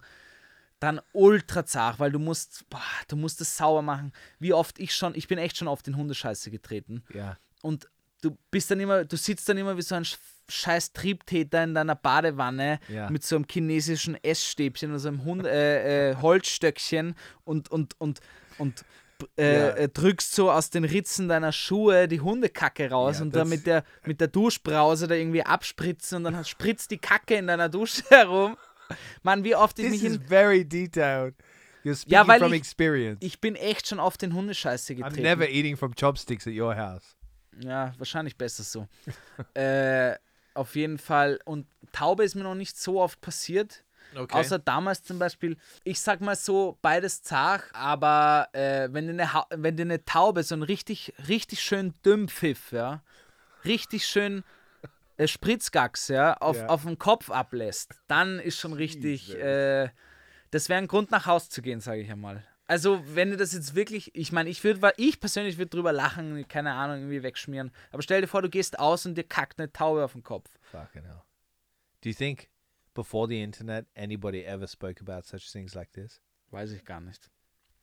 B: dann ultra zart, weil du musst, boah, du musst es sauber machen. Wie oft ich schon, ich bin echt schon auf den Hundescheiße getreten
C: Yeah.
B: und du bist dann immer, du sitzt dann immer wie so ein sch- scheiß Triebtäter in deiner Badewanne
C: Ja.
B: mit so einem chinesischen Essstäbchen oder so einem Hund, äh, äh, Holzstöckchen und und und und äh,
C: Ja.
B: äh, drückst so aus den Ritzen deiner Schuhe die Hundekacke raus
C: Ja,
B: und dann
C: das-
B: mit der, mit der Duschbrause da irgendwie abspritzen und dann hast- spritzt die Kacke in deiner Dusche herum. Mann, wie oft ich
C: This
B: mich
C: is
B: in,
C: very detailed. You're speaking
B: weil
C: from
B: ich-
C: experience.
B: ich bin echt schon auf den Hundescheiße
C: I'm
B: getreten.
C: never eating from chopsticks at your house.
B: Ja, wahrscheinlich besser so. äh, auf jeden Fall. Und Taube ist mir noch nicht so oft passiert. Außer damals zum Beispiel, ich sag mal so, beides zach, aber äh, wenn, dir eine, Ha- wenn dir eine Taube so einen richtig, richtig schön dümm Pfiff, ja, richtig schön äh, Spritzgags, ja, auf,
C: Ja.
B: auf den Kopf ablässt, dann ist schon richtig, äh, das wäre ein Grund nach Haus zu gehen, sage ich einmal. Also, wenn du das jetzt wirklich, ich meine, ich würde, ich persönlich würde drüber lachen, keine Ahnung, irgendwie wegschmieren. Aber stell dir vor, du gehst aus und dir kackt eine Taube auf den Kopf.
C: Fucking hell. Do you think before the internet anybody ever spoke about such things like this?
B: Weiß ich gar nicht.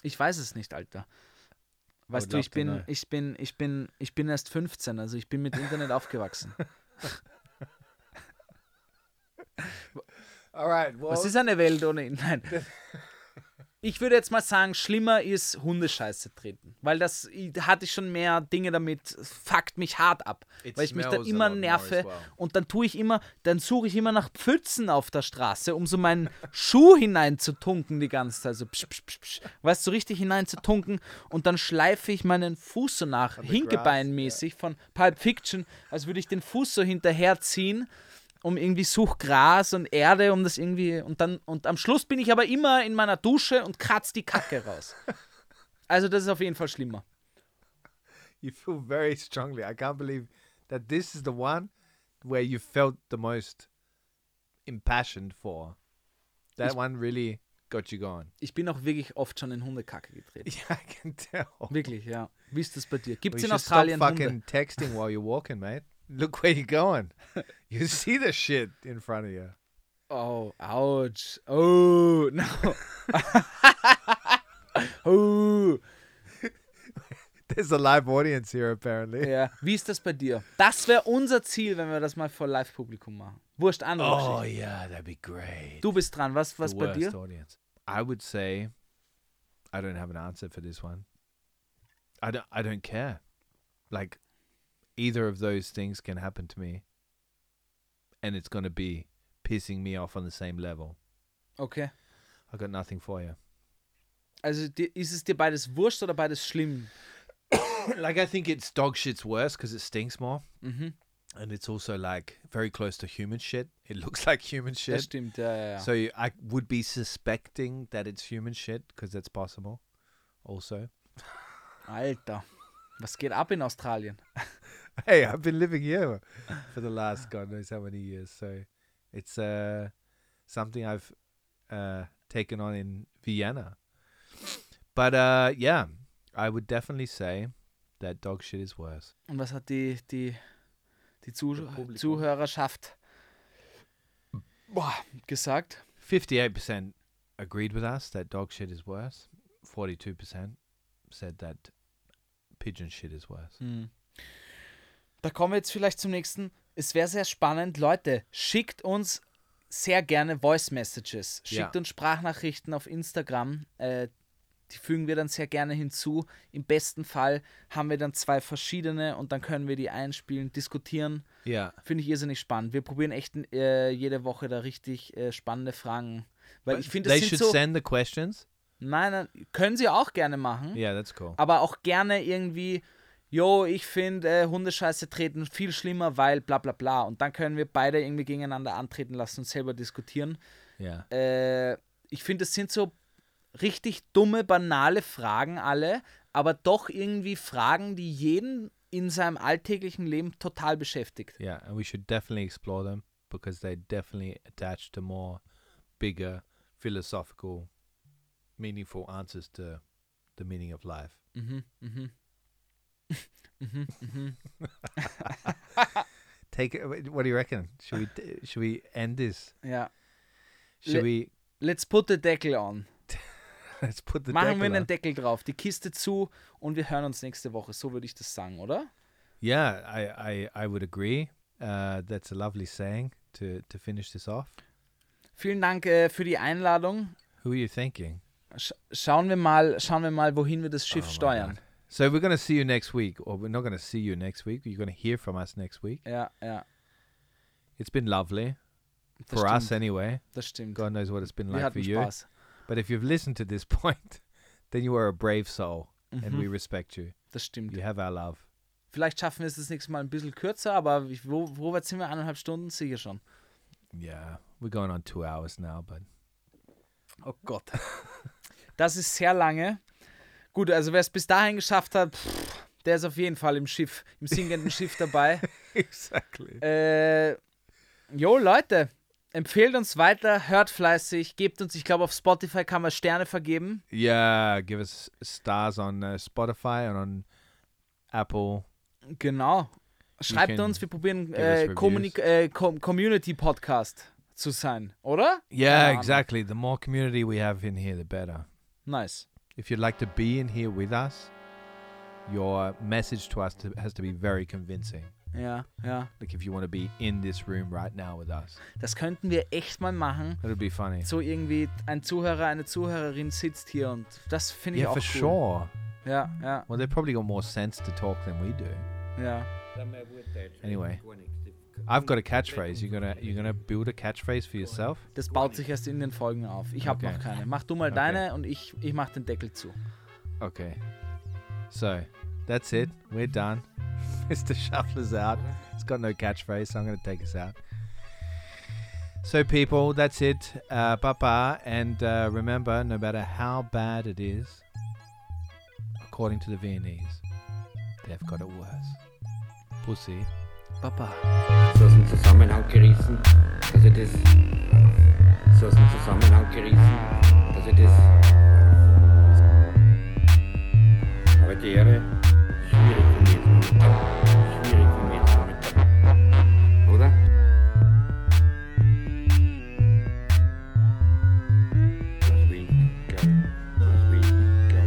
B: Ich weiß es nicht, Alter. Weißt
C: Oh,
B: du, ich
C: glaub dir
B: bin,
C: nicht.
B: ich bin, ich bin, ich bin erst 15, also ich bin mit Internet aufgewachsen.
C: All right. Well,
B: Was ist eine Welt ohne ihn? Nein. Ich würde jetzt mal sagen, schlimmer ist Hundescheiße treten. Weil das ich- hatte ich schon mehr Dinge damit, es fuckt mich hart ab.
C: It
B: weil ich mich dann
C: smells a
B: immer
C: lot more
B: nerve
C: as well.
B: und dann tue ich immer, dann suche ich immer nach Pfützen auf der Straße, um so meinen Schuh hineinzutunken die ganze Zeit. So psch, psch, psch, psch. Weißt du, so richtig hineinzutunken und dann schleife ich meinen Fuß so nach, Hinkebeinmäßig von Pulp Fiction, als würde ich den Fuß so hinterherziehen um irgendwie such Gras und Erde, um das irgendwie und dann und am Schluss bin ich aber immer in meiner Dusche und kratz die Kacke raus. Also das ist auf jeden Fall schlimmer.
C: you feel very strongly. I can't believe that this is the one where you felt the most impassioned for. That one really got you going.
B: Ich bin auch wirklich oft schon in Hundekacke getreten.
C: Yeah, I can tell.
B: Wirklich, ja. Wie ist das bei dir? Gibt
C: We
B: es in
C: should
B: Australien
C: stop
B: Hunde?
C: fucking texting while you're walking, mate. Look where you're going. You see the shit in front of you.
B: Oh, ouch. Oh, no. oh.
C: There's a live audience here, apparently.
B: Ja. Wie ist das bei dir? Das wäre unser Ziel, wenn wir das mal vor Live-Publikum machen. Wurscht an.
C: Oh yeah, that'd be great.
B: Du bist dran. Was, was
C: the
B: bei
C: worst
B: dir?
C: audience. I would say I don't have an answer for this one. I don't I don't care. Like either of those things can happen to me and it's going to be pissing me off on the same level.
B: Okay.
C: I got nothing for you.
B: Also dir, ist es dir beides wurscht oder beides schlimm?
C: like I think it's dog shit's worse cuz it stinks more. And it's also like very close to human shit. It looks like human
B: Das
C: shit.
B: stimmt, ja, ja, ja.
C: So you- I would be suspecting that it's human shit because that's possible. Also,
B: Alter, was geht ab in Australien?
C: hey, I've been living here for the last God knows how many years. So it's uh, something I've uh, taken on in Vienna. But uh, yeah, I would definitely say that dog shit is worse.
B: Und was hat die, die, die Zuh
C: Publikum.
B: Zuhörerschaft boah, gesagt?
C: 58% agreed with us that dog shit is worse. 42% said that pigeon shit is worse.
B: Da kommen wir jetzt vielleicht zum nächsten. Es wäre sehr spannend. Leute, schickt uns sehr gerne Voice Messages. Schickt
C: Ja.
B: uns Sprachnachrichten auf Instagram. Äh, die fügen wir dann sehr gerne hinzu. Im besten Fall haben wir dann zwei verschiedene und dann können wir die einspielen, diskutieren.
C: Yeah.
B: Finde ich irrsinnig spannend. Wir probieren echt äh, jede Woche da richtig äh, spannende Fragen. Weil ich finde,
C: they
B: das sind
C: should
B: so.
C: send the questions.
B: Nein, nein, können sie auch gerne machen.
C: Yeah, that's cool.
B: Aber auch gerne irgendwie, yo, ich finde äh, Hundescheiße treten viel schlimmer, weil bla bla bla. Und dann können wir beide irgendwie gegeneinander antreten lassen und selber diskutieren.
C: Yeah.
B: Äh, ich finde, das sind so richtig dumme, banale Fragen alle, aber doch irgendwie Fragen, die jeden in seinem alltäglichen Leben total beschäftigt.
C: Yeah, and we should definitely explore them because they definitely attach to more bigger philosophical meaningful answers to the meaning of life. mhm. Take it. wh- What do you reckon? Should we t- should we end this?
B: Ja. Le-
C: Should we
B: Let's put the Deckel on.
C: let's put the
B: Machen
C: decal
B: wir
C: on.
B: einen Deckel drauf, die Kiste zu und wir hören uns nächste Woche. So würde ich das sagen, oder?
C: Yeah, I, I I would agree. Uh, that's a lovely saying to to finish this off.
B: Vielen Dank äh, für die Einladung.
C: Who are you thinking?
B: Sch schauen wir mal, schauen wir mal, wohin wir das Schiff
C: Oh
B: steuern.
C: So we're gonna see you next week, or we're not gonna see you next week. You're gonna hear from us next week.
B: Ja, ja.
C: It's been lovely
B: Das
C: for us
B: stimmt.
C: anyway.
B: Das stimmt.
C: God knows what it's been
B: wir
C: like for
B: hatten
C: you.
B: Spaß.
C: But if you've listened to this point, then you are a brave soul, and we respect you.
B: Das stimmt.
C: You have our love.
B: Vielleicht schaffen wir es das nächste Mal ein bisschen kürzer, aber ich, wo, wo weit sind wir? Eineinhalb Stunden? Sicher schon.
C: Yeah, we're going on two hours now, but
B: Oh Gott. Das ist sehr lange. Gut, also wer es bis dahin geschafft hat, pff, der ist auf jeden Fall im Schiff, im sinkenden Schiff dabei.
C: exactly.
B: Äh, jo, Leute, empfehlt uns weiter, hört fleißig, gebt uns, ich glaube, auf Spotify kann man Sterne vergeben.
C: Yeah, give us stars on uh, Spotify and on Apple.
B: Genau. Schreibt
C: can
B: uns, wir probieren
C: us
B: äh,
C: reviews.
B: Kommunik- äh, Com Community Podcast zu sein, oder?
C: Yeah,
B: Ahnung.
C: exactly. The more community we have in here, the better.
B: Nice.
C: If you'd like to be in here with us, your message to us to, has to be very convincing.
B: Ja, ja.
C: Like if you want to be in this room right now with us,
B: Das könnten wir echt mal machen.
C: that'd be funny.
B: So irgendwie ein Zuhörer, eine Zuhörerin sitzt hier und das finde ich
C: yeah,
B: auch
C: for
B: cool.
C: sure.
B: Ja, ja,
C: Well, they've probably got more sense to talk than we do.
B: ja.
C: Anyway. I've got a catchphrase. You're gonna you're gonna build a catchphrase for yourself.
B: Das baut sich erst in den Folgen auf. Ich habe
C: Okay.
B: noch keine. Mach du mal
C: Okay.
B: deine und ich, ich mach den Deckel zu.
C: Okay. So that's it. We're done. Mr. Shuffler's out. He's got no catchphrase, so I'm gonna take us out. So people, that's it. Uh, bye bye, and uh, remember, no matter how bad it is, according to the Viennese, they've got it worse. Pussy.
B: Baba.
A: so aus dem Zusammenhang gerissen, dass er das so aus dem Zusammenhang gerissen, dass er das aber die Ehre schwierig von mir jetzt momentan. schwierig von mir jetzt momentan. oder? Das will ich, glaub ich. Das will ich, glaub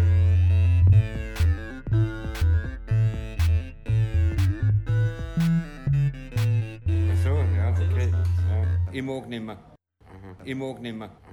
A: ich. Ach so, ja, okay. Ja. Ich mag nimmer. Ich mag nimmer.